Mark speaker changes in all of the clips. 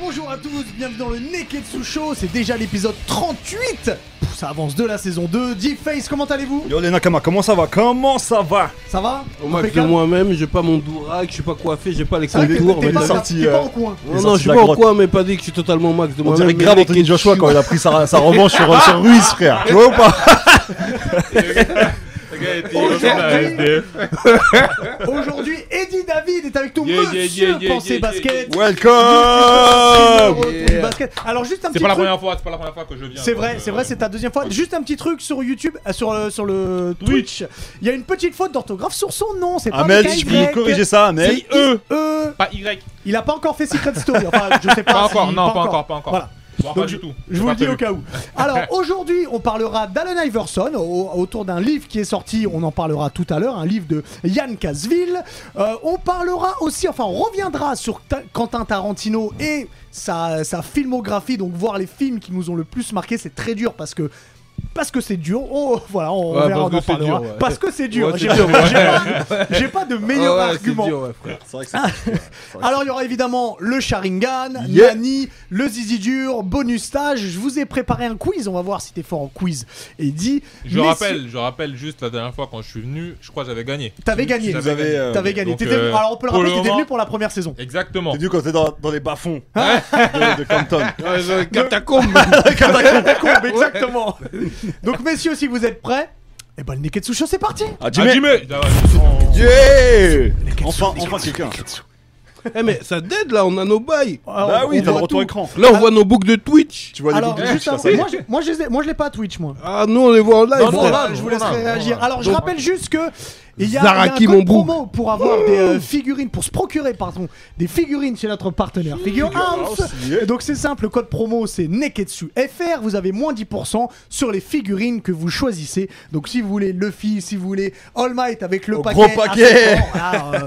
Speaker 1: Bonjour à tous, bienvenue dans le Neketsu Show, c'est déjà l'épisode 38 Pff, Ça avance de la saison 2, Deep Face, comment allez-vous
Speaker 2: Yo les Nakama, comment ça va Comment ça va
Speaker 1: Ça va
Speaker 3: Au max de
Speaker 1: Impeccable
Speaker 3: moi-même, j'ai pas mon dourac, je suis pas coiffé, j'ai pas
Speaker 1: C'est vrai que
Speaker 3: l'excès
Speaker 1: t'es-
Speaker 3: court.
Speaker 1: t'es
Speaker 3: mais
Speaker 1: pas,
Speaker 3: là-
Speaker 2: sorti,
Speaker 1: t'es pas
Speaker 2: euh,
Speaker 1: en coin
Speaker 2: est
Speaker 3: Non, non,
Speaker 2: sorti
Speaker 3: je
Speaker 2: de
Speaker 3: suis pas
Speaker 2: la
Speaker 3: au
Speaker 2: grotte.
Speaker 3: coin, mais pas dit que je suis totalement au max de
Speaker 2: On
Speaker 3: moi-même.
Speaker 2: dirait grave Anthony Joshua quand il a pris sa, sa revanche sur, sur Ruiz, frère. Tu vois ou pas
Speaker 1: Aujourd'hui, aujourd'hui, Eddie David est avec nous,
Speaker 4: Yeah, yeah,
Speaker 1: monsieur
Speaker 4: yeah, yeah,
Speaker 1: Pensée
Speaker 4: yeah, yeah.
Speaker 1: Basket
Speaker 2: Welcome
Speaker 1: Retour du basket. Alors juste un
Speaker 4: C'est
Speaker 1: petit
Speaker 4: pas la
Speaker 1: truc,
Speaker 4: première fois, c'est pas la première fois que je viens.
Speaker 1: c'est
Speaker 4: donc,
Speaker 1: vrai,
Speaker 4: euh,
Speaker 1: c'est vrai, c'est ta deuxième fois. Juste un petit truc sur YouTube, euh, sur, le- sur le
Speaker 4: Oui.
Speaker 1: Twitch. Il y a une petite faute d'orthographe sur son nom, c'est pas
Speaker 2: Amel,
Speaker 1: avec un
Speaker 2: si Ah, je peux
Speaker 1: Y.
Speaker 2: corriger E. ça, Amel.
Speaker 4: C'est eux,
Speaker 1: Euh,
Speaker 4: pas Y.
Speaker 1: Il a pas encore fait Secret Story, enfin je sais pas.
Speaker 4: Pas
Speaker 1: si-
Speaker 4: encore, non, pas encore, pas encore.
Speaker 1: Voilà.
Speaker 4: Bon,
Speaker 1: Donc,
Speaker 4: pas du tout.
Speaker 1: Je vous le dis au cas où. Alors aujourd'hui, on parlera d'Allen Iverson au- autour d'un livre qui est sorti. On en parlera tout à l'heure, un livre de Yann Casville. Euh, on parlera aussi, enfin, on reviendra sur Ta- Quentin Tarantino et sa, sa filmographie. Donc voir les films qui nous ont le plus marqué, c'est très dur parce que. Parce que c'est dur, oh, voilà, on
Speaker 3: Ouais,
Speaker 1: verra,
Speaker 3: parce
Speaker 1: on
Speaker 3: que
Speaker 1: en
Speaker 3: c'est
Speaker 1: parlera.
Speaker 3: dur, ouais.
Speaker 1: Parce que c'est dur,
Speaker 3: Ouais,
Speaker 1: j'ai
Speaker 3: c'est dur, ouais.
Speaker 1: j'ai pas, j'ai pas de
Speaker 3: Ah
Speaker 1: meilleur
Speaker 3: ouais, c'est
Speaker 1: argument.
Speaker 3: dur, ouais, frère.
Speaker 2: C'est vrai que ça.
Speaker 1: Alors il y aura évidemment le Sharingan,
Speaker 2: Yeah.
Speaker 1: Nani, le Zizi dur, bonus stage. Je vous ai préparé un quiz, on va voir si t'es fort en quiz. Et dit,
Speaker 4: Je
Speaker 1: mais
Speaker 4: rappelle, je rappelle juste la dernière fois quand je suis venu, je crois que j'avais gagné.
Speaker 1: si- t'avais gagné.
Speaker 4: Vous
Speaker 2: Vous avez. euh,
Speaker 1: T'avais gagné.
Speaker 4: donc,
Speaker 1: T'étais-
Speaker 4: euh,
Speaker 1: Alors on peut le
Speaker 4: pour
Speaker 1: rappeler,
Speaker 4: le
Speaker 1: t'étais
Speaker 4: moment-
Speaker 1: venu pour la première saison.
Speaker 4: Exactement.
Speaker 2: T'es venu quand t'es dans, dans les bas-fonds
Speaker 1: Ah.
Speaker 2: de, de Compton.
Speaker 3: Ouais, genre, catacombe.
Speaker 1: Courbe, exactement. Donc messieurs, si vous êtes prêts, eh ben le Neketsu Show c'est parti.
Speaker 2: Ah,
Speaker 4: Ah,
Speaker 2: Jimmy
Speaker 4: Jimmy
Speaker 2: Yeah Enfin, enfin quelqu'un.
Speaker 3: Eh, mais ça dead là, on a nos bails.
Speaker 1: Alors,
Speaker 2: Bah oui,
Speaker 1: Ah, on
Speaker 2: t'as le
Speaker 1: voit
Speaker 2: retour
Speaker 1: tout.
Speaker 2: écran.
Speaker 3: Là, on voit nos boucles de Twitch.
Speaker 2: Tu vois les
Speaker 1: Alors
Speaker 2: boucles de
Speaker 1: juste
Speaker 2: ça,
Speaker 1: un-
Speaker 2: ça y est.
Speaker 1: moi, je, moi, je les ai- moi, je l'ai pas à Twitch moi.
Speaker 3: Ah, nous on les voit en live.
Speaker 1: Non, non,
Speaker 3: frère.
Speaker 1: là, je vous laisse
Speaker 4: voilà,
Speaker 1: réagir.
Speaker 4: voilà.
Speaker 1: Alors, je
Speaker 4: Donc-
Speaker 1: rappelle juste que il y a, il y a un
Speaker 3: Zaraki,
Speaker 1: code
Speaker 3: mon bouc.
Speaker 1: promo pour avoir des euh, figurines, pour se procurer, pardon, des figurines chez notre partenaire Figure House.
Speaker 2: yeah.
Speaker 1: Donc, c'est simple, le code promo c'est Neketsu FR. Vous avez moins 10% sur les figurines que vous choisissez. Donc, si vous voulez Luffy, si vous voulez All Might avec le
Speaker 2: Au
Speaker 1: paquet,
Speaker 2: gros
Speaker 1: à
Speaker 2: paquet.
Speaker 1: 500, là, euh,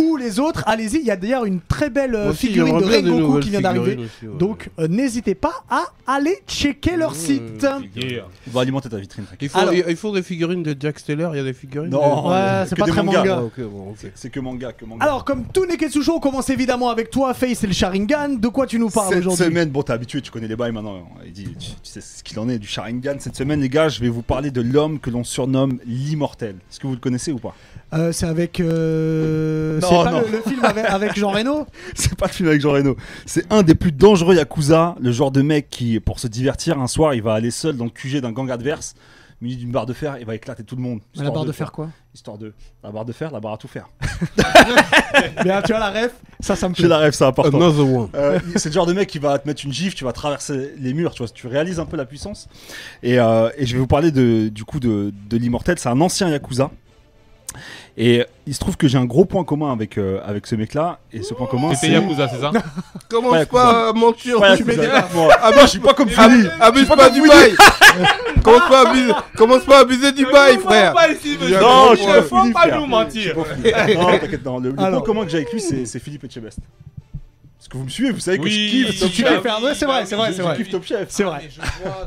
Speaker 1: ou les autres, allez-y. Il y a d'ailleurs une très belle euh,
Speaker 3: Moi aussi,
Speaker 1: figurine de
Speaker 3: j'aimerais bien des
Speaker 1: Rengoku
Speaker 3: nouvelles
Speaker 1: qui vient d'arriver.
Speaker 3: figurines aussi, ouais.
Speaker 1: Donc, euh, n'hésitez pas à aller checker leur site.
Speaker 4: Yeah.
Speaker 2: On va alimenter ta vitrine, frère.
Speaker 3: Il faut,
Speaker 1: Alors-
Speaker 3: il il faut des figurines de Jack Steller, il y a des figurines.
Speaker 2: Non,
Speaker 1: Ouais,
Speaker 2: euh,
Speaker 1: c'est
Speaker 2: que
Speaker 1: pas
Speaker 2: des
Speaker 1: très
Speaker 2: mangas.
Speaker 1: manga.
Speaker 3: Ah, ok, bon, ok.
Speaker 2: C'est que manga, que manga.
Speaker 1: Alors, comme tout Neketsu Show, on commence évidemment avec toi, Face et le Sharingan. De quoi tu nous parles
Speaker 2: Cette
Speaker 1: aujourd'hui
Speaker 2: semaine, bon, t'es habitué, tu connais les bails maintenant. Il dit, tu, tu sais ce qu'il en est du Sharingan. Cette semaine, les gars, je vais vous parler de l'homme que l'on surnomme l'immortel. Est-ce que vous le connaissez ou pas
Speaker 1: Euh, C'est avec. euh,
Speaker 2: Non,
Speaker 1: c'est pas
Speaker 2: non.
Speaker 1: Le, le film avec, avec Jean Reno
Speaker 2: C'est pas le film avec Jean Reno. C'est un des plus dangereux Yakuza, le genre de mec qui, pour se divertir un soir, il va aller seul dans le QG d'un gang adverse, muni d'une barre de fer, il va éclater tout le monde.
Speaker 1: La
Speaker 2: Histoire
Speaker 1: barre de
Speaker 2: d'eux,
Speaker 1: fer, quoi.
Speaker 2: Histoire de. La barre de fer, la barre à tout faire.
Speaker 1: Mais ah, tu as la ref Ça, ça me
Speaker 2: J'ai
Speaker 1: plaît.
Speaker 2: la rêve, c'est important.
Speaker 3: Another one.
Speaker 2: Euh, c'est le genre de mec qui va te mettre une gifle, tu vas traverser les murs, tu vois, tu réalises un peu la puissance. Et, euh, et je vais vous parler de, du coup de, de l'immortel, c'est un ancien Yakuza. Et il se trouve que j'ai un gros point commun avec, euh, avec ce mec-là. Et ce point commun,
Speaker 4: C'était
Speaker 2: c'est.
Speaker 4: Yakuza, c'est ça
Speaker 3: Commence
Speaker 2: Ouais,
Speaker 3: pas à mentir.
Speaker 2: Ouais,
Speaker 3: tu
Speaker 2: Yakuza.
Speaker 3: mets des-
Speaker 2: Bon, Ah non, je suis pas comme Fini.
Speaker 3: Abuse- Abuse pas du bail. Commence pas à abuser, commence pas à abuser du bail, frère.
Speaker 4: Pas ici, monsieur.
Speaker 2: Non, je
Speaker 4: Il ne
Speaker 2: suis
Speaker 4: faut
Speaker 2: fini,
Speaker 4: pas
Speaker 2: frère.
Speaker 4: nous mentir.
Speaker 2: Non, t'inquiète, non, le, le
Speaker 1: Alors.
Speaker 2: point commun que j'ai avec lui, c'est c'est Philippe Etchebest. Parce que vous me suivez, vous savez que je
Speaker 4: Oui,
Speaker 2: kiffe Top
Speaker 1: tu
Speaker 2: Chef.
Speaker 1: kiffes. ouais, c'est vrai, c'est vrai,
Speaker 2: Je
Speaker 1: c'est vrai.
Speaker 2: kiffe Top Chef.
Speaker 1: C'est vrai.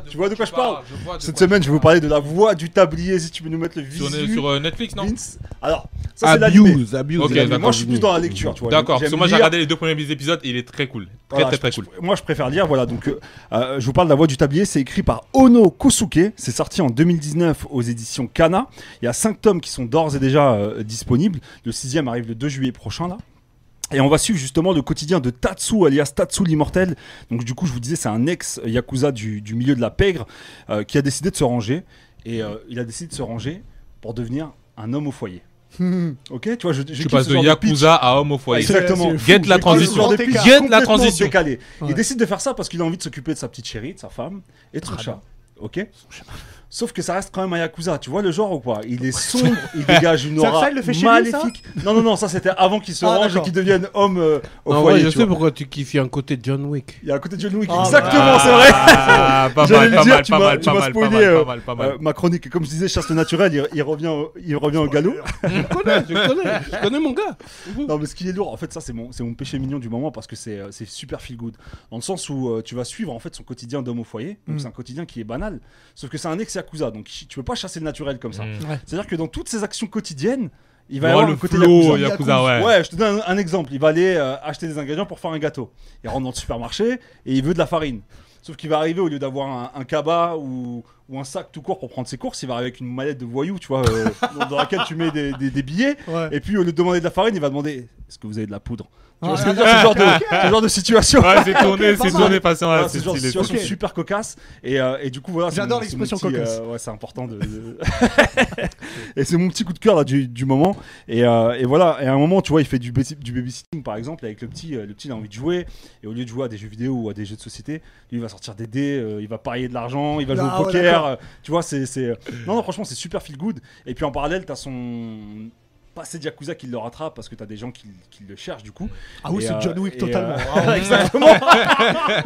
Speaker 2: Tu vois de quoi je parle Cette semaine, je vais vous parler de la voix du tablier. Si tu peux nous mettre le
Speaker 4: Sur,
Speaker 2: visu,
Speaker 4: sur, euh, Netflix, non
Speaker 2: Vince. Alors, ça c'est l'animé.
Speaker 3: Abuse, abuse.
Speaker 4: Ok,
Speaker 3: c'est l'animé.
Speaker 4: d'accord,
Speaker 2: Moi, je suis plus dans la lecture, tu vois.
Speaker 4: D'accord,
Speaker 2: J'aime
Speaker 4: parce que moi j'ai
Speaker 2: lire.
Speaker 4: regardé les deux premiers épisodes et il est très cool. Très
Speaker 2: Voilà,
Speaker 4: très
Speaker 2: je-
Speaker 4: très cool.
Speaker 2: je- Moi, je préfère lire. Voilà, donc euh, euh, je vous parle de la voix du tablier. C'est écrit par Ono Kosuke. C'est sorti en 2019 aux éditions Kana. Il y a cinq tomes qui sont d'ores et déjà euh, disponibles. Le sixième arrive le 2 juillet prochain là. Et on va suivre justement le quotidien de Tatsu alias Tatsu l'immortel. Donc du coup, je vous disais, c'est un ex yakuza du, du milieu de la pègre euh, qui a décidé de se ranger. Et euh, il a décidé de se ranger pour devenir un homme au foyer.
Speaker 1: Hmm.
Speaker 2: Ok, tu vois, je, je
Speaker 4: Tu
Speaker 2: kiffe
Speaker 4: passes
Speaker 2: ce
Speaker 4: de
Speaker 2: genre pitch.
Speaker 4: Yakuza à homme au foyer.
Speaker 2: Exactement.
Speaker 1: C'est-
Speaker 4: Get la
Speaker 2: Je kiffe ce
Speaker 4: transition.
Speaker 2: genre de
Speaker 1: Grand
Speaker 2: pitch
Speaker 1: écart.
Speaker 4: Get la
Speaker 2: complètement
Speaker 4: transition.
Speaker 2: décalé.
Speaker 1: Ouais.
Speaker 2: Il décide de faire ça parce qu'il a envie de s'occuper de sa petite chérie, de sa femme et de son chat. Ok Sauf que ça reste quand même un Yakuza, tu vois le genre ou quoi Il est sombre, il dégage une
Speaker 1: Ça,
Speaker 2: aura
Speaker 1: ça, il le fait chez lui,
Speaker 2: maléfique. non, non, non, ça c'était avant qu'il se
Speaker 1: Ah,
Speaker 2: range et
Speaker 1: d'accord.
Speaker 2: qu'il devienne homme euh, au
Speaker 3: En
Speaker 2: foyer.
Speaker 3: vrai, je
Speaker 2: tu
Speaker 3: sais
Speaker 2: vois.
Speaker 3: pourquoi tu kiffes il y a un côté John Wick.
Speaker 2: Il y a à côté de John Wick,
Speaker 1: Ah,
Speaker 2: exactement,
Speaker 1: bah.
Speaker 2: c'est vrai
Speaker 4: Ah, pas
Speaker 2: J'allais
Speaker 4: mal,
Speaker 2: le
Speaker 4: pas
Speaker 2: dire,
Speaker 4: mal,
Speaker 2: tu
Speaker 4: pas
Speaker 2: m'as-
Speaker 4: mal,
Speaker 2: tu
Speaker 4: pas
Speaker 2: m'as
Speaker 4: mal, pas
Speaker 2: spoilé,
Speaker 4: mal,
Speaker 2: euh,
Speaker 4: pas mal, pas
Speaker 2: Euh,
Speaker 4: mal.
Speaker 2: Ma chronique, comme je disais, chasse naturelle, il, il revient, au- il revient au galop.
Speaker 3: Je connais, je connais, je connais mon gars.
Speaker 2: Non, mais ce qui est lourd, en fait, ça, c'est mon, c'est mon péché mignon du moment parce que c'est, euh, c'est super feel good. Dans le sens où euh, tu vas suivre en fait son quotidien d'homme au foyer. Donc,
Speaker 1: Mm.
Speaker 2: c'est un quotidien qui est banal. Sauf que c'est un ex-yakuza. Donc, chi- tu peux pas chasser le naturel comme ça.
Speaker 4: Mm.
Speaker 2: C'est-à-dire que dans toutes ses actions quotidiennes, il
Speaker 1: Ben,
Speaker 2: va
Speaker 5: Oh,
Speaker 2: y
Speaker 4: Dans
Speaker 2: avoir
Speaker 4: le
Speaker 2: le côté
Speaker 4: flow,
Speaker 2: yakuza.
Speaker 4: Yakuza, Ah ouais.
Speaker 2: Ouais, je te donne un, un exemple. Il va aller euh, acheter des ingrédients pour faire un gâteau. Il rentre dans le supermarché et il veut de la farine. Sauf qu'il va arriver, au lieu d'avoir un, un cabas ou, ou un sac tout court pour prendre ses courses, il va arriver avec une mallette de voyous, tu vois, euh, dans, dans laquelle tu mets des, des- des billets.
Speaker 1: Ouais.
Speaker 2: Et puis, au lieu de demander de la farine, il va demander Est-ce que vous avez de la poudre Tu vois
Speaker 1: Ah,
Speaker 2: ce que je veux dire, ce genre de- ce genre de situation.
Speaker 4: Ouais, c'est tourné,
Speaker 1: Ok, pas
Speaker 4: c'est
Speaker 1: mal.
Speaker 4: tourné, passant
Speaker 2: Voilà,
Speaker 4: là,
Speaker 2: Ah, c'est
Speaker 4: c'est
Speaker 2: ce genre de
Speaker 4: stylé. c'est
Speaker 2: situation
Speaker 1: Ok.
Speaker 2: super cocasse et, euh, et du coup voilà c'est
Speaker 1: J'adore
Speaker 2: mon- c'est mon
Speaker 1: l'expression
Speaker 2: petit,
Speaker 1: cocasse.
Speaker 2: euh, ouais c'est important de, de- et c'est mon petit coup de cœur là du, du moment et, euh, et voilà et à un moment tu vois il fait du, baby- du babysitting par exemple avec le petit euh, le petit il a envie de jouer et au lieu de jouer à des jeux vidéo ou à des jeux de société lui il va sortir des dés euh, il va parier de l'argent il va jouer
Speaker 1: Ah,
Speaker 2: au
Speaker 1: ouais,
Speaker 2: poker
Speaker 1: d'accord.
Speaker 2: euh, tu vois c'est c'est- non non franchement c'est super feel good et puis en parallèle t'as son passé de Yakuza qui le rattrape parce que t'as des gens qui, qui le cherchent du coup
Speaker 1: Ah oui,
Speaker 2: Et,
Speaker 1: c'est
Speaker 2: euh,
Speaker 1: John Wick
Speaker 2: et,
Speaker 1: totalement.
Speaker 2: euh,
Speaker 1: Ah ouais.
Speaker 2: Exactement.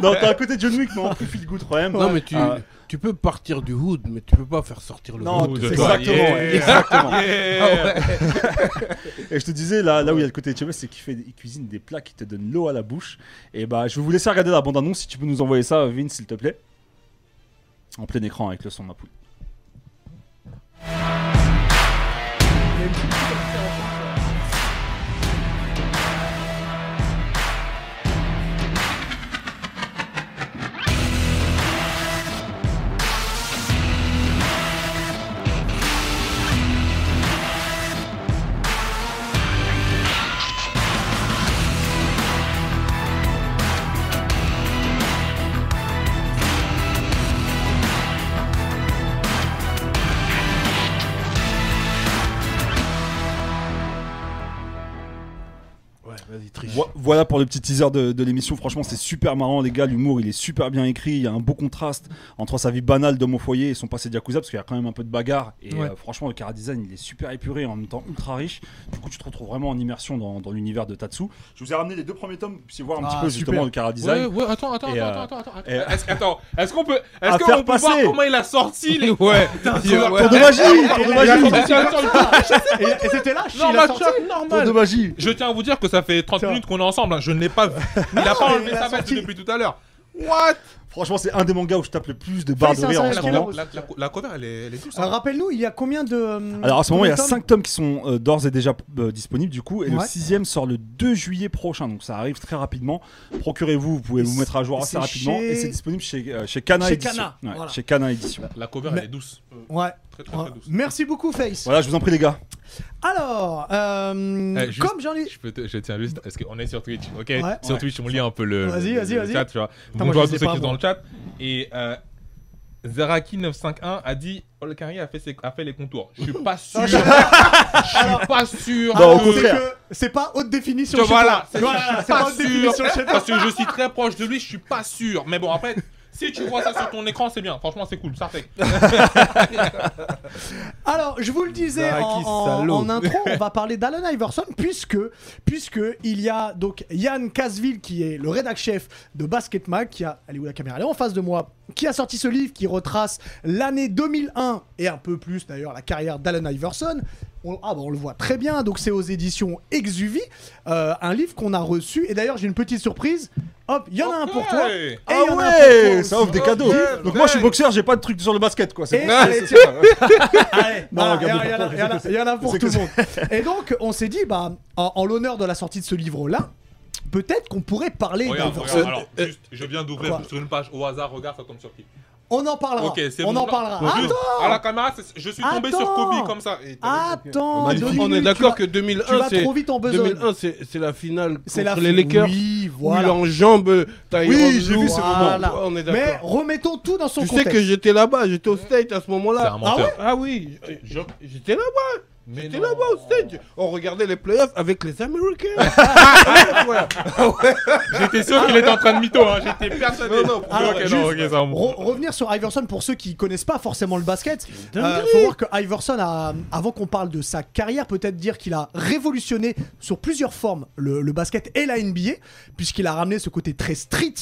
Speaker 2: non, t'as un côté John Wick, mais en plus feel good quand même.
Speaker 1: Ouais.
Speaker 5: Non, mais tu,
Speaker 2: Ah.
Speaker 5: tu peux partir du hood, mais tu peux pas faire sortir le
Speaker 2: Non,
Speaker 5: hood.
Speaker 2: c'est
Speaker 4: de
Speaker 5: quoi.
Speaker 4: toi.
Speaker 2: exactement.
Speaker 4: Yeah.
Speaker 2: exactement.
Speaker 4: Ah Yeah.
Speaker 2: Et je te disais, là, là où il y a le côté HMS, c'est qu'il fait, il cuisine des plats qui te donnent l'eau à la bouche. Et bah, je vais vous laisser regarder la bande-annonce. Si tu peux nous envoyer ça, Vin, s'il te plaît. En plein écran avec le son de ma poule.
Speaker 5: Ouais, vas-y, triche.
Speaker 2: Vo- Voilà pour le petit teaser de, de l'émission. Franchement, c'est super marrant, les gars. L'humour, il est super bien écrit. Il y a un beau contraste entre sa vie banale d'homme au foyer et son passé de Yakuza, parce qu'il y a quand même un peu de bagarre. Et
Speaker 1: Ouais.
Speaker 2: euh, franchement, le Cara Design, il est super épuré, en même temps ultra riche. Du coup, tu te retrouves vraiment en immersion dans, dans l'univers de Tatsu. Je vous ai ramené les deux premiers tomes, puis voir un
Speaker 1: Ah,
Speaker 2: petit peu
Speaker 1: super.
Speaker 2: justement le Cara
Speaker 5: Ouais,
Speaker 2: Design.
Speaker 5: ouais, attends, attends,
Speaker 2: Et,
Speaker 5: attends,
Speaker 2: euh,
Speaker 5: attends, attends, attends.
Speaker 2: Et-
Speaker 4: Est-ce- Attends, est-ce qu'on peut, est-ce
Speaker 2: À
Speaker 4: qu'on
Speaker 2: faire
Speaker 4: peut voir
Speaker 2: passer.
Speaker 4: comment il a sorti les. Ouais,
Speaker 5: Tour
Speaker 2: Tour de magie Tour de magie
Speaker 1: Ah, Et, et c'était lâche, il a
Speaker 4: Normal,
Speaker 1: sorti.
Speaker 2: Tour de
Speaker 4: normal.
Speaker 2: magie
Speaker 4: Je tiens à vous dire que ça fait 30
Speaker 1: Tiens.
Speaker 4: minutes qu'on est ensemble, hein, je ne l'ai pas vu. Il a
Speaker 1: Non,
Speaker 4: pas
Speaker 1: il
Speaker 4: enlevé
Speaker 1: l'a
Speaker 4: sa
Speaker 1: sorti.
Speaker 4: veste depuis tout à l'heure. What
Speaker 2: Franchement, c'est un des mangas où je tape le plus de barres de
Speaker 1: Fais
Speaker 2: rire en
Speaker 1: ça, ça,
Speaker 2: ce
Speaker 4: La-
Speaker 1: ça,
Speaker 2: moment.
Speaker 1: ça.
Speaker 4: La la- la cover, elle est elle est douce.
Speaker 1: Euh,
Speaker 4: hein.
Speaker 1: Rappelle-nous, il y a combien de.
Speaker 2: Euh, Alors à ce moment, il y a
Speaker 1: Mm. combien de tomes
Speaker 2: 5 tomes qui sont euh, d'ores et déjà euh, disponibles du coup, et le
Speaker 1: Ouais.
Speaker 2: sixième sort le 2 juillet prochain, donc ça arrive très rapidement. Procurez-vous, vous pouvez
Speaker 1: Et
Speaker 2: vous mettre à jour
Speaker 1: c'est
Speaker 2: assez rapidement,
Speaker 1: chez-
Speaker 2: et c'est disponible chez, euh, chez Kana
Speaker 1: Chez
Speaker 2: Édition.
Speaker 1: Kana,
Speaker 2: Ouais,
Speaker 1: voilà.
Speaker 2: Chez Kana Édition.
Speaker 4: La cover,
Speaker 1: Mais-
Speaker 4: elle est douce. Euh,
Speaker 1: Ouais.
Speaker 4: Très, très,
Speaker 2: Ah.
Speaker 1: Ouais.
Speaker 4: très douce.
Speaker 1: Merci beaucoup, Face.
Speaker 2: Voilà, je vous en prie les gars.
Speaker 1: Alors, euh,
Speaker 4: Eh, juste-
Speaker 1: comme j'en ai.
Speaker 4: Je, peux te- je tiens juste, parce qu'on est sur Twitch, ok
Speaker 1: Ouais.
Speaker 4: Sur Twitch, on lit un peu le,
Speaker 1: Vas-y,
Speaker 4: le-
Speaker 1: vas-y,
Speaker 4: le
Speaker 1: vas-y.
Speaker 4: chat, tu vois.
Speaker 1: moi,
Speaker 4: Bonjour
Speaker 1: je
Speaker 4: à
Speaker 1: sais
Speaker 4: tous
Speaker 1: pas,
Speaker 4: ceux qui sont
Speaker 1: moi.
Speaker 4: dans le chat. Et euh, Zeraki951 a dit Olkari a fait, ses- a fait les contours. Je suis pas sûr.
Speaker 1: Ah,
Speaker 4: Je suis pas sûr.
Speaker 2: Non, au
Speaker 1: Alors,
Speaker 4: que-
Speaker 1: Ah, c'est
Speaker 2: contraire.
Speaker 1: que c'est pas haute définition.
Speaker 4: Bah, Tu
Speaker 1: chez
Speaker 4: vois,
Speaker 1: toi.
Speaker 4: là, c'est
Speaker 1: Voilà,
Speaker 4: je
Speaker 1: c'est
Speaker 4: suis
Speaker 1: pas
Speaker 4: pas
Speaker 1: haute définition
Speaker 4: sûr.
Speaker 1: chez toi.
Speaker 4: Parce que je suis très proche de lui, je suis pas sûr. Mais bon, après, si tu vois ça sur ton écran, c'est bien. Franchement, c'est cool. Ça fait.
Speaker 1: Alors, je vous le disais en,
Speaker 5: Zaraki,
Speaker 1: en-
Speaker 5: salaud.
Speaker 1: en intro, on va parler d'Alan Iverson puisque, puisque il y a donc Yann Casville qui est le rédac chef de Basket Mag, qui a, elle est où la caméra Elle est en face de moi, qui a sorti ce livre qui retrace l'année 2001 et un peu plus d'ailleurs la carrière d'Alan Iverson. On, ah bah, on le voit très bien, donc c'est aux éditions Exuvie, euh, un livre qu'on a reçu. Et d'ailleurs, j'ai une petite surprise. Hop, il y en a un pour toi. et
Speaker 4: Ouais.
Speaker 1: il y
Speaker 2: Ah
Speaker 1: en a un pour toi
Speaker 2: ouais
Speaker 1: aussi.
Speaker 2: Ça offre des cadeaux.
Speaker 4: Ouais,
Speaker 2: Donc moi je suis
Speaker 4: ouais.
Speaker 2: boxeur, j'ai pas de truc sur le basket quoi.
Speaker 1: Et
Speaker 2: C'est bon.
Speaker 1: allez, tiens. Allez,
Speaker 2: Non,
Speaker 1: voilà,
Speaker 2: regarde,
Speaker 1: Ah il y en a- il y en a- il y en a pour
Speaker 2: sais
Speaker 1: tout
Speaker 2: que
Speaker 1: le monde. Et donc, on s'est dit, bah, en, en l'honneur de la sortie de ce livre-là, peut-être qu'on pourrait parler
Speaker 4: Regarde,
Speaker 1: d'Iverson.
Speaker 4: regarde, alors, juste, je viens d'ouvrir
Speaker 1: Eh, ben, Quoi
Speaker 4: sur une page au hasard, regarde ça comme sur qui.
Speaker 1: On en parlera.
Speaker 4: Ok, c'est
Speaker 1: Oh, on
Speaker 4: bon.
Speaker 1: en parlera.
Speaker 4: Juste, à la caméra, c'est- je suis tombé sur
Speaker 1: Attends. Ah,
Speaker 4: Kobe comme ça. Et-
Speaker 1: Attends,
Speaker 5: On est-
Speaker 1: attends. deux
Speaker 5: on est
Speaker 1: minutes,
Speaker 5: d'accord
Speaker 1: tu
Speaker 5: que
Speaker 1: vas- tu
Speaker 5: 2001,
Speaker 1: vas
Speaker 5: c'est
Speaker 1: trop vite en besogne.
Speaker 5: 2001, c'est c'est la finale
Speaker 1: C'est la
Speaker 5: contre les
Speaker 1: fi-
Speaker 5: Lakers.
Speaker 1: Oui,
Speaker 5: où il
Speaker 1: voilà.
Speaker 5: enjambe Tyrone
Speaker 2: Oui, j'ai
Speaker 5: Lue.
Speaker 2: vu ce
Speaker 5: Voilà.
Speaker 1: moment.
Speaker 5: On
Speaker 1: Mais
Speaker 5: est d'accord.
Speaker 1: remettons tout dans son
Speaker 5: Tu sais
Speaker 1: contexte.
Speaker 5: que j'étais là-bas, j'étais au state à ce
Speaker 4: C'est un
Speaker 5: moment-là.
Speaker 4: menteur.
Speaker 5: Ah oui, je- je- j'étais là-bas,
Speaker 4: Mais
Speaker 5: j'étais
Speaker 4: non.
Speaker 5: là-bas au state. On regardait les playoffs avec les Américains. Voilà.
Speaker 4: J'étais sûr
Speaker 1: Ah.
Speaker 4: qu'il était en train de mytho, hein. j'étais persuadé.
Speaker 5: Non, non,
Speaker 4: Ok,
Speaker 1: Alors,
Speaker 4: ok,
Speaker 1: juste,
Speaker 4: non, ok, c'est un bon.
Speaker 1: re- revenir sur Iverson pour ceux qui connaissent pas forcément le basket. Il
Speaker 5: dinguerie.
Speaker 1: faut voir que Iverson, a, avant qu'on parle de sa carrière, peut-être dire qu'il a révolutionné sur plusieurs formes le, le basket et la NBA, puisqu'il a ramené ce côté très street.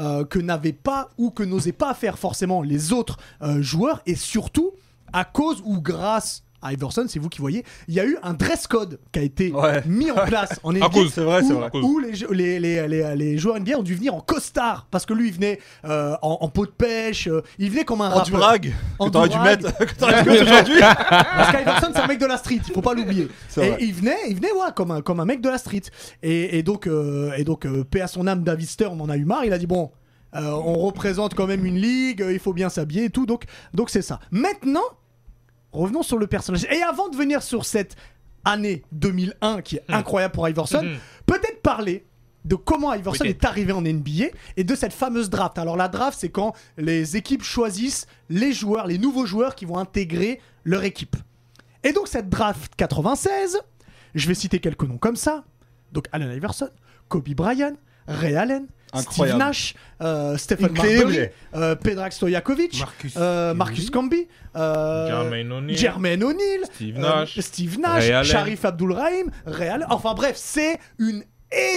Speaker 1: euh, que n'avaient pas ou que n'osaient pas faire forcément les autres euh, joueurs et surtout à cause ou grâce à Iverson, c'est vous qui voyez, il y a eu un dress code qui a été
Speaker 2: Ouais.
Speaker 1: mis en place en NBA.
Speaker 4: cause,
Speaker 2: c'est vrai, c'est
Speaker 1: où-
Speaker 2: vrai.
Speaker 1: Où les, jeux- les, les, les, les joueurs NBA ont dû venir en costard parce que lui il venait euh, en, en peau de pêche, euh, il venait comme un
Speaker 2: En
Speaker 1: rappeur.
Speaker 2: durag,
Speaker 1: En
Speaker 2: que t'aurais dû
Speaker 1: durag.
Speaker 2: mettre, que t'aurais dû mettre aujourd'hui.
Speaker 1: Parce qu'Iverson, c'est un mec de la street, il faut pas l'oublier.
Speaker 2: C'est
Speaker 1: Et
Speaker 2: vrai.
Speaker 1: il venait, il venait ouais, comme, un, comme un mec de la street. Et, et donc, euh, et donc euh, paix à son âme, Davister, on en a eu marre. Il a dit bon. euh, on représente quand même une ligue, euh, il faut bien s'habiller et tout, donc donc c'est ça. Maintenant, revenons sur le personnage. Et avant de venir sur cette année 2001 qui est incroyable pour Iverson,
Speaker 4: Mhm.
Speaker 1: peut-être parler de comment Iverson
Speaker 4: Peut-être.
Speaker 1: est arrivé en NBA et de cette fameuse draft. Alors la draft, c'est quand les équipes choisissent les joueurs, les nouveaux joueurs qui vont intégrer leur équipe. Et donc cette draft 96, je vais citer quelques noms comme ça. Donc Allen Iverson, Kobe Bryant, Ray Allen, Steve
Speaker 2: Incroyable.
Speaker 1: Nash, euh, Stephen
Speaker 2: Incroyable.
Speaker 1: Marbury, euh, Predrag Stojakovic,
Speaker 4: Marcus
Speaker 1: euh, Marcus Camby, euh,
Speaker 4: Jermaine O'Neal.
Speaker 1: Jermaine O'Neal,
Speaker 4: Steve
Speaker 1: euh,
Speaker 4: Nash.
Speaker 1: Steve Nash,
Speaker 4: Ray Allen.
Speaker 1: Sharif Abdul-Rahim, Ray Allen. Enfin bref, c'est une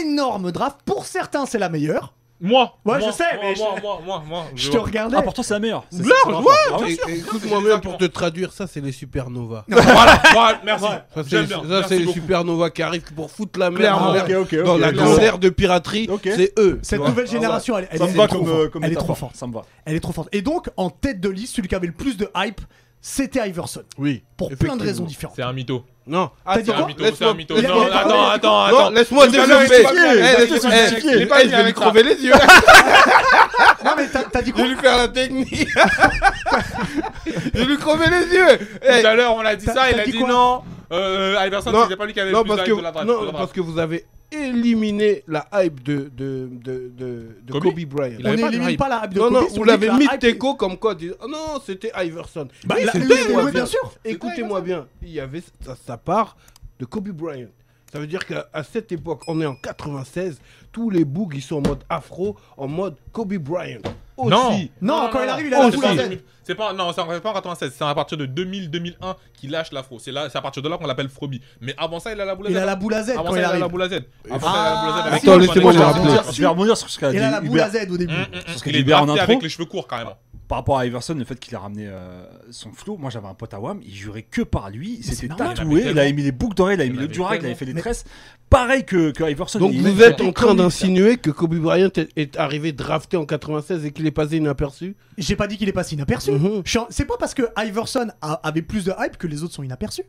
Speaker 1: énorme draft. Pour certains, c'est la meilleure.
Speaker 4: Moi
Speaker 1: Ouais,
Speaker 4: moi,
Speaker 1: je sais,
Speaker 4: moi,
Speaker 1: mais je-
Speaker 4: moi, moi, moi, moi,
Speaker 1: Je te
Speaker 4: vois.
Speaker 1: regardais.
Speaker 2: Ah, pour toi, c'est la meilleure. C'est-
Speaker 4: Blanche,
Speaker 2: c'est
Speaker 4: ouais,
Speaker 2: bravo.
Speaker 4: bien
Speaker 5: Et-
Speaker 4: sûr.
Speaker 5: et Écoute-moi bien pour te traduire, ça c'est les supernovas.
Speaker 4: Voilà, voilà, merci.
Speaker 5: Ça c'est
Speaker 4: J'aime
Speaker 5: les,
Speaker 4: bien.
Speaker 5: ça,
Speaker 4: merci
Speaker 5: c'est les
Speaker 4: beaucoup.
Speaker 5: supernovas qui arrivent pour foutre la merde
Speaker 4: Clairement.
Speaker 5: dans
Speaker 2: Ok,
Speaker 5: l'air-
Speaker 2: ok, ok.
Speaker 5: dans la
Speaker 2: Clairement.
Speaker 5: galère de piraterie.
Speaker 2: Ok.
Speaker 5: C'est eux.
Speaker 1: Cette
Speaker 5: tu vois.
Speaker 1: nouvelle génération, elle, elle
Speaker 2: Ah, Ça
Speaker 1: est,
Speaker 2: me
Speaker 1: elle est
Speaker 2: va
Speaker 1: trop
Speaker 2: comme, euh,
Speaker 1: forte.
Speaker 2: comme
Speaker 1: elle est
Speaker 2: métaphore,
Speaker 1: trop forte.
Speaker 2: Ça me va.
Speaker 1: Elle est trop forte. Et donc, en tête de liste, celui qui avait le plus de hype, c'était Iverson.
Speaker 5: Oui.
Speaker 1: Pour plein de raisons différentes.
Speaker 4: C'est un mytho.
Speaker 5: Non,
Speaker 1: dit
Speaker 4: C'est un
Speaker 1: quoi
Speaker 4: mytho, c'est un mytho.
Speaker 1: Il a-
Speaker 4: Non,
Speaker 1: il a parlé, il
Speaker 4: attends,
Speaker 1: a
Speaker 4: attends,
Speaker 5: Non,
Speaker 4: attends.
Speaker 5: laisse-moi
Speaker 2: Vous allez
Speaker 5: développer.
Speaker 2: rectifier,
Speaker 5: Eh,
Speaker 2: vous allez
Speaker 5: laisse-
Speaker 2: rectifier.
Speaker 5: eh,
Speaker 2: Il est
Speaker 5: eh,
Speaker 4: pas
Speaker 5: Je
Speaker 4: venu
Speaker 5: vais lui
Speaker 4: avec ça.
Speaker 5: crever les yeux.
Speaker 1: Non, mais t'as t'as dit
Speaker 5: Je
Speaker 1: quoi
Speaker 5: vais lui faire la technique. Je vais lui crever les yeux. Eh,
Speaker 4: Tout à l'heure, on l'a dit
Speaker 1: T'as-
Speaker 4: ça, il
Speaker 1: t'as
Speaker 4: a
Speaker 1: dit
Speaker 4: dit
Speaker 1: quoi
Speaker 4: non. Euh, Iverson,
Speaker 5: Non,
Speaker 4: c'était pas lui qui avait le
Speaker 5: Non,
Speaker 4: plus
Speaker 5: parce
Speaker 4: d'âge
Speaker 5: que,
Speaker 4: de la draft. de
Speaker 5: non
Speaker 4: la
Speaker 5: parce
Speaker 4: draft.
Speaker 5: que vous avez éliminé la hype de, de, de, de, de
Speaker 4: Kobe
Speaker 5: Kobe. Bryant.
Speaker 4: Il
Speaker 1: On
Speaker 4: avait pas de
Speaker 1: n'élimine
Speaker 4: hype.
Speaker 1: pas la hype de
Speaker 5: Non,
Speaker 1: Kobe,
Speaker 5: non,
Speaker 1: si on
Speaker 5: vous
Speaker 1: dit
Speaker 5: l'avez
Speaker 1: que la
Speaker 5: mis
Speaker 1: hype-
Speaker 5: Teco comme quoi dire, oh non, c'était Iverson.
Speaker 1: Bah, la-
Speaker 5: Écoutez-moi
Speaker 1: oui, bien sûr.
Speaker 5: Écoutez-moi bien, il y avait sa, sa part de Kobe Bryant. Ça veut dire qu'à à cette époque, on est en 96, tous les bougs ils sont en mode afro, en mode Kobe Bryant. Aussi.
Speaker 4: Non.
Speaker 1: Non, quand il arrive, il a
Speaker 5: la
Speaker 4: c'est
Speaker 5: foulée.
Speaker 4: pas en 2000. C'est pas, non, c'est en- c'est pas en 96, c'est à partir de 2000-2001 qu'il lâche l'afro. C'est là, c'est à partir de là qu'on l'appelle Froby. Mais avant ça, il a la boule à
Speaker 1: Il
Speaker 4: Z.
Speaker 1: a la boule à Z
Speaker 4: Avant
Speaker 1: quand
Speaker 4: ça,
Speaker 1: il
Speaker 4: il Ah, a
Speaker 1: arrive.
Speaker 4: la boule à Z. Avant ça,
Speaker 1: Ah,
Speaker 4: il a la boule à Z. avec
Speaker 5: Attends,
Speaker 4: les
Speaker 5: laissez-moi
Speaker 4: Japonais.
Speaker 5: me rappeler.
Speaker 1: Bien
Speaker 2: Je vais rebondir sur ce qu'a dit
Speaker 1: Il a la boule
Speaker 2: Hubert.
Speaker 1: à Z au début.
Speaker 4: Hum, hum, hum.
Speaker 2: Parce que
Speaker 4: Il est
Speaker 2: Hubert en
Speaker 4: drafté
Speaker 2: intro-
Speaker 4: avec les cheveux courts, carrément.
Speaker 2: Par rapport à Iverson, le fait qu'il a ramené euh, son flow, moi j'avais un pote à Wam, il jurait que par lui, il
Speaker 1: c'est
Speaker 2: s'était
Speaker 1: normal.
Speaker 4: Il
Speaker 2: tatoué,
Speaker 4: avait
Speaker 2: il avait mis les boucles d'oreilles, il avait
Speaker 4: Il
Speaker 2: mis le
Speaker 4: avait
Speaker 2: durag, il avait
Speaker 4: tellement.
Speaker 2: fait des
Speaker 1: Mais-
Speaker 2: tresses. Pareil que, que Iverson.
Speaker 5: Donc
Speaker 2: il-
Speaker 5: vous
Speaker 2: il-
Speaker 5: êtes en
Speaker 2: il-
Speaker 5: train d'insinuer que Kobe Bryant est, est arrivé drafté en 96 et qu'il est passé inaperçu
Speaker 1: J'ai pas dit qu'il est passé inaperçu.
Speaker 2: Mmh.
Speaker 5: Mhm.
Speaker 1: Je suis en- C'est pas parce que Iverson a- avait plus de hype que les autres sont inaperçus.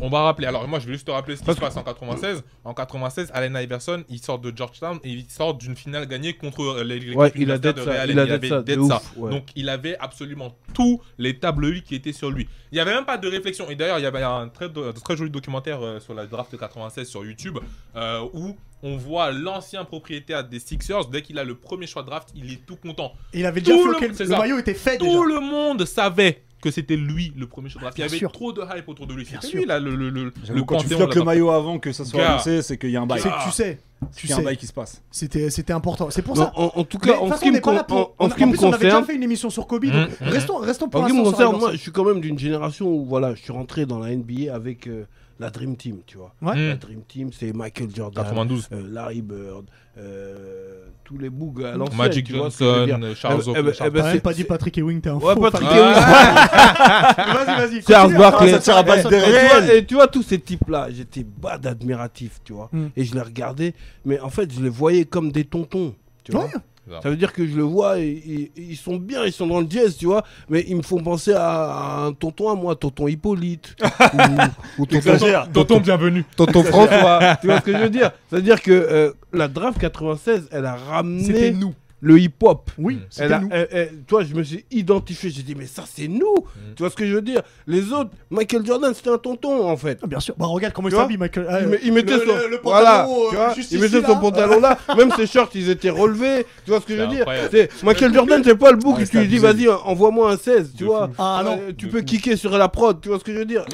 Speaker 4: On va rappeler. Alors, moi, je vais juste te rappeler ce qui se passe en 96. En 96, Allen Iverson, il sort de Georgetown et il sort d'une finale gagnée contre euh, les l'équipe
Speaker 5: Ouais, il a
Speaker 4: universitaire
Speaker 5: dead
Speaker 4: de
Speaker 5: ça,
Speaker 4: Real.
Speaker 5: il a dead
Speaker 4: avait
Speaker 5: ça, de
Speaker 4: dead
Speaker 5: ouf,
Speaker 4: ça.
Speaker 5: ouais.
Speaker 4: Donc, il avait absolument tous les tableaux qui étaient sur lui. Il n'y avait même pas de réflexion. Et d'ailleurs, il y avait un très, do- très joli documentaire euh, sur la draft 96 sur YouTube euh, où on voit l'ancien propriétaire des Sixers. Dès qu'il a le premier choix de draft, il est tout content.
Speaker 1: Et il avait
Speaker 4: Tout
Speaker 1: déjà
Speaker 4: le-
Speaker 1: floqué. Le,
Speaker 4: c'est
Speaker 1: le
Speaker 4: ça.
Speaker 1: maillot était fait
Speaker 4: Tout
Speaker 1: déjà.
Speaker 4: le monde savait que c'était lui le premier choix de draft. Il y
Speaker 1: Bien
Speaker 4: avait
Speaker 1: sûr.
Speaker 4: trop de hype autour de lui.
Speaker 1: Bien
Speaker 4: C'était
Speaker 1: sûr.
Speaker 4: lui, là, le, le, le,
Speaker 2: J'avoue,
Speaker 4: le
Speaker 2: quand tu
Speaker 4: panthéon
Speaker 2: floques
Speaker 4: de
Speaker 2: le
Speaker 4: la-
Speaker 2: maillot avant que ça soit
Speaker 4: Gars.
Speaker 2: annoncé, c'est qu'il y a un bail.
Speaker 1: C'est que tu sais. Tu
Speaker 2: Il y a un bail
Speaker 1: sais.
Speaker 2: qui se passe.
Speaker 1: C'était c'était important. C'est pour
Speaker 5: Non,
Speaker 1: ça.
Speaker 5: en, en tout
Speaker 1: Mais de toute
Speaker 5: cas, en ce
Speaker 1: façon, on
Speaker 5: qui me
Speaker 1: n'est pas
Speaker 5: con-
Speaker 1: là
Speaker 5: en-
Speaker 1: pour.
Speaker 5: en
Speaker 1: on-
Speaker 5: ce qui
Speaker 1: en
Speaker 5: me
Speaker 1: plus, on avait déjà
Speaker 5: concerne, Hein
Speaker 1: fait une émission sur Kobe.
Speaker 4: Mhm,
Speaker 1: Donc
Speaker 4: mhm.
Speaker 1: restons, restons pour
Speaker 5: En ce qui me
Speaker 1: l'instant sur
Speaker 5: concerne,
Speaker 1: Iverson.
Speaker 5: moi, je suis quand même d'une génération où voilà, je suis rentré dans la NBA avec euh, la Dream Team, tu vois.
Speaker 1: Ouais.
Speaker 5: La
Speaker 4: Hmm.
Speaker 5: Dream Team, c'est Michael Jordan,
Speaker 4: 92.
Speaker 5: euh, Larry Bird, euh, tous les bougs à l'ancienne.
Speaker 4: Magic
Speaker 5: tu vois ce que je veux dire.
Speaker 4: Johnson, euh, Charles
Speaker 5: Eh ben, eh ben,
Speaker 4: Oakley. Charles-
Speaker 5: eh ben,
Speaker 1: T'as
Speaker 5: c'est-
Speaker 1: même pas dit Patrick Ewing, t'es un
Speaker 5: Ouais,
Speaker 1: faux
Speaker 5: Patrick
Speaker 1: Ewing.
Speaker 5: Ewing. Ah,
Speaker 1: Vas-y, vas-y.
Speaker 5: Charles
Speaker 1: continue.
Speaker 5: Barkley.
Speaker 1: Ah, ça
Speaker 2: Ça tire à balle
Speaker 5: Et tu
Speaker 2: derrière.
Speaker 5: vois- Et tu vois, tous ces types-là, j'étais bad admiratif, tu vois.
Speaker 1: Hmm.
Speaker 5: Et je les regardais, mais en fait, je les voyais comme des tontons, tu vois.
Speaker 1: Ouais.
Speaker 5: Ça veut dire que je le vois, et- et- et ils sont bien, ils sont dans le jazz, tu vois, mais ils me font penser à un tonton à moi, tonton Hippolyte, ou, ou tonton,
Speaker 2: Exagère.
Speaker 4: Tonton, bienvenue.
Speaker 5: tonton François, tu vois ce que je veux dire C'est-à-dire que euh, la draft 96, elle a
Speaker 1: C'était
Speaker 5: ramené
Speaker 1: nous.
Speaker 5: le hip-hop.
Speaker 1: Oui,
Speaker 5: Elle
Speaker 1: c'était
Speaker 5: a,
Speaker 1: nous.
Speaker 5: elle- elle- tu vois, je me suis identifié, j'ai dit, mais ça c'est nous
Speaker 1: Mm.
Speaker 5: Tu vois ce que je veux dire Les autres, Michael Jordan, c'était un tonton, en fait.
Speaker 1: Ah, Bien sûr. Bah, regarde comment il
Speaker 5: Tu vois
Speaker 1: s'habille, Michael.
Speaker 5: Il,
Speaker 1: Ah,
Speaker 5: met- il mettait
Speaker 1: le-
Speaker 5: son,
Speaker 1: le- le
Speaker 5: voilà,
Speaker 1: pantalon, euh,
Speaker 5: tu vois,
Speaker 1: juste
Speaker 5: il mettait
Speaker 1: ici,
Speaker 5: son
Speaker 1: là.
Speaker 5: pantalon là, même ses shorts ils étaient relevés, tu vois ce que je veux
Speaker 4: C'est
Speaker 5: dire
Speaker 4: incroyable.
Speaker 5: C'est- Michael Jordan c'est pas le bouc
Speaker 2: Ouais,
Speaker 5: que
Speaker 2: c'est
Speaker 5: tu lui dis
Speaker 2: abusé.
Speaker 5: vas-y envoie-moi un 16, tu
Speaker 4: De
Speaker 5: vois,
Speaker 4: fou.
Speaker 1: Ah, non.
Speaker 5: Euh, tu
Speaker 4: De
Speaker 5: peux
Speaker 4: fou.
Speaker 5: kicker sur la prod, tu vois ce que je veux dire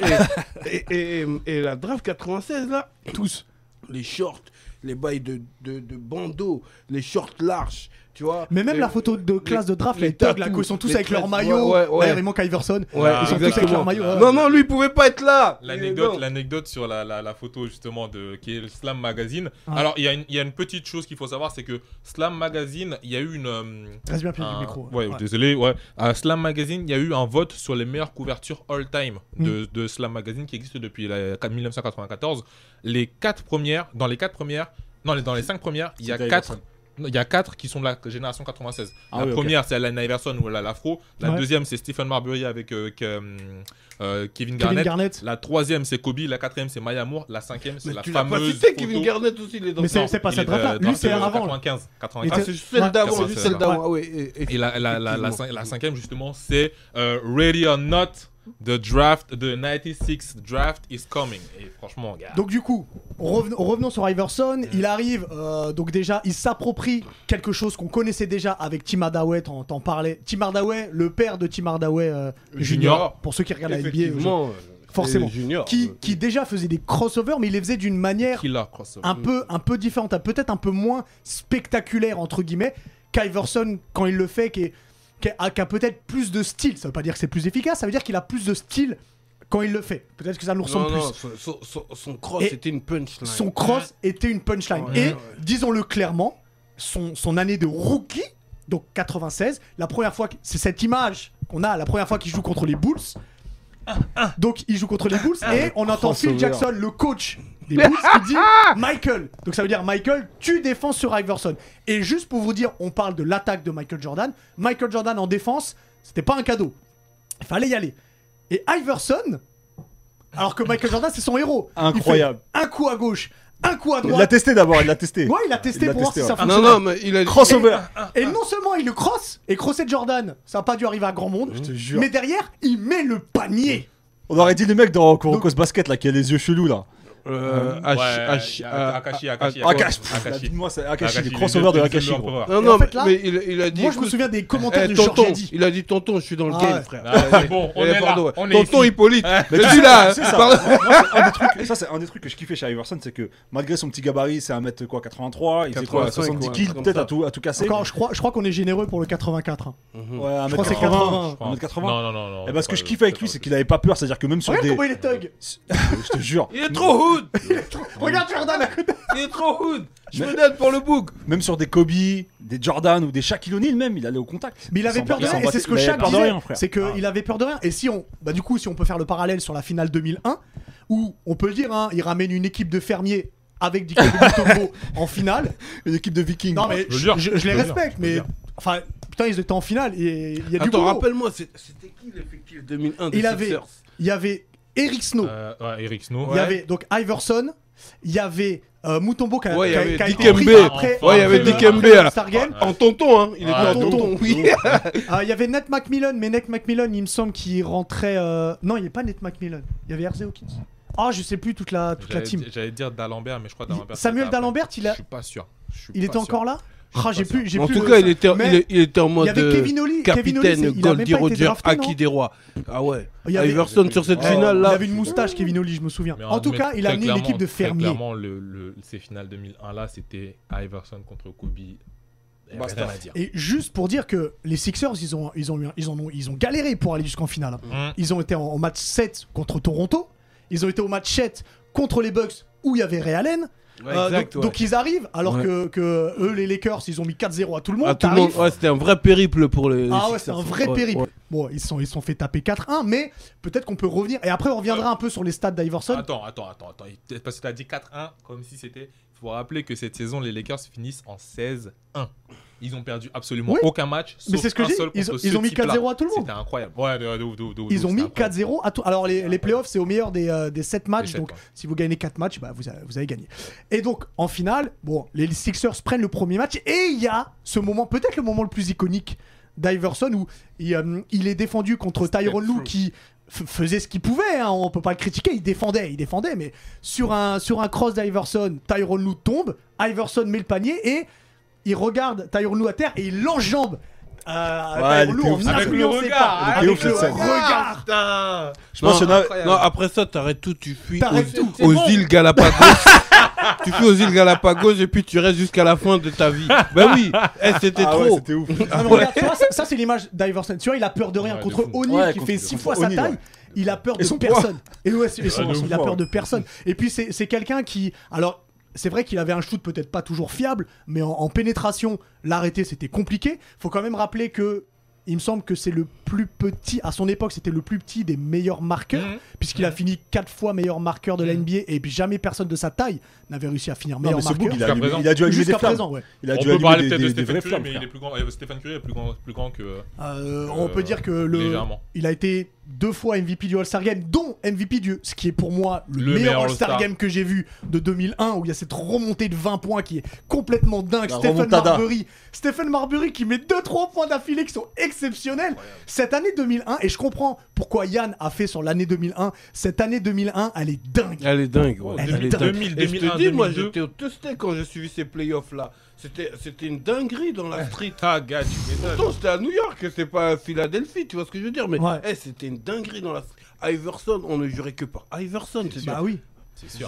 Speaker 5: et, et- et- et la draft 96 là, tous, les shorts, les bails de, de, de bandeau, les shorts larges, tu vois.
Speaker 1: Mais même
Speaker 5: les-
Speaker 1: la photo de classe de draft, les thugs, là,
Speaker 5: tatous,
Speaker 1: ils sont tous
Speaker 5: les
Speaker 1: avec leur
Speaker 5: traits-
Speaker 1: maillot.
Speaker 5: Ouais, ouais, ouais.
Speaker 1: D'ailleurs, il manque Iverson.
Speaker 4: Ah,
Speaker 5: Ouais,
Speaker 1: Ils sont tous avec
Speaker 5: exactement.
Speaker 1: leur maillot. ouais.
Speaker 5: Non, non, lui, il pouvait pas être là.
Speaker 4: L'anecdote,
Speaker 5: Il est- non.
Speaker 4: l'anecdote sur la, la, la photo justement de qui est le Slam Magazine.
Speaker 1: Ah.
Speaker 4: Alors il y, a une- il y a une petite chose qu'il faut savoir, c'est que Slam Magazine, il y a eu une. euh,
Speaker 1: Reste bien près
Speaker 4: un-
Speaker 1: du micro.
Speaker 5: Ah,
Speaker 4: Ouais, désolé. Ouais. À Slam Magazine, il y a eu un vote sur les meilleures couvertures all-time de, de Slam Magazine qui existe depuis la- 1994. Les quatre premières, dans les quatre premières, non, les- dans les cinq premières, il y a
Speaker 2: C'était
Speaker 4: quatre.
Speaker 2: Iverson.
Speaker 4: non, Il y a quatre qui sont de la génération 96.
Speaker 2: Ah
Speaker 4: la
Speaker 2: oui, ok.
Speaker 4: première, c'est Alan Iverson ou Alan Afro. La
Speaker 1: Ouais.
Speaker 4: deuxième, c'est Stephen Marbury avec euh, que, hum, euh, Kevin
Speaker 1: Kevin
Speaker 4: Garnett.
Speaker 1: Garnett.
Speaker 4: La troisième, c'est Kobe. La quatrième, c'est Maya Moore. La cinquième, c'est
Speaker 5: Mais
Speaker 4: la
Speaker 5: tu l'as pas
Speaker 4: fameuse.
Speaker 5: cité,
Speaker 4: photo-
Speaker 5: Kevin Garnett aussi, il est dans
Speaker 1: Mais
Speaker 4: Non,
Speaker 1: c'est c'est pas
Speaker 4: il
Speaker 1: cette
Speaker 4: est,
Speaker 1: draft-là.
Speaker 4: euh,
Speaker 1: Lui, c'est
Speaker 4: draft de
Speaker 1: avant.
Speaker 4: 95.
Speaker 1: Il
Speaker 4: 95.
Speaker 1: était-
Speaker 5: Ah, c'est celle
Speaker 1: Ouais.
Speaker 5: d'avant,
Speaker 4: Personne
Speaker 5: juste
Speaker 4: sait
Speaker 5: celle
Speaker 4: ça.
Speaker 5: d'avant. Ah oui, et- et-
Speaker 4: Et la, la, la, la,
Speaker 5: effectivement.
Speaker 4: cin- la cinquième, justement, c'est euh, Ready or Not, the draft, the 96 draft is coming. Et franchement, gars.
Speaker 1: Donc du coup, reven- revenons sur Iverson. Il arrive, euh, donc déjà, il s'approprie quelque chose qu'on connaissait déjà avec Tim Hardaway, t'en, t'en parlais. Tim Hardaway, le père de Tim Hardaway euh, junior,
Speaker 4: Junior.
Speaker 1: pour ceux qui regardent la NBA, aujourd'hui,
Speaker 5: Effectivement. euh,
Speaker 1: forcément,
Speaker 5: et Junior.
Speaker 1: qui,
Speaker 5: euh,
Speaker 1: qui déjà faisait des crossovers, mais il les faisait d'une manière
Speaker 4: killer crossover.
Speaker 1: un peu, un peu différente, un- peut-être un peu moins spectaculaire, entre guillemets, qu'Iverson quand il le fait, qui, est- qui a, qui a peut-être plus de style. Ça veut pas dire que c'est plus efficace, ça veut dire qu'il a plus de style quand il le fait. Peut-être que ça nous ressemble
Speaker 5: non,
Speaker 1: plus
Speaker 5: non, son- son, son- son cross
Speaker 1: Et
Speaker 5: était une punchline.
Speaker 1: son cross était une punchline.
Speaker 5: Ouais,
Speaker 1: et
Speaker 5: ouais.
Speaker 1: disons-le clairement, son, son année de rookie, donc 96, la première fois, que- c'est cette image qu'on a, la première fois qu'il joue contre les Bulls. Donc il joue contre les Bulls et on entend Phil
Speaker 5: crossover.
Speaker 1: Jackson, le coach des Bulls, qui dit Michael. Donc ça veut dire Michael, tu défends sur Iverson. Et juste pour vous dire, on parle de l'attaque de Michael Jordan. Michael Jordan en défense, c'était pas un cadeau. Il fallait y aller. Et Iverson, alors que Michael Jordan, c'est son héros. Il fait
Speaker 2: Incroyable.
Speaker 1: Un coup à gauche, un coup à
Speaker 2: Il l'a
Speaker 1: droite.
Speaker 2: testé d'abord, il l'a testé.
Speaker 1: Ouais, il a testé
Speaker 2: Il l'a
Speaker 1: pour voir si
Speaker 2: testé,
Speaker 1: ça
Speaker 2: ouais.
Speaker 1: fonctionnait.
Speaker 5: Ah, Non, non, mais il a
Speaker 2: Crossover.
Speaker 5: Ah,
Speaker 1: Et non seulement il le crosse, et crosser de Jordan, ça n'a pas dû arriver à grand monde.
Speaker 2: Je te jure.
Speaker 1: Mais derrière, il met le panier.
Speaker 2: On aurait dit le mec dans Kurokos Basket là qui a les yeux chelous là.
Speaker 5: Euh,
Speaker 4: Ouais,
Speaker 5: H- H-
Speaker 4: il y a
Speaker 5: euh,
Speaker 4: Akashi,
Speaker 5: euh,
Speaker 4: Akashi,
Speaker 2: Akashi.
Speaker 4: Akashi.
Speaker 2: Dis-moi, c'est Akashi,
Speaker 4: Akashi, les
Speaker 2: le
Speaker 4: deux-
Speaker 2: crossover de
Speaker 4: les deux
Speaker 2: Akashi.
Speaker 4: joueurs
Speaker 2: gros.
Speaker 4: pouvoir.
Speaker 5: Non,
Speaker 1: Et en
Speaker 5: non,
Speaker 1: fait, là,
Speaker 5: mais il, il a dit.
Speaker 1: Moi, je me
Speaker 5: écoute,
Speaker 1: souviens des
Speaker 5: eh,
Speaker 1: commentaires de
Speaker 5: tonton,
Speaker 1: Georgiadi.
Speaker 5: il a dit tonton, je suis dans le
Speaker 1: Ah
Speaker 5: game,
Speaker 1: ouais.
Speaker 5: frère.
Speaker 4: Ah, bon, on
Speaker 5: Eh,
Speaker 4: est
Speaker 5: pardon,
Speaker 4: là, on est
Speaker 5: tonton
Speaker 4: ici.
Speaker 5: Hippolyte.
Speaker 2: Mais
Speaker 5: Je
Speaker 2: tu
Speaker 5: suis
Speaker 2: sais,
Speaker 5: là.
Speaker 2: c'est ça.
Speaker 5: pardon.
Speaker 2: Moi, c'est un des trucs- ça, c'est un des trucs que je kiffais chez Iverson, c'est que malgré son petit gabarit, c'est 1m quoi, 83, il faisait quoi,
Speaker 5: 85,
Speaker 2: 70
Speaker 5: ouais,
Speaker 2: kills,
Speaker 5: comme
Speaker 2: peut-être
Speaker 5: ça.
Speaker 2: à tout, à tout casser.
Speaker 1: Encore, je crois, je crois qu'on est généreux pour le 84. hein.
Speaker 2: Ouais, 1m80.
Speaker 1: crois que c'est 80.
Speaker 2: 1m80.
Speaker 4: Non, non, non, non.
Speaker 2: Et bah, ce que
Speaker 4: Ouais,
Speaker 2: je kiffe avec lui, c'est qu'il avait pas peur, c'est-à-dire que même sur
Speaker 1: Regarde
Speaker 2: des.
Speaker 1: comment il est thug.
Speaker 2: Je te jure.
Speaker 5: Il est trop hood.
Speaker 1: Regarde Jordan à côté.
Speaker 5: Il est trop hood. Je
Speaker 2: Mais-
Speaker 5: me donne pour le bouc.
Speaker 2: Même sur des Kobe, des Jordan ou des Shaquille O'Neal même, il allait au contact.
Speaker 1: Mais il avait peur de rien, et c'est ce que
Speaker 2: chaque
Speaker 1: Shaq disait. C'est
Speaker 2: C'est
Speaker 1: qu'il avait peur de rien. Et si on, bah du coup, si on peut faire le parallèle sur la finale 2001, où on peut le dire, hein, il ramène une équipe de fermiers avec Dick Togo en finale.
Speaker 2: une équipe de Vikings.
Speaker 1: Non mais
Speaker 4: Je
Speaker 1: je,
Speaker 4: veux dire,
Speaker 1: je- je
Speaker 4: je
Speaker 1: les
Speaker 4: veux dire,
Speaker 1: respecte,
Speaker 4: je veux
Speaker 1: mais
Speaker 4: dire.
Speaker 1: enfin, putain, ils étaient en finale. et Il y a du
Speaker 5: Attends,
Speaker 1: boulot.
Speaker 5: rappelle-moi, c'est- c'était qui l'effectif 2001 des
Speaker 1: Il avait,
Speaker 5: Sixers
Speaker 1: il y avait Eric Snow.
Speaker 4: Euh, ouais, Eric Snow.
Speaker 1: Il y
Speaker 5: Ouais.
Speaker 1: avait donc Iverson, il y avait euh, Moutombo qui a,
Speaker 5: Ouais, il y
Speaker 1: qui a-
Speaker 5: avait
Speaker 1: qui a été
Speaker 5: Dikembe.
Speaker 1: pris après.
Speaker 4: Ouais, il y
Speaker 1: après
Speaker 4: avait
Speaker 1: le-
Speaker 5: Dikembe,
Speaker 1: après le
Speaker 5: alors.
Speaker 1: Star Game.
Speaker 5: En tonton, hein. Il était
Speaker 4: Ah,
Speaker 5: en
Speaker 1: tonton.
Speaker 5: tonton, oui.
Speaker 1: Euh, il y avait Nate McMillan, mais Nate McMillan, il me semble qu'il rentrait. euh, Non, il n'y avait pas Nate McMillan. Il y avait Herze Hawkins. Ah, je sais plus toute la, toute la
Speaker 4: J'allais
Speaker 1: team.
Speaker 4: di- J'allais dire D'Alembert, mais je crois que D'Alembert.
Speaker 1: Samuel
Speaker 4: c'était après.
Speaker 1: D'Alembert, il a-
Speaker 4: Je suis pas sûr. Je suis
Speaker 1: Il
Speaker 4: pas
Speaker 1: était
Speaker 4: sûr.
Speaker 1: encore là Ah, j'ai plus. j'ai
Speaker 5: En
Speaker 1: plus
Speaker 5: tout
Speaker 1: le-
Speaker 5: cas, il était,
Speaker 1: Mais
Speaker 5: il, est- il était en
Speaker 1: Il
Speaker 5: mode
Speaker 1: y avait
Speaker 5: euh,
Speaker 1: Kevin Oli. Kevin Oli,
Speaker 5: capitaine
Speaker 1: c'est- il a même
Speaker 5: Goldie
Speaker 1: pas été
Speaker 5: Roger,
Speaker 1: drafté, non
Speaker 5: Aki des Rois. Ah ouais.
Speaker 1: Il y avait-
Speaker 5: Iverson sur cette
Speaker 1: Ouais,
Speaker 5: finale
Speaker 1: Il
Speaker 5: là.
Speaker 1: avait une moustache, Kevin Oli, je me souviens.
Speaker 4: Mais
Speaker 1: en tout
Speaker 4: mais
Speaker 1: cas, il a
Speaker 4: très
Speaker 1: amené une
Speaker 4: clairement-
Speaker 1: équipe de
Speaker 4: très
Speaker 1: fermiers.
Speaker 4: Clairement, le, le- ces finales 2001 là, c'était Iverson contre Kobe. Il y avait
Speaker 2: Basta.
Speaker 4: rien à Bah, dire.
Speaker 1: Et juste pour dire que les Sixers, ils ont, ils ont, eu un- ils en ont, ils ont galéré pour aller jusqu'en finale. hein.
Speaker 4: Mm.
Speaker 1: Ils ont été en, en match 7 contre Toronto. Ils ont été au match 7 contre les Bucks où il y avait Ray Allen.
Speaker 5: Ouais,
Speaker 1: Euh,
Speaker 5: exact,
Speaker 1: donc,
Speaker 5: ouais.
Speaker 1: donc ils arrivent alors
Speaker 5: Ouais.
Speaker 1: que, que eux, les Lakers, ils ont mis 4-0 à tout le monde.
Speaker 5: Ah, tout le monde,
Speaker 1: T'arrives.
Speaker 5: ouais, c'était un vrai périple pour les.
Speaker 1: Ah
Speaker 5: les
Speaker 1: ouais, c'est un
Speaker 5: Sixers.
Speaker 1: vrai
Speaker 5: Ouais,
Speaker 1: périple.
Speaker 5: ouais.
Speaker 1: Bon, ils se sont, ils se sont fait taper 4-1, mais peut-être qu'on peut revenir. Et après, on reviendra un peu sur les stats d'Iverson.
Speaker 4: Attends, attends, attends, attends. Il- Parce que t'as dit 4-1 comme si c'était. Faut rappeler que cette saison, les Lakers finissent en 16-1. Ils ont perdu absolument
Speaker 1: Oui.
Speaker 4: aucun match.
Speaker 1: Mais
Speaker 4: sauf
Speaker 1: c'est ce que
Speaker 4: un
Speaker 1: je dis,
Speaker 4: seul
Speaker 1: ils ont-
Speaker 4: contre
Speaker 1: ils
Speaker 4: ce
Speaker 1: ont mis
Speaker 4: type-là.
Speaker 1: 4-0 à tout le monde.
Speaker 4: C'était incroyable. Ouais, de, de ouf, de ouf, de ouf, de
Speaker 1: Ils ont
Speaker 4: ouf,
Speaker 1: mis
Speaker 4: c'était incroyable.
Speaker 1: 4-0 à tout. Alors, les, les playoffs, c'est au meilleur des, euh, des 7 matchs.
Speaker 4: sept,
Speaker 1: Donc,
Speaker 4: ouais.
Speaker 1: si vous gagnez 4 matchs, bah, vous, avez, vous avez gagné. Et donc, en finale, bon, les Sixers prennent le premier match. Et il y a ce moment, peut-être le moment le plus iconique d'Iverson, où il, euh, il est défendu contre Tyronn Lue
Speaker 4: through.
Speaker 1: qui f- faisait ce qu'il pouvait. hein, on peut pas le critiquer. Il défendait, il défendait. Mais sur un, sur un cross d'Iverson, Tyronn euh, Lue tombe. Iverson met le panier et il regarde Tyronn Lue à terre et il l'enjambe. avec
Speaker 2: elle était
Speaker 1: lourd,
Speaker 2: ouf,
Speaker 1: on
Speaker 2: cette
Speaker 4: Avec
Speaker 2: scène.
Speaker 4: le
Speaker 1: influençait
Speaker 4: regard.
Speaker 1: pas.
Speaker 2: Elle était
Speaker 4: Ah, Avec
Speaker 2: ouf, cette
Speaker 4: le
Speaker 2: scène.
Speaker 4: regard. Putain.
Speaker 2: Je pense qu'il y en a.
Speaker 4: Incroyable.
Speaker 5: Non, après ça, t'arrêtes tout, tu fuis
Speaker 1: T'arrêtes
Speaker 5: aux,
Speaker 1: tout,
Speaker 4: c'est
Speaker 5: aux
Speaker 4: bon.
Speaker 5: îles Galapagos. tu fuis aux îles Galapagos et puis tu restes jusqu'à la fin de ta vie. Ben oui, eh, c'était
Speaker 2: Ah ouais,
Speaker 5: trop.
Speaker 2: c'était ouf.
Speaker 1: Non, mais regarde, tu vois, ça, ça, c'est l'image d'Iverson. Tu vois, il a peur de rien.
Speaker 4: Ouais,
Speaker 1: contre
Speaker 4: de fou.
Speaker 1: O'Neill
Speaker 2: Ouais,
Speaker 1: qui
Speaker 2: contre-
Speaker 1: fait 6
Speaker 2: contre
Speaker 1: fois sa
Speaker 2: O'Neill,
Speaker 1: taille,
Speaker 2: ouais.
Speaker 1: il a peur de
Speaker 2: Et son poids.
Speaker 1: personne. Et ouais, c'est- et son-
Speaker 4: Ouais, Ah, de
Speaker 1: il a
Speaker 2: fou,
Speaker 1: peur
Speaker 2: ouais.
Speaker 1: de personne. Et puis, c'est c'est quelqu'un qui. Alors. C'est vrai qu'il avait un shoot peut-être pas toujours fiable, mais en, en pénétration, l'arrêter c'était compliqué. Faut quand même rappeler que, il me semble que c'est le plus petit, à son époque c'était le plus petit des meilleurs marqueurs,
Speaker 4: Mhm.
Speaker 1: puisqu'il a fini 4 fois meilleur marqueur de la NBA, et puis jamais personne de sa taille n'avait réussi à finir
Speaker 2: Non,
Speaker 1: meilleur
Speaker 2: mais ce bouc,
Speaker 1: marqueur.
Speaker 2: il a,
Speaker 4: Jusqu'à
Speaker 2: allumé-
Speaker 4: présent.
Speaker 2: il a dû allumer des
Speaker 1: Jusqu'à
Speaker 2: flammes.
Speaker 1: présent, ouais.
Speaker 2: Il a
Speaker 4: On
Speaker 2: dû
Speaker 4: peut
Speaker 2: allumer
Speaker 4: parler
Speaker 2: des,
Speaker 4: peut-être de
Speaker 2: des- des vraies
Speaker 4: Stephen Curry,
Speaker 2: flammes.
Speaker 4: mais il est
Speaker 2: frère.
Speaker 4: plus grand. euh, Stephen Curry est plus grand, plus grand que.
Speaker 1: Euh, on
Speaker 4: Euh,
Speaker 1: peut dire que le,
Speaker 4: légèrement.
Speaker 1: il a été deux fois MVP du All-Star Game, dont MVP du, ce qui est pour moi le,
Speaker 4: Le
Speaker 1: meilleur
Speaker 4: meilleur
Speaker 1: All-Star
Speaker 4: All-Star.
Speaker 1: Game que j'ai vu de 2001, où il y a cette remontée de 20 points qui est complètement dingue.
Speaker 2: La
Speaker 1: Stephen
Speaker 2: remontada.
Speaker 1: Marbury, Stephen Marbury qui met 2-3 points d'affilée qui sont exceptionnels. Cette année 2001, et je comprends pourquoi Yann a fait sur l'année 2001, cette année 2001, elle est dingue.
Speaker 5: Elle est dingue. ouais,
Speaker 1: Elle
Speaker 5: Elle,
Speaker 1: est
Speaker 5: est
Speaker 1: dingue.
Speaker 5: dingue.
Speaker 4: 2000,
Speaker 5: Et je te dis, moi,
Speaker 4: 2002.
Speaker 5: j'étais au toasté quand j'ai suivi ces playoffs là. C'était, c'était une dinguerie dans la street.
Speaker 4: Ah, gars, tu m'étonnes.
Speaker 5: Pourtant, c'était à New York, c'est pas à Philadelphie, tu vois ce que je veux dire. Mais
Speaker 1: Ouais.
Speaker 5: eh, c'était une dinguerie dans la street. Iverson, on ne jurait que par Iverson. C'est
Speaker 1: Bah oui.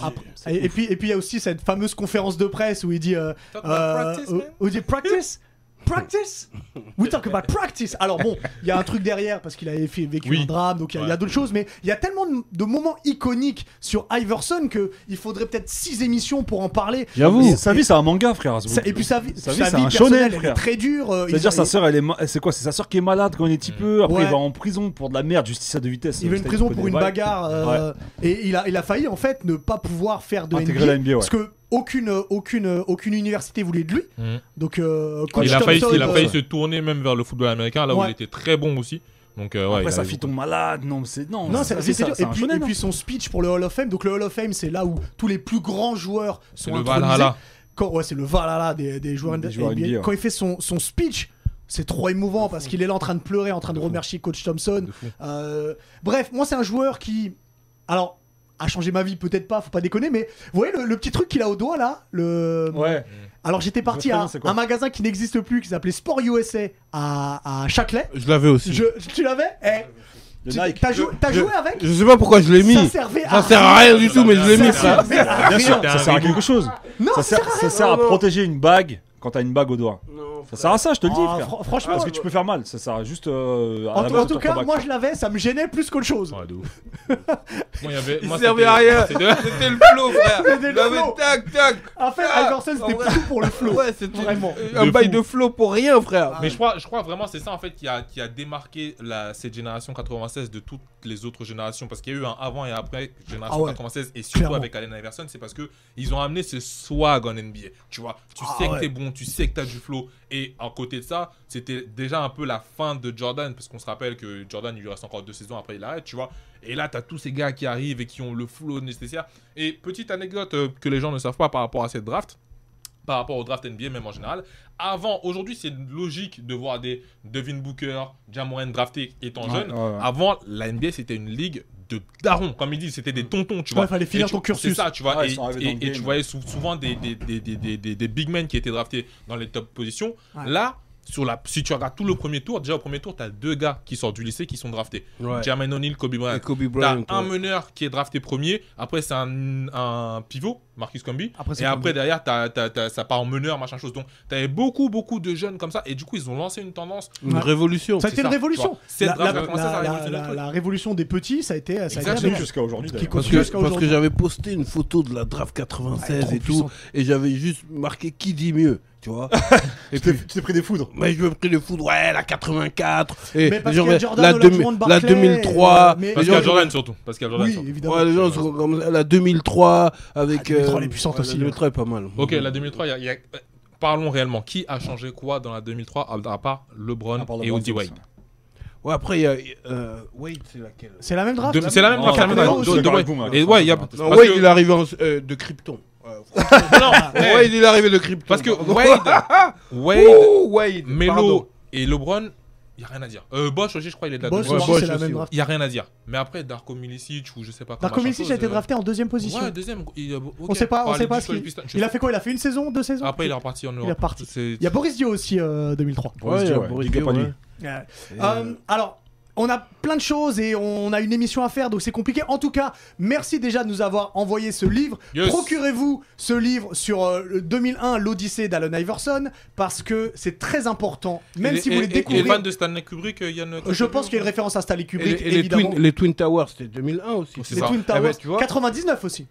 Speaker 1: Après-
Speaker 4: C'est
Speaker 1: et, et puis et puis il y a aussi cette fameuse conférence de presse où il dit euh,
Speaker 4: Talk about practice, man.
Speaker 1: où il dit practice practice we talk about practice alors bon il y a un truc derrière parce qu'il avait fait, vécu
Speaker 4: Oui.
Speaker 1: un drame donc il y a- il y a,
Speaker 4: Ouais.
Speaker 1: d'autres choses mais il y a tellement de, de moments iconiques sur Iverson que il faudrait peut-être six émissions pour en parler
Speaker 2: Mais Sa vie, c'est un manga, frère. ce
Speaker 1: Ça-
Speaker 2: bouc.
Speaker 1: et puis sa vie, sa
Speaker 2: Sa vie,
Speaker 1: vie,
Speaker 2: c'est un
Speaker 1: personnelle,
Speaker 2: shonen,
Speaker 1: elle
Speaker 2: frère.
Speaker 1: est très dure euh,
Speaker 2: C'est-à-dire,
Speaker 1: il-
Speaker 2: sa sœur, elle est. ma- C'est quoi C'est sa sœur qui est malade quand on est petit peu. Après,
Speaker 1: Ouais.
Speaker 2: il va en prison pour de la merde, justice à deux vitesses.
Speaker 1: Il veut une
Speaker 2: C'est-à-dire,
Speaker 1: prison
Speaker 2: peut
Speaker 1: pour
Speaker 2: des
Speaker 1: une
Speaker 2: balles.
Speaker 1: bagarre euh, et il a, il a failli en fait ne pas pouvoir faire de
Speaker 2: Intégrer
Speaker 1: NBA,
Speaker 2: la NBA, ouais.
Speaker 1: parce que aucune euh, aucune euh, aucune université voulait de lui.
Speaker 4: Mhm.
Speaker 1: Donc euh,
Speaker 4: Il,
Speaker 1: coach
Speaker 4: a failli,
Speaker 1: Thompson,
Speaker 4: il a failli
Speaker 1: euh,
Speaker 4: se tourner même vers le football américain, là où
Speaker 1: Ouais.
Speaker 4: il était très bon aussi. Donc, euh, ouais,
Speaker 2: Après,
Speaker 4: il
Speaker 2: sa
Speaker 4: a-
Speaker 2: fille tombe malade. Non, mais c'est. Non,
Speaker 1: non,
Speaker 2: sa
Speaker 1: c'est
Speaker 2: vie,
Speaker 1: c'est dur.
Speaker 2: c'est
Speaker 1: Et
Speaker 2: un
Speaker 1: puis,
Speaker 2: shonen,
Speaker 1: et puis son speech pour le Hall of Fame. Donc le Hall of Fame, c'est là où tous les plus grands joueurs
Speaker 4: C'est
Speaker 1: sont
Speaker 4: le
Speaker 1: intronisés.
Speaker 4: Valhalla.
Speaker 1: Quand ouais, c'est le Valhalla des, des joueurs,
Speaker 2: Des
Speaker 1: NBA.
Speaker 2: joueurs NBA, ouais.
Speaker 1: Quand il fait son, son speech, c'est trop émouvant parce qu'il est là en train de pleurer, en train de, remercier coach Thompson.
Speaker 4: De fou.
Speaker 1: Euh, bref, moi c'est un joueur qui, alors, a changé ma vie peut-être pas, faut pas déconner, mais vous voyez le, le petit truc qu'il a au doigt là, le.
Speaker 2: Ouais.
Speaker 1: Alors j'étais parti
Speaker 2: très
Speaker 1: à
Speaker 2: bien, c'est quoi
Speaker 1: un magasin qui n'existe plus, qui s'appelait Sport USA à, à Châtelet.
Speaker 5: Je l'avais aussi. Je...
Speaker 1: Je, tu l'avais Eh,
Speaker 2: Le
Speaker 1: tu-
Speaker 2: Nike.
Speaker 1: T'as joué, t'as
Speaker 5: Je-
Speaker 1: joué avec
Speaker 5: sais pas pourquoi je l'ai mis.
Speaker 1: Ça servait à
Speaker 5: Ça sert à rien du tout, mais je l'ai mis.
Speaker 1: Ça
Speaker 5: frère.
Speaker 1: servait à
Speaker 2: Bien
Speaker 1: rien.
Speaker 2: sûr,
Speaker 4: T'es
Speaker 2: ça
Speaker 4: un
Speaker 2: sert à
Speaker 4: rigolo.
Speaker 2: quelque chose.
Speaker 1: Non,
Speaker 2: Ça sert, ça sert à
Speaker 5: Non, non.
Speaker 2: protéger une bague quand t'as une bague au doigt.
Speaker 5: Non,
Speaker 2: Ça sert à ça, je te le dis,
Speaker 1: Ah,
Speaker 2: frère.
Speaker 1: fr- franchement,
Speaker 2: Parce que tu peux faire mal, ça sert à juste. euh, à
Speaker 1: en,
Speaker 2: la
Speaker 1: tout-
Speaker 2: base
Speaker 1: en
Speaker 2: de
Speaker 1: tout
Speaker 2: ton
Speaker 1: cas,
Speaker 2: bague.
Speaker 1: moi je l'avais, ça me gênait plus qu'autre chose.
Speaker 4: Ouais, de ouf. Moi, il y avait.
Speaker 5: Il
Speaker 4: moi,
Speaker 5: servait
Speaker 4: c'était-
Speaker 5: à rien.
Speaker 4: c'était-
Speaker 5: C'était le flow, frère.
Speaker 1: C'était le
Speaker 5: Il avait
Speaker 1: flow.
Speaker 5: tac, tac.
Speaker 1: En fait,
Speaker 5: Ah,
Speaker 1: Iverson c'était
Speaker 5: en vrai.
Speaker 1: tout pour le flow.
Speaker 5: Ouais, c'était
Speaker 1: Vraiment.
Speaker 5: euh, un
Speaker 4: De
Speaker 5: bail
Speaker 4: fou.
Speaker 5: de flow Ah. pour rien,
Speaker 1: Ah.
Speaker 5: frère.
Speaker 4: Mais je crois, je crois vraiment c'est ça en fait qui a, qui a démarqué la, cette génération 96 de toutes les autres générations parce qu'il y a eu un avant et après génération
Speaker 1: Ah ouais.
Speaker 4: 96 et surtout
Speaker 1: Clairement.
Speaker 4: avec Allen Iverson c'est parce que ils ont amené ce swag en NBA tu vois tu
Speaker 1: Ah
Speaker 4: sais que
Speaker 1: ouais.
Speaker 4: t'es bon tu sais que t'as du flow et à côté de ça c'était déjà un peu la fin de Jordan parce qu'on se rappelle que Jordan il lui reste encore deux saisons après il arrête tu vois et là t'as tous ces gars qui arrivent et qui ont le flow nécessaire et petite anecdote euh, que les gens ne savent pas par rapport à cette draft par rapport au draft NBA, même en général. Avant, aujourd'hui, c'est logique de voir des Devin Booker, Jamoran draftés étant
Speaker 2: Ouais,
Speaker 4: jeunes.
Speaker 2: ouais, ouais.
Speaker 4: Avant, la NBA, c'était une ligue de darons, comme ils disent, c'était des tontons, tu vois.
Speaker 1: Mm. Ouais, fallait
Speaker 4: Et
Speaker 1: finir
Speaker 4: tu-
Speaker 1: ton cursus.
Speaker 4: C'est ça, tu vois.
Speaker 2: Ah Ouais, ils
Speaker 4: et,
Speaker 2: sont arrivés
Speaker 4: et-
Speaker 2: dans le
Speaker 4: et
Speaker 2: game.
Speaker 4: tu voyais sou- souvent des, des, des, des, des, des- des big men qui étaient draftés dans les top positions.
Speaker 1: Ouais.
Speaker 4: Là, sur la, si tu regardes tout le premier tour, déjà au premier tour, tu as deux gars qui sortent du lycée qui sont draftés.
Speaker 5: Ouais.
Speaker 4: Jermaine O'Neal, Kobe Bryant.
Speaker 5: Et Kobe
Speaker 4: T'as
Speaker 5: Bryant.
Speaker 4: un
Speaker 5: ouais.
Speaker 4: meneur qui est drafté premier, après c'est un, un pivot, Marcus Camby,
Speaker 1: Après, c'est
Speaker 4: et après
Speaker 1: Camby.
Speaker 4: derrière t'as- t'as- t'as- ça part en meneur, machin chose. Donc t'avais beaucoup beaucoup de jeunes comme ça, et du coup ils ont lancé une tendance.
Speaker 5: Une
Speaker 1: Ouais.
Speaker 5: révolution.
Speaker 1: Ça a été
Speaker 4: c'est
Speaker 1: une
Speaker 4: ça,
Speaker 1: révolution.
Speaker 4: tu vois. C'est
Speaker 1: La-
Speaker 4: grave,
Speaker 1: la-
Speaker 4: ça a commencé, ça a
Speaker 1: la-
Speaker 4: révolutionné le
Speaker 1: la-
Speaker 4: truc.
Speaker 1: La révolution des petits, ça a été. ça a été
Speaker 4: Exactement.
Speaker 1: la même chose.
Speaker 2: jusqu'à aujourd'hui.
Speaker 1: Qui
Speaker 2: d'ailleurs.
Speaker 5: Parce
Speaker 1: continue
Speaker 5: que,
Speaker 1: jusqu'à
Speaker 5: parce que
Speaker 1: aujourd'hui.
Speaker 5: j'avais posté une photo de la draft
Speaker 1: Ah, elle est
Speaker 5: 96
Speaker 1: trop
Speaker 5: et tout,
Speaker 1: puissante.
Speaker 5: et j'avais juste marqué qui dit mieux, tu vois. et
Speaker 2: Tu t'es-
Speaker 5: puis,
Speaker 2: tu t'es pris des foudres.
Speaker 5: mais je me pris le foudre, ouais, la 84, et
Speaker 1: Mais parce
Speaker 5: genre,
Speaker 1: qu'il y a Jordan
Speaker 5: la,
Speaker 1: dans la
Speaker 5: demi-
Speaker 1: tour de
Speaker 5: la
Speaker 1: Barclay,
Speaker 5: 2003,
Speaker 1: euh, mais-
Speaker 5: les
Speaker 1: Parce
Speaker 5: gens-
Speaker 4: Pascal Jordan surtout, Pascal Jordan
Speaker 1: Oui,
Speaker 4: surtout.
Speaker 1: évidemment.
Speaker 5: Ouais, les gens sont comme ça, la 2003 avec.
Speaker 1: Ah,
Speaker 5: euh,
Speaker 1: 2003, elle est puissante
Speaker 5: ouais,
Speaker 1: aussi,
Speaker 5: La 2003 est pas mal.
Speaker 4: Ok, la 2003, il y a- il y a- parlons réellement, qui a changé quoi dans la 2003 à- à part LeBron
Speaker 2: Ah, pardon,
Speaker 4: et
Speaker 2: pardon,
Speaker 4: Woody Wade
Speaker 5: Ouais, après, il y a. euh, Wade, c'est laquelle
Speaker 1: C'est la même draft.
Speaker 4: De- C'est la même
Speaker 2: Non,
Speaker 4: draft, c'est la
Speaker 1: non,
Speaker 4: même draft.
Speaker 1: non,
Speaker 4: De-
Speaker 2: c'est
Speaker 4: de
Speaker 2: dans le
Speaker 4: Wade.
Speaker 2: boom, hein,
Speaker 4: Et
Speaker 2: c'est
Speaker 4: ouais, il y a.
Speaker 2: pas-
Speaker 5: Non,
Speaker 4: parce
Speaker 5: Wade,
Speaker 4: que-
Speaker 5: il est arrivé en- euh, de Krypton. Ouais,
Speaker 1: Ah,
Speaker 4: Non, eh,
Speaker 5: Wade, il est arrivé de Krypton.
Speaker 4: Parce que
Speaker 5: pardon.
Speaker 4: Wade, Wade,
Speaker 5: Ouh, Wade, pardon.
Speaker 4: Melo et LeBron Il n'y a rien à dire. Euh, Bosch aussi, je crois, il est de la
Speaker 1: Bosch
Speaker 4: deuxième.
Speaker 1: aussi,
Speaker 5: Bosch
Speaker 1: c'est la
Speaker 5: aussi,
Speaker 1: même
Speaker 5: ouais.
Speaker 1: draft.
Speaker 4: Il n'y a rien à dire. Mais après, Darko Milicic ou je sais pas quoi.
Speaker 1: Darko
Speaker 4: machin
Speaker 1: Milicic a
Speaker 4: chose,
Speaker 1: été
Speaker 4: euh,
Speaker 1: drafté en deuxième position.
Speaker 4: Ouais, deuxième. Il a- ok.
Speaker 1: On sait pas, on
Speaker 4: Parler
Speaker 1: sait pas
Speaker 4: du
Speaker 1: ce
Speaker 4: Soul
Speaker 1: qu'il-
Speaker 4: Piston, je
Speaker 1: Il a
Speaker 4: sais
Speaker 1: fait quoi Il a fait une saison, deux saisons
Speaker 4: pas. Ah, Après, il est reparti en Europe.
Speaker 1: reparti.
Speaker 4: C'est-
Speaker 1: Il y a Boris Dio aussi, euh, 2003.
Speaker 2: Boris Dio, ouais. Big up à lui.
Speaker 1: Ouais. Euh, alors, on a plein de choses et on a une émission à faire, donc c'est compliqué. En tout cas, merci déjà de nous avoir envoyé ce livre.
Speaker 4: Yes.
Speaker 1: Procurez-vous ce livre sur euh, le 2001, l'Odyssée d'Allen Iverson, parce que c'est très important, même
Speaker 4: Et-
Speaker 1: si vous
Speaker 4: et-
Speaker 1: voulez
Speaker 4: et- Et les
Speaker 1: découvrir.
Speaker 4: fans de Stanley Kubrick, euh, Yann.
Speaker 1: Je pense qu'il y a une référence à Stanley
Speaker 5: Et,
Speaker 1: Kubrick,
Speaker 5: les- et les,
Speaker 1: évidemment.
Speaker 5: twin, les Twin Towers, c'était 2001 aussi.
Speaker 4: C'est
Speaker 1: les
Speaker 4: ça.
Speaker 1: Twin
Speaker 5: Eh ben,
Speaker 1: Towers,
Speaker 5: tu vois.
Speaker 1: 99 aussi.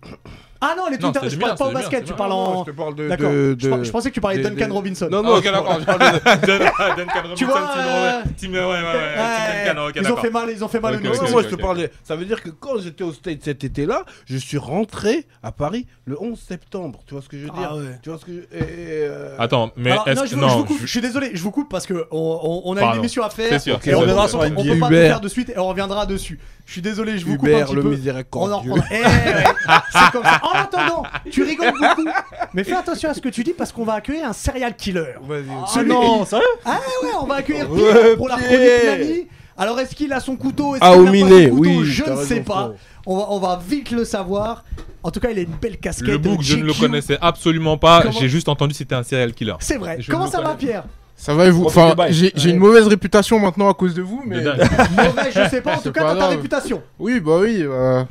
Speaker 1: Ah non, les Twin
Speaker 4: Non,
Speaker 1: Towers,
Speaker 4: c'était
Speaker 1: je parle
Speaker 4: 2001,
Speaker 1: pas au
Speaker 4: c'était
Speaker 1: basket,
Speaker 4: 2001,
Speaker 1: tu
Speaker 4: c'était
Speaker 1: parles
Speaker 5: Non,
Speaker 1: en.
Speaker 5: je te parle de.
Speaker 1: D'accord,
Speaker 5: de-
Speaker 1: je,
Speaker 5: de-
Speaker 1: pense- je pensais que tu parlais de
Speaker 5: de-
Speaker 1: Duncan
Speaker 5: de-
Speaker 1: Robinson.
Speaker 5: Non, non,
Speaker 4: Ah, Ok, d'accord, je parle de Duncan- Duncan Robinson.
Speaker 1: Tu vois,
Speaker 4: Team
Speaker 1: euh,
Speaker 4: Robert- Team, ouais, ouais, ouais, ouais,
Speaker 1: Ouais,
Speaker 4: Team Duncan, ok,
Speaker 1: ils ont
Speaker 4: d'accord.
Speaker 1: fait mal, ils ont fait mal
Speaker 4: Ok,
Speaker 1: au
Speaker 5: Non,
Speaker 1: niveau.
Speaker 5: non,
Speaker 4: ok,
Speaker 5: moi
Speaker 4: ok,
Speaker 5: je te
Speaker 4: ok.
Speaker 5: parlais. Ça veut dire que quand j'étais au State cet été-là, je suis rentré à Paris le 11 septembre. Tu vois ce que je veux dire
Speaker 1: Ah ouais.
Speaker 5: Tu vois ce que je... et- et, euh,
Speaker 4: Attends, mais
Speaker 1: Alors,
Speaker 4: est-ce
Speaker 1: non,
Speaker 4: que.
Speaker 1: je, vous- je vous coupe, je suis désolé, je vous coupe parce que on, on- on a
Speaker 4: Pardon.
Speaker 1: une émission à
Speaker 4: C'est
Speaker 1: faire.
Speaker 4: sûr.
Speaker 1: Et on
Speaker 2: reviendra
Speaker 1: reviendra
Speaker 2: sur
Speaker 1: sur On peut
Speaker 2: NBA.
Speaker 1: pas tout
Speaker 5: Hubert.
Speaker 1: faire de suite et on reviendra dessus. Je suis désolé, je vous coupe un
Speaker 5: Hubert
Speaker 1: petit
Speaker 5: le
Speaker 1: peu. On en
Speaker 5: miséricordieux.
Speaker 1: reprendra. Eh, ouais, c'est comme ça. En attendant, tu rigoles beaucoup, mais fais attention à ce que tu dis parce qu'on va accueillir un serial killer.
Speaker 5: Vas-y.
Speaker 1: Celui-
Speaker 2: non, sérieux
Speaker 1: Ah ouais, on va accueillir
Speaker 5: Ouais,
Speaker 1: Pierre pour la
Speaker 5: Pierre.
Speaker 1: chronique Nani. Alors est-ce qu'il a son couteau Est-ce qu'il
Speaker 5: Ah,
Speaker 1: a
Speaker 5: au
Speaker 1: pas son
Speaker 5: minet,
Speaker 1: couteau
Speaker 5: oui,
Speaker 1: Je
Speaker 5: t'as
Speaker 1: ne
Speaker 5: raison,
Speaker 1: sais pas.
Speaker 5: frérot.
Speaker 1: On va, on va vite le savoir. En tout cas, il a une belle casquette.
Speaker 4: Le book, je ne le
Speaker 1: GQ.
Speaker 4: connaissais absolument pas.
Speaker 1: Comment-
Speaker 4: J'ai juste entendu que c'était un serial killer.
Speaker 1: C'est vrai.
Speaker 4: Je
Speaker 1: Comment
Speaker 4: le
Speaker 1: ça va,
Speaker 4: connais.
Speaker 1: Pierre
Speaker 3: Ça va et vous
Speaker 2: Profitez
Speaker 3: Enfin,
Speaker 2: bye.
Speaker 3: j'ai j'ai
Speaker 1: Ouais.
Speaker 3: une mauvaise réputation maintenant à cause de vous,
Speaker 4: De
Speaker 3: mais.
Speaker 4: dingue.
Speaker 1: Mauvais, je sais pas. En
Speaker 3: C'est
Speaker 1: tout cas,
Speaker 3: pas
Speaker 1: t'as ta
Speaker 3: grave.
Speaker 1: réputation.
Speaker 3: Oui, bah oui, euh,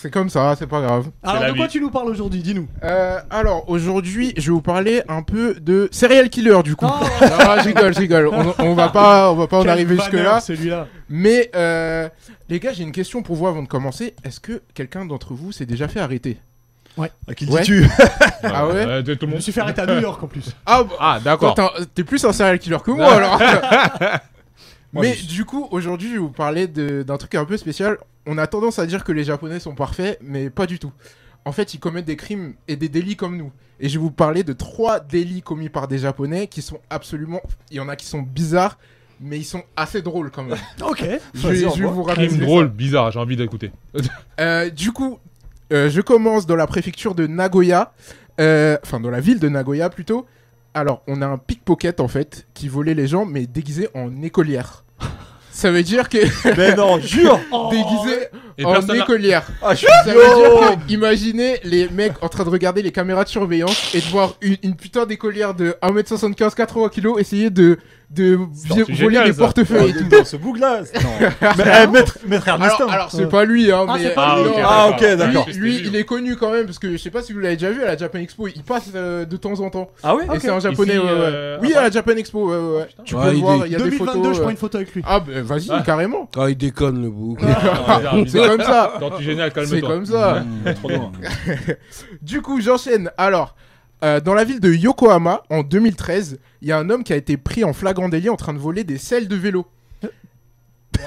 Speaker 3: c'est comme ça, c'est pas grave.
Speaker 1: Alors,
Speaker 4: la
Speaker 1: de quoi
Speaker 4: vie.
Speaker 1: tu nous parles aujourd'hui Dis-nous.
Speaker 3: Euh, alors, aujourd'hui, je vais vous parler un peu de serial killer, du coup.
Speaker 1: Oh.
Speaker 3: Ah, je rigole, je rigole. On, on va pas, on va pas en arriver jusque là.
Speaker 1: Celui-là.
Speaker 3: Mais euh, les gars, j'ai une question pour vous avant de commencer. Est-ce que quelqu'un d'entre vous s'est déjà fait arrêter
Speaker 2: À qui
Speaker 3: Ouais.
Speaker 2: dis-tu
Speaker 3: Ah ouais
Speaker 4: Euh, de
Speaker 1: Je
Speaker 4: tout le
Speaker 1: me
Speaker 4: monde.
Speaker 1: suis fait arrêter à New York en plus.
Speaker 3: Ah, bah,
Speaker 4: Ah,
Speaker 3: toi,
Speaker 4: d'accord.
Speaker 3: t'es un- t'es plus un serial killer que moi alors.
Speaker 2: Moi,
Speaker 3: Mais
Speaker 2: je suis-
Speaker 3: du coup, aujourd'hui, je vais vous parler de- d'un truc un peu spécial. On a tendance à dire que les Japonais sont parfaits, mais pas du tout. En fait, ils commettent des crimes et des délits comme nous. Et je vais vous parler de trois délits commis par des Japonais qui sont absolument. Il y en a qui sont bizarres, mais ils sont assez drôles quand même.
Speaker 1: Ok.
Speaker 3: je,
Speaker 2: Vas-y,
Speaker 3: je
Speaker 2: on
Speaker 3: vais
Speaker 2: voit.
Speaker 3: vous
Speaker 4: Crime
Speaker 3: raconter.
Speaker 4: drôle, bizarre, j'ai envie d'écouter.
Speaker 3: Euh, du coup, euh, je commence dans la préfecture de Nagoya, euh, enfin dans la ville de Nagoya plutôt. Alors, on a un pickpocket en fait qui volait les gens, mais déguisé en écolière. Ça veut dire que
Speaker 2: Mais non, jure
Speaker 3: déguisé
Speaker 4: Oh. Et
Speaker 1: Oh,
Speaker 3: en
Speaker 4: personne. n'a-
Speaker 3: écolière.
Speaker 2: Ah, je
Speaker 3: Ça veut dire que, imaginez les mecs en train de regarder les caméras de surveillance et de voir une, une putain d'écolière de 1m75, 80 kg essayer de,
Speaker 4: C'est un
Speaker 3: de vi-
Speaker 4: sujet
Speaker 3: voler
Speaker 4: hein. génial,
Speaker 3: des
Speaker 4: ça.
Speaker 3: portefeuilles et tout.
Speaker 2: Dans ce bug là Mais eh, maître, maître Ernest
Speaker 3: Alors, alors, c'est pas lui, hein,
Speaker 1: Ah,
Speaker 3: mais
Speaker 1: c'est pas
Speaker 3: euh,
Speaker 1: lui.
Speaker 3: non,
Speaker 2: Ah, ok,
Speaker 3: lui,
Speaker 2: d'accord.
Speaker 3: lui, il est connu quand même parce que je sais pas si vous l'avez déjà vu à la Japan Expo, il passe euh, de temps en temps.
Speaker 2: Ah ouais
Speaker 3: Et c'est un japonais.
Speaker 4: Ici,
Speaker 3: ouais, ouais.
Speaker 4: euh,
Speaker 3: Oui,
Speaker 4: à
Speaker 3: à la Japan Expo, ouais, ouais, ouais.
Speaker 4: putain.
Speaker 3: tu
Speaker 5: Ouais,
Speaker 3: peux
Speaker 5: Ah, il
Speaker 3: voir,
Speaker 5: est-
Speaker 3: il y a
Speaker 1: 2022,
Speaker 3: des photos.
Speaker 1: je prends
Speaker 3: euh,
Speaker 1: une photo avec lui.
Speaker 3: Ah, bah, vas-y,
Speaker 4: Ah.
Speaker 3: carrément.
Speaker 5: Quand il Ah, déconne le bouc.
Speaker 1: Ah,
Speaker 3: C'est comme ça.
Speaker 4: Quand tu génial,
Speaker 3: C'est
Speaker 4: calme-toi.
Speaker 3: comme ça.
Speaker 2: Trop loin.
Speaker 3: Du coup, j'enchaîne. Alors, euh, dans la ville de Yokohama, en 2013, il y a un homme qui a été pris en flagrant délit en train de voler des selles de vélo.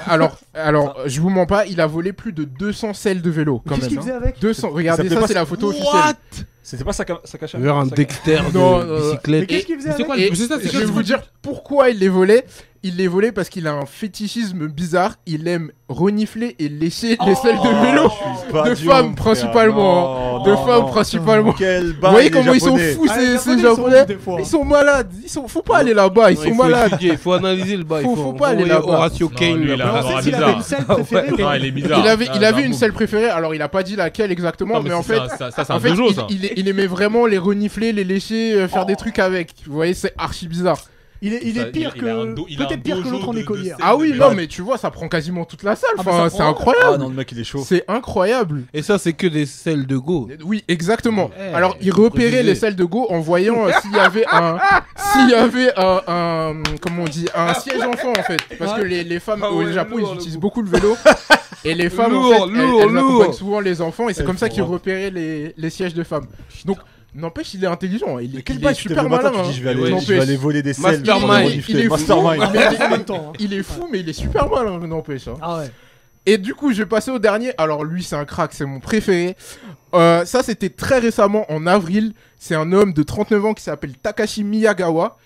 Speaker 3: Alors, alors, euh, je vous mens pas, il a volé plus de 200 selles de vélo quand
Speaker 1: Qu'est-ce
Speaker 3: même.
Speaker 1: qu'il
Speaker 3: hein.
Speaker 1: faisait avec
Speaker 3: 200, regardez
Speaker 2: s'appelait
Speaker 3: ça,
Speaker 2: pas-
Speaker 3: c'est la photo officielle.
Speaker 5: What
Speaker 2: C'était pas Saka- Sakacha
Speaker 5: Vers un
Speaker 2: Saka-
Speaker 5: Dexter
Speaker 3: Non, non, non.
Speaker 5: de
Speaker 1: Mais
Speaker 5: bicyclette.
Speaker 1: qu'est-ce qu'il faisait
Speaker 4: c'est
Speaker 1: avec
Speaker 4: quoi
Speaker 3: Et
Speaker 4: C'est ça, c'est
Speaker 3: je
Speaker 4: ça,
Speaker 3: vais
Speaker 4: c'est
Speaker 3: vous
Speaker 4: ça.
Speaker 3: dire pourquoi il les volait. Il les volait parce qu'il a un fétichisme bizarre. Il aime renifler et lécher les
Speaker 1: Oh.
Speaker 3: selles de
Speaker 1: Ah,
Speaker 3: vélo.
Speaker 2: Pas
Speaker 3: de
Speaker 2: du
Speaker 3: femmes
Speaker 2: monde,
Speaker 3: principalement,
Speaker 2: frère.
Speaker 3: de
Speaker 2: Non,
Speaker 3: femmes
Speaker 2: non.
Speaker 3: principalement.
Speaker 2: Quel
Speaker 3: Vous voyez comment ils sont fous
Speaker 1: Ah,
Speaker 3: ces,
Speaker 1: les Japonais, ils sont
Speaker 3: ces japonais
Speaker 1: fous des fois.
Speaker 3: Ils sont malades, ils sont, faut pas aller là-bas, ils
Speaker 5: Non,
Speaker 3: sont
Speaker 5: il faut
Speaker 3: malades.
Speaker 5: étudier, il faut analyser le bail.
Speaker 3: Faut-
Speaker 5: il
Speaker 3: faut pas aller
Speaker 5: envoyer
Speaker 3: là-bas.
Speaker 5: Horatio
Speaker 4: Non,
Speaker 5: Kane.
Speaker 4: lui, il a
Speaker 5: là-bas.
Speaker 1: Mais on
Speaker 4: un
Speaker 1: sait
Speaker 4: aura
Speaker 1: s'il
Speaker 4: bizarre.
Speaker 1: avait une selle préférée.
Speaker 4: Non, il est bizarre.
Speaker 3: Il avait,
Speaker 4: Ah,
Speaker 3: il avait
Speaker 4: d'un
Speaker 3: une
Speaker 4: bout.
Speaker 3: selle préférée, alors il a pas dit laquelle exactement,
Speaker 4: Non,
Speaker 3: mais,
Speaker 4: mais
Speaker 3: en
Speaker 4: c'est
Speaker 3: fait,
Speaker 4: un- ça, ça, c'est
Speaker 3: en
Speaker 4: un
Speaker 3: fait,
Speaker 4: deux jours,
Speaker 3: il-
Speaker 4: ça.
Speaker 3: il, il aimait vraiment les renifler, les lécher, euh, faire des
Speaker 1: Oh.
Speaker 3: trucs avec. Vous voyez, c'est archi bizarre.
Speaker 1: Il est, il
Speaker 4: Ça,
Speaker 1: est pire
Speaker 4: il a un
Speaker 1: que.
Speaker 4: do- il a un
Speaker 1: Peut-être pire que
Speaker 4: dojo
Speaker 1: l'autre en
Speaker 4: de- de
Speaker 1: écolière.
Speaker 4: selle.
Speaker 3: Ah oui,
Speaker 4: mais
Speaker 3: non,
Speaker 4: ouais.
Speaker 3: mais tu vois, ça prend quasiment toute la salle.
Speaker 1: Ah, mais
Speaker 3: Enfin,
Speaker 1: ça
Speaker 3: c'est
Speaker 1: prend-
Speaker 3: incroyable.
Speaker 2: Ah non, le mec il est chaud.
Speaker 3: C'est incroyable.
Speaker 5: Et ça, c'est que des selles de go.
Speaker 3: Oui, exactement.
Speaker 5: Eh,
Speaker 3: Alors, il
Speaker 5: faut
Speaker 3: repérait
Speaker 5: préciser.
Speaker 3: les salles de go en voyant euh, s'il y avait un, s'il y avait un, un- comment on dit, un siège enfant en fait, parce que les, les femmes
Speaker 5: Ah
Speaker 3: au
Speaker 5: ouais,
Speaker 3: Japon
Speaker 5: lourd,
Speaker 3: ils
Speaker 5: le
Speaker 3: utilisent
Speaker 5: goût.
Speaker 3: beaucoup le vélo et les femmes en
Speaker 5: Lourd,
Speaker 3: fait, elles-
Speaker 5: lourd,
Speaker 3: elles, accompagnent
Speaker 5: lourd.
Speaker 3: souvent les enfants et c'est
Speaker 2: Elles
Speaker 3: comme ça
Speaker 2: font
Speaker 3: qu'ils
Speaker 2: rap.
Speaker 3: repéraient les, les sièges de femmes. Donc n'empêche, il est intelligent, il, est-
Speaker 2: Mais quel
Speaker 3: il
Speaker 2: bail
Speaker 3: est
Speaker 2: tu te lèves
Speaker 3: super
Speaker 2: le matin,
Speaker 3: malin.
Speaker 2: tu dis
Speaker 3: hein.
Speaker 2: je vais aller, je
Speaker 3: N'empêche.
Speaker 2: vais aller voler des selles.
Speaker 5: Mastermind,
Speaker 2: pour les
Speaker 5: il
Speaker 2: renifler.
Speaker 3: est fou.
Speaker 2: Mastermind.
Speaker 3: Mais-
Speaker 1: en même temps. hein.
Speaker 3: Il est fou, mais il est super malin, n'empêche. hein.
Speaker 1: Ah ouais.
Speaker 3: Et du coup, je vais passer au dernier. Alors lui, c'est un crack, c'est mon préféré. Euh, ça, c'était très récemment, en avril. C'est un homme de 39 ans qui s'appelle Takashi Miyagawa.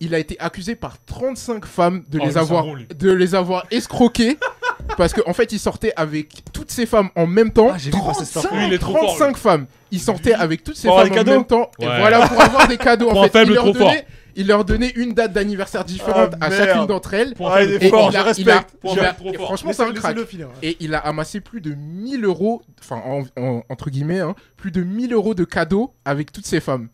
Speaker 3: Il a été accusé par 35 femmes de,
Speaker 4: Oh,
Speaker 3: les,
Speaker 4: lui, c'est
Speaker 3: avoir,
Speaker 4: un bon, lui.
Speaker 3: de les avoir escroquées. parce qu'en en fait, il sortait avec tout toutes ces femmes en même temps.
Speaker 2: Ah, j'ai vu passer ça.
Speaker 1: 35.
Speaker 4: Lui, il est trop fort.
Speaker 3: 35 femmes. Il sortait avec toutes ces
Speaker 2: Pour avoir
Speaker 3: femmes
Speaker 2: des cadeaux
Speaker 3: en même temps. Et
Speaker 4: Ouais.
Speaker 3: voilà, pour avoir des cadeaux. en
Speaker 4: Point
Speaker 3: fait,
Speaker 4: faible,
Speaker 3: il, leur
Speaker 4: trop fort.
Speaker 3: donnait, il leur donnait une date d'anniversaire différente
Speaker 2: Ah,
Speaker 3: à
Speaker 2: merde.
Speaker 3: chacune d'entre elles.
Speaker 4: Pour
Speaker 2: Ah,
Speaker 4: faire
Speaker 2: il est
Speaker 4: le-
Speaker 3: Et
Speaker 2: fort,
Speaker 3: il
Speaker 2: je
Speaker 3: a- il a-
Speaker 2: respecte.
Speaker 4: pour
Speaker 3: il a-
Speaker 4: faire trop fort.
Speaker 3: Franchement, c'est un crack.
Speaker 1: Laissez-le finir.
Speaker 3: Et il a amassé plus de 1000 euros, enfin en- en- entre guillemets, hein, plus de 1000 euros de cadeaux avec toutes ces femmes.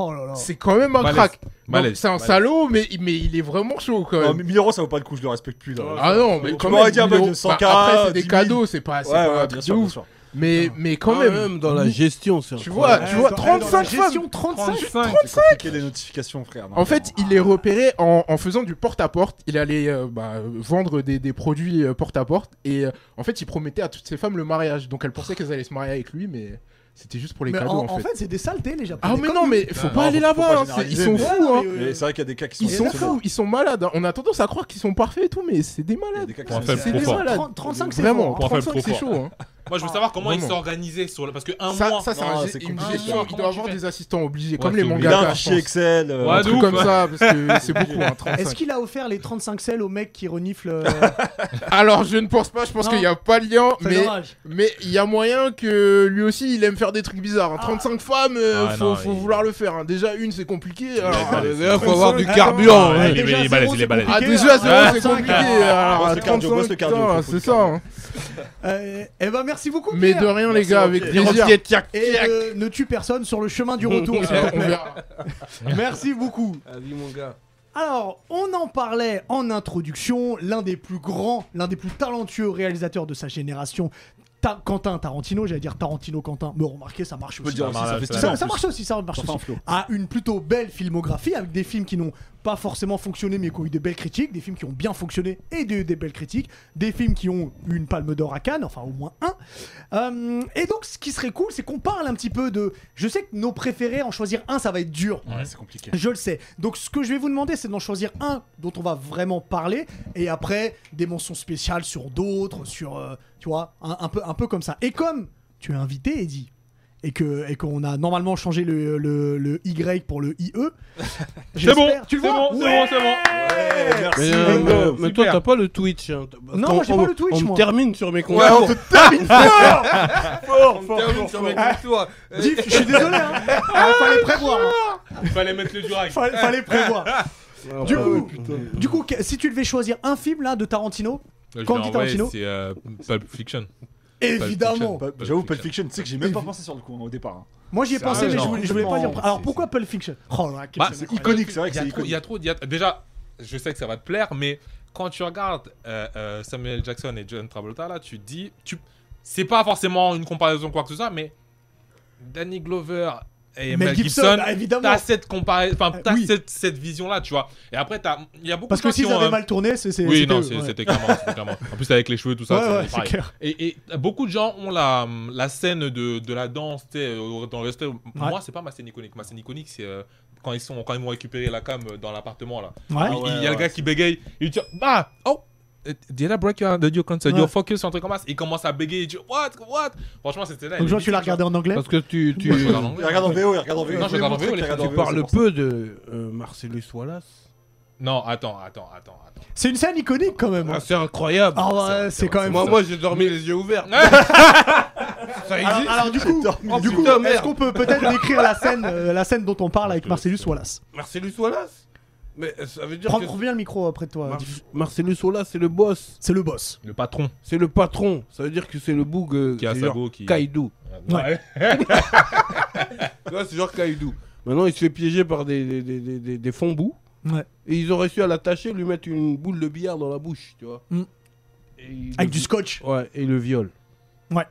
Speaker 1: Oh là là.
Speaker 3: C'est quand même un
Speaker 4: Balèze.
Speaker 3: crack.
Speaker 4: Balèze.
Speaker 3: Donc, C'est un
Speaker 4: Balèze.
Speaker 3: salaud, mais, mais il est vraiment chaud quand
Speaker 2: Non,
Speaker 3: même.
Speaker 2: Oh, mais 1000 euros, ça vaut pas le coup, je le respecte plus. Là.
Speaker 3: Ah non, mais
Speaker 2: Tu
Speaker 3: quand
Speaker 2: m'aurais
Speaker 3: même.
Speaker 2: dit un
Speaker 3: 1000
Speaker 2: mec de
Speaker 3: euros. Bah,
Speaker 2: 100K,
Speaker 3: après, c'est
Speaker 2: 10
Speaker 3: des
Speaker 2: 000.
Speaker 3: cadeaux, c'est pas, c'est
Speaker 2: ouais,
Speaker 3: pas
Speaker 2: ouais, bien
Speaker 3: un truc
Speaker 2: sûr,
Speaker 3: de
Speaker 2: bien
Speaker 3: ouf.
Speaker 2: sûr.
Speaker 3: Mais, mais quand
Speaker 5: Ah,
Speaker 3: même.
Speaker 5: dans la gestion, c'est
Speaker 3: Tu
Speaker 5: incroyable.
Speaker 3: vois, tu vois,
Speaker 1: dans-
Speaker 3: 35
Speaker 1: dans la
Speaker 3: femmes.
Speaker 1: gestion, 35
Speaker 4: 35.
Speaker 2: C'est compliqué les notifications, frère. non.
Speaker 3: En fait, il est repéré en, en faisant du porte-à-porte. Il allait euh, bah, euh, vendre des, des produits euh, porte-à-porte. Et euh, en fait, il promettait à toutes ces femmes le mariage. Donc elles pensaient qu'elles allaient se marier avec lui, mais c'était juste pour les
Speaker 1: Mais
Speaker 3: cadeaux
Speaker 1: en,
Speaker 3: en,
Speaker 1: en fait, c'est des saletés, les japonais.
Speaker 3: Ah mais
Speaker 1: Comme Ah,
Speaker 3: non
Speaker 1: nous.
Speaker 3: mais faut
Speaker 4: Ah,
Speaker 3: pas
Speaker 2: non,
Speaker 3: aller
Speaker 2: faut- faut pas
Speaker 3: là-bas, hein, c'est- ils
Speaker 2: généraliser,
Speaker 3: sont
Speaker 2: mais-
Speaker 3: fous hein.
Speaker 2: Mais c'est vrai qu'il y a des cas qui sont.
Speaker 3: Ils sont
Speaker 2: exceptionnels.
Speaker 3: fous, ils sont malades. hein. On a tendance à croire qu'ils sont parfaits et tout mais c'est des
Speaker 2: Il y a
Speaker 3: malades.
Speaker 2: des cas qui
Speaker 4: Pour
Speaker 2: sont
Speaker 4: un faible,
Speaker 3: C'est
Speaker 2: exceptionnels.
Speaker 4: trop
Speaker 3: des
Speaker 4: fort.
Speaker 3: malades.
Speaker 1: 30, 35, c'est
Speaker 3: Vraiment,
Speaker 1: fort.
Speaker 4: Pour un faible,
Speaker 3: 35 c'est
Speaker 4: trop
Speaker 3: chaud hein.
Speaker 4: Moi, je veux savoir comment ils
Speaker 3: Vraiment.
Speaker 4: s'organisaient sur le. Parce que un
Speaker 3: Ça
Speaker 4: mois.
Speaker 3: ça c'est
Speaker 2: Non,
Speaker 3: un
Speaker 2: c'est
Speaker 3: gé- une
Speaker 4: compliqué,
Speaker 3: gestion,
Speaker 4: ça.
Speaker 3: il doit avoir des assistants obligés
Speaker 4: Ouais,
Speaker 3: comme les
Speaker 4: c'est
Speaker 2: Il a
Speaker 3: mangakas.
Speaker 2: un
Speaker 3: je
Speaker 2: fichier
Speaker 3: pense.
Speaker 2: Excel. euh,
Speaker 4: Ouais,
Speaker 2: un
Speaker 3: Un
Speaker 4: de
Speaker 2: truc
Speaker 3: truc
Speaker 4: ouf,
Speaker 3: comme
Speaker 4: ouais.
Speaker 3: ça parce que c'est beaucoup hein,
Speaker 1: Est-ce
Speaker 3: 35.
Speaker 1: qu'il a offert les 35 selles au mec qui renifle euh,
Speaker 3: Alors je ne pense pas, je pense
Speaker 1: Non.
Speaker 3: qu'il y a pas de lien
Speaker 1: c'est
Speaker 3: mais
Speaker 1: dommage.
Speaker 3: mais il y a moyen que lui aussi il aime faire des trucs bizarres. hein.
Speaker 1: Ah.
Speaker 3: 35 femmes euh,
Speaker 4: Ah,
Speaker 3: faut
Speaker 4: non,
Speaker 3: faut
Speaker 4: il-
Speaker 3: vouloir le faire hein. Déjà une c'est compliqué. alors,
Speaker 4: Ouais, ouais.
Speaker 3: euh,
Speaker 5: Là, faut avoir du
Speaker 1: Attends.
Speaker 5: carburant.
Speaker 4: Ah,
Speaker 5: ouais.
Speaker 4: il est- il est
Speaker 1: Déjà,
Speaker 4: balèze,
Speaker 1: zéro,
Speaker 4: il est balèze.
Speaker 3: Ah
Speaker 1: compliqué,
Speaker 3: déjà
Speaker 5: hein.
Speaker 1: alors,
Speaker 3: zéro, c'est
Speaker 1: 35,
Speaker 3: compliqué.
Speaker 1: alors.
Speaker 3: Alors,
Speaker 2: Bosse le
Speaker 3: à
Speaker 2: cardio,
Speaker 3: 35,
Speaker 2: bosse le cardio,
Speaker 3: putain,
Speaker 2: faut- faut
Speaker 3: C'est
Speaker 2: le
Speaker 3: ça.
Speaker 2: cardio.
Speaker 3: hein.
Speaker 1: Euh, Eh ben merci beaucoup.
Speaker 3: Mais
Speaker 1: Pierre.
Speaker 3: de rien, les
Speaker 2: Merci,
Speaker 3: gars,
Speaker 2: mon
Speaker 3: avec
Speaker 2: Pierre.
Speaker 3: plaisir.
Speaker 5: Entier, tiac,
Speaker 1: Et
Speaker 5: tiac.
Speaker 1: euh, ne tue personne sur le chemin du retour. s'il te
Speaker 3: On
Speaker 1: plaît.
Speaker 3: verra.
Speaker 1: merci beaucoup.
Speaker 5: Vas-y, mon gars.
Speaker 1: Alors, on en parlait en introduction, l'un des plus grands, l'un des plus talentueux réalisateurs de sa génération, Ta- Quentin Tarantino, j'allais dire Tarantino Quentin, mais remarquez, ça marche
Speaker 2: Je peux
Speaker 1: aussi.
Speaker 2: dire aussi, ça
Speaker 4: marche,
Speaker 2: fait
Speaker 4: ça
Speaker 2: six
Speaker 1: Ça,
Speaker 2: ans, en
Speaker 1: ça
Speaker 2: plus.
Speaker 1: marche aussi, ça marche
Speaker 2: Enfin,
Speaker 1: aussi.
Speaker 2: un flot.
Speaker 1: A une plutôt belle filmographie avec des films qui n'ont pas forcément fonctionné mais qui ont eu des belles critiques, des films qui ont bien fonctionné et des, des belles critiques, des films qui ont eu une palme d'or à Cannes, enfin au moins un. Euh, et donc, ce qui serait cool, c'est qu'on parle un petit peu de. Je sais que nos préférés, en choisir un, ça va être dur.
Speaker 2: Ouais, c'est compliqué.
Speaker 1: Je le sais. Donc ce que je vais vous demander, c'est d'en choisir un dont on va vraiment parler, et après des mentions spéciales sur d'autres, sur, euh, tu vois, un, un peu, un peu comme ça. Et comme tu es invité, Eddy, et que et qu'on a normalement changé le, le, le Y pour le IE,
Speaker 4: C'est bon,
Speaker 1: j'espère- tu le
Speaker 4: c'est
Speaker 1: vois
Speaker 4: bon, c'est
Speaker 1: Ouais
Speaker 4: bon, c'est bon.
Speaker 2: Ouais,
Speaker 5: Mais,
Speaker 2: merci.
Speaker 5: euh,
Speaker 1: Bingo,
Speaker 5: euh, mais toi,
Speaker 4: super.
Speaker 5: t'as pas le Twitch. hein. Parce
Speaker 1: Non,
Speaker 5: qu'on-
Speaker 1: moi, j'ai pas
Speaker 5: on-
Speaker 1: le Twitch,
Speaker 5: On
Speaker 1: moi.
Speaker 5: me termine sur mes comptes.
Speaker 2: on te termine fort Fort,
Speaker 5: On me
Speaker 2: fort,
Speaker 5: termine
Speaker 2: fort,
Speaker 5: sur
Speaker 2: fort.
Speaker 3: Ah.
Speaker 5: mes comptes.
Speaker 1: Dis, je suis désolé, hein. Ah, fallait prévoir, hein.
Speaker 4: Il fallait mettre le durag.
Speaker 1: fallait, fallait prévoir. Du
Speaker 4: bah
Speaker 5: Ah,
Speaker 1: coup-
Speaker 5: putain.
Speaker 1: Du coup, que- si tu devais choisir un film là de Tarantino,
Speaker 4: Je l'ai
Speaker 1: Quentin
Speaker 4: envoyé,
Speaker 1: Tarantino.
Speaker 4: C'est euh, Pulp Fiction.
Speaker 1: évidemment.
Speaker 4: Fiction.
Speaker 2: Bah, J'avoue, Pulp Fiction, tu sais que j'ai même pas pensé sur le coup hein, au départ. hein.
Speaker 1: Moi j'y ai
Speaker 4: C'est
Speaker 1: pensé,
Speaker 4: un
Speaker 1: mais je
Speaker 4: genre.
Speaker 1: voulais, je voulais pas dire.
Speaker 2: Complètement.
Speaker 1: Alors
Speaker 2: C'est-
Speaker 1: pourquoi Pulp Fiction Oh là, quel
Speaker 4: Bah,
Speaker 1: film
Speaker 2: C'est iconique, c'est vrai que
Speaker 4: Il y a
Speaker 2: c'est
Speaker 4: trop- il y
Speaker 2: iconique.
Speaker 4: a trop. il y a- Déjà, je sais que ça va te plaire, mais quand tu regardes euh, euh, Samuel Jackson et John Travolta, là, tu te dis. Tu... C'est pas forcément une comparaison, quoi que ce soit, mais Danny Glover et Mel, Gibson.
Speaker 1: ah, évidemment. Euh,
Speaker 4: T'as cette comparaison, enfin t'as
Speaker 1: oui.
Speaker 4: cette, cette vision-là, tu vois. Et après, t'as, il y a beaucoup
Speaker 1: Parce
Speaker 4: de gens
Speaker 1: que
Speaker 4: qui
Speaker 1: s'ils
Speaker 4: ont,
Speaker 1: avaient
Speaker 4: euh,
Speaker 1: mal tourné, c'est. c'est-
Speaker 4: Oui,
Speaker 1: c'était
Speaker 4: non,
Speaker 1: eux,
Speaker 4: c'est-
Speaker 1: ouais.
Speaker 4: c'était clairement, c'était clairement. En plus, avec les cheveux, tout ça,
Speaker 1: Ouais,
Speaker 4: c'est
Speaker 1: ouais, c'est
Speaker 4: pareil.
Speaker 1: clair.
Speaker 4: Et, et beaucoup de gens ont la, la scène de, de la danse, tu sais, euh, dans le respect. Moi, c'est pas ma scène iconique. Ma scène iconique, c'est euh, quand ils sont, quand ils vont récupérer la cam euh, dans l'appartement là.
Speaker 1: Ouais.
Speaker 4: Il-
Speaker 2: ouais,
Speaker 4: il y a
Speaker 2: ouais,
Speaker 4: le gars qui bégaye. Il dit, bah, oh. euh, Did I break your, did you concert,
Speaker 1: Ouais.
Speaker 4: your focus, un truc comme ça. Il commence à bégayer, il dit What, what Franchement, c'était là.
Speaker 1: Donc, Jean, tu l'as regardé en anglais
Speaker 5: Parce que tu, tu,
Speaker 4: je regarde en
Speaker 2: Il
Speaker 4: anglais.
Speaker 2: regarde en VO, il regarde en VO.
Speaker 4: Non, je regarde en VO, les
Speaker 5: tu parles peu de euh, Marcellus Wallace.
Speaker 4: Non, attends, attends, attends, attends.
Speaker 1: C'est une scène iconique quand même.
Speaker 5: Ah, c'est incroyable.
Speaker 1: Ah ouais,
Speaker 4: c'est vrai,
Speaker 1: c'est
Speaker 4: c'est
Speaker 1: quand
Speaker 4: vrai.
Speaker 1: même.
Speaker 5: moi,
Speaker 4: ça.
Speaker 5: moi j'ai dormi les yeux ouverts. ça existe.
Speaker 1: Alors, alors, du coup,
Speaker 5: Oh,
Speaker 1: du coup,
Speaker 5: putain, merde.
Speaker 1: est-ce qu'on peut peut-être décrire la scène, euh, la scène dont on parle avec Marcellus Wallace
Speaker 5: Marcellus Wallace Mais euh, ça veut dire
Speaker 1: Prends
Speaker 5: que.
Speaker 1: prends bien le micro après de
Speaker 4: Bah,
Speaker 1: toi.
Speaker 5: Mar-
Speaker 1: Diff.
Speaker 5: Marcellus Wallace, c'est le boss.
Speaker 1: C'est le boss.
Speaker 4: Le patron
Speaker 5: C'est le patron. Ça veut dire que c'est le boug. euh,
Speaker 4: qui a
Speaker 5: c'est
Speaker 4: sa
Speaker 5: genre
Speaker 4: go qui.
Speaker 5: Kaidu.
Speaker 1: Ouais.
Speaker 5: Tu vois, c'est genre Kaidu. Maintenant, il se fait piéger par des, des, des, des, des, des fonds bous.
Speaker 1: Ouais.
Speaker 5: Et ils ont réussi à l'attacher, lui mettre une boule de billard dans la bouche, tu vois.
Speaker 1: Mm.
Speaker 5: Et il-
Speaker 1: Avec du scotch.
Speaker 5: Ouais, et le viol.
Speaker 1: Ouais.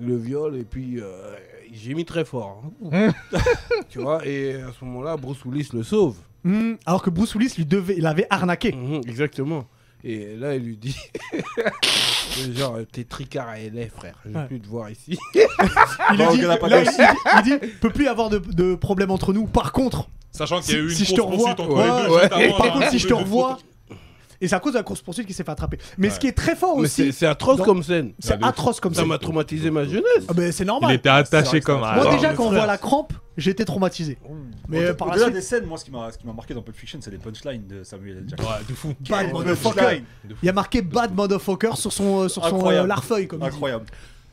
Speaker 5: Le viol, et puis euh, j'ai mis très fort. hein.
Speaker 4: Mm.
Speaker 5: tu vois, et à ce moment-là, Bruce Willis le sauve.
Speaker 1: Hmm, Alors que Bruce Willis lui devait, il avait arnaqué.
Speaker 5: Mhm, exactement. Et là, il lui dit Genre, euh, t'es tricard à LA, frère. Je veux
Speaker 1: Ouais.
Speaker 5: plus te voir ici.
Speaker 4: Ah,
Speaker 1: Il lui
Speaker 2: Bah,
Speaker 1: dit,
Speaker 2: ok, on a pas
Speaker 1: là, il,
Speaker 2: compris.
Speaker 1: il dit, il dit, peut plus y avoir de, de problème entre nous. Par contre,
Speaker 4: Sachant qu'il y a eu une
Speaker 1: Si- si je te
Speaker 4: grosse
Speaker 1: revois-
Speaker 4: poursuite entre
Speaker 5: Ouais,
Speaker 4: les deux.
Speaker 5: ouais.
Speaker 4: juste avant,
Speaker 1: par
Speaker 4: hein,
Speaker 1: contre, si je te
Speaker 4: de- de-
Speaker 1: revois, Et c'est à cause de la course poursuite qu'il s'est fait attraper. Mais
Speaker 4: Ouais.
Speaker 1: ce qui est très fort
Speaker 5: Mais
Speaker 1: aussi,
Speaker 5: c'est c'est atroce
Speaker 1: Dans-
Speaker 5: comme scène.
Speaker 1: c'est atroce comme ça.
Speaker 5: Ça m'a traumatisé ma jeunesse.
Speaker 1: Ah, mais c'est
Speaker 4: Il
Speaker 1: normal.
Speaker 4: était attaché comme un.
Speaker 1: Moi
Speaker 5: Alors,
Speaker 1: déjà
Speaker 5: le
Speaker 1: quand on
Speaker 5: frère.
Speaker 1: voit la crampe, j'étais traumatisé.
Speaker 4: Oh,
Speaker 1: Mais euh, par la
Speaker 2: Au-delà
Speaker 1: suite,
Speaker 2: des scènes, moi, ce qui m'a ce qui m'a marqué dans Pulp Fiction, c'est les punchlines de Samuel L. Jackson.
Speaker 4: Ouais, de fou.
Speaker 1: bad
Speaker 2: Quel
Speaker 1: motherfucker.
Speaker 2: Oh, punchline.
Speaker 1: Il y a marqué bad motherfucker sur son euh, sur son
Speaker 2: Incroyable.
Speaker 1: euh, larfeuille comme il dit.
Speaker 2: Incroyable.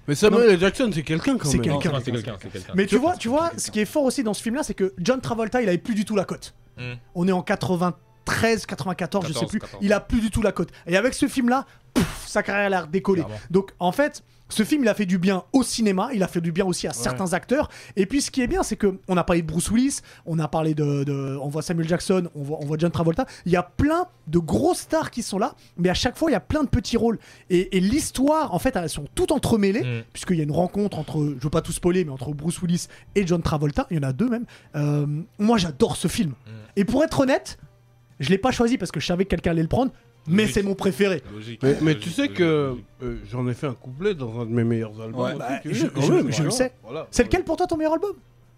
Speaker 5: Mais Samuel L. Jackson, c'est quelqu'un quand
Speaker 1: C'est
Speaker 5: même.
Speaker 1: quelqu'un.
Speaker 4: Non, C'est quelqu'un, c'est quelqu'un.
Speaker 1: Mais tu vois, tu vois, ce qui est fort aussi dans ce film-là, c'est que John Travolta, il avait plus du tout la cote.
Speaker 4: Mm.
Speaker 1: On est en 93, 94, je sais
Speaker 4: 14,
Speaker 1: plus.
Speaker 4: 14.
Speaker 1: Il a plus du tout la cote. Et avec ce film-là, pouf, sa carrière elle a décollé.
Speaker 4: Clairement.
Speaker 1: Donc en fait, ce film, il a fait du bien au cinéma, il a fait du bien aussi à certains acteurs. Et puis ce qui est bien, c'est que on a parlé de Bruce Willis, on a parlé de, de- on voit Samuel Jackson, on voit, on voit John Travolta. Il y a plein de grosses stars qui sont là, mais à chaque fois, il y a plein de petits rôles. Et, et l'histoire, en fait, elles sont toutes entremêlées
Speaker 4: Mm.
Speaker 1: puisqu'il y a une rencontre entre, je veux pas tout spoiler, mais entre Bruce Willis et John Travolta, il y en a deux même. Euh, moi, j'adore ce film.
Speaker 4: Mm.
Speaker 1: Et pour être honnête, je l'ai pas choisi parce que je savais que quelqu'un allait le prendre, mais
Speaker 4: Oui.
Speaker 1: c'est mon préféré.
Speaker 4: Logique.
Speaker 5: Mais, mais
Speaker 4: logique,
Speaker 5: tu sais
Speaker 4: logique,
Speaker 5: que
Speaker 4: logique.
Speaker 5: euh, j'en ai fait un couplet dans un de mes meilleurs albums.
Speaker 2: Ouais,
Speaker 5: aussi,
Speaker 1: bah,
Speaker 5: tu
Speaker 1: je-
Speaker 5: sais, quand
Speaker 1: je-
Speaker 5: même,
Speaker 1: je le
Speaker 5: voilà.
Speaker 1: sais.
Speaker 5: Voilà.
Speaker 1: C'est lequel pour toi ton meilleur album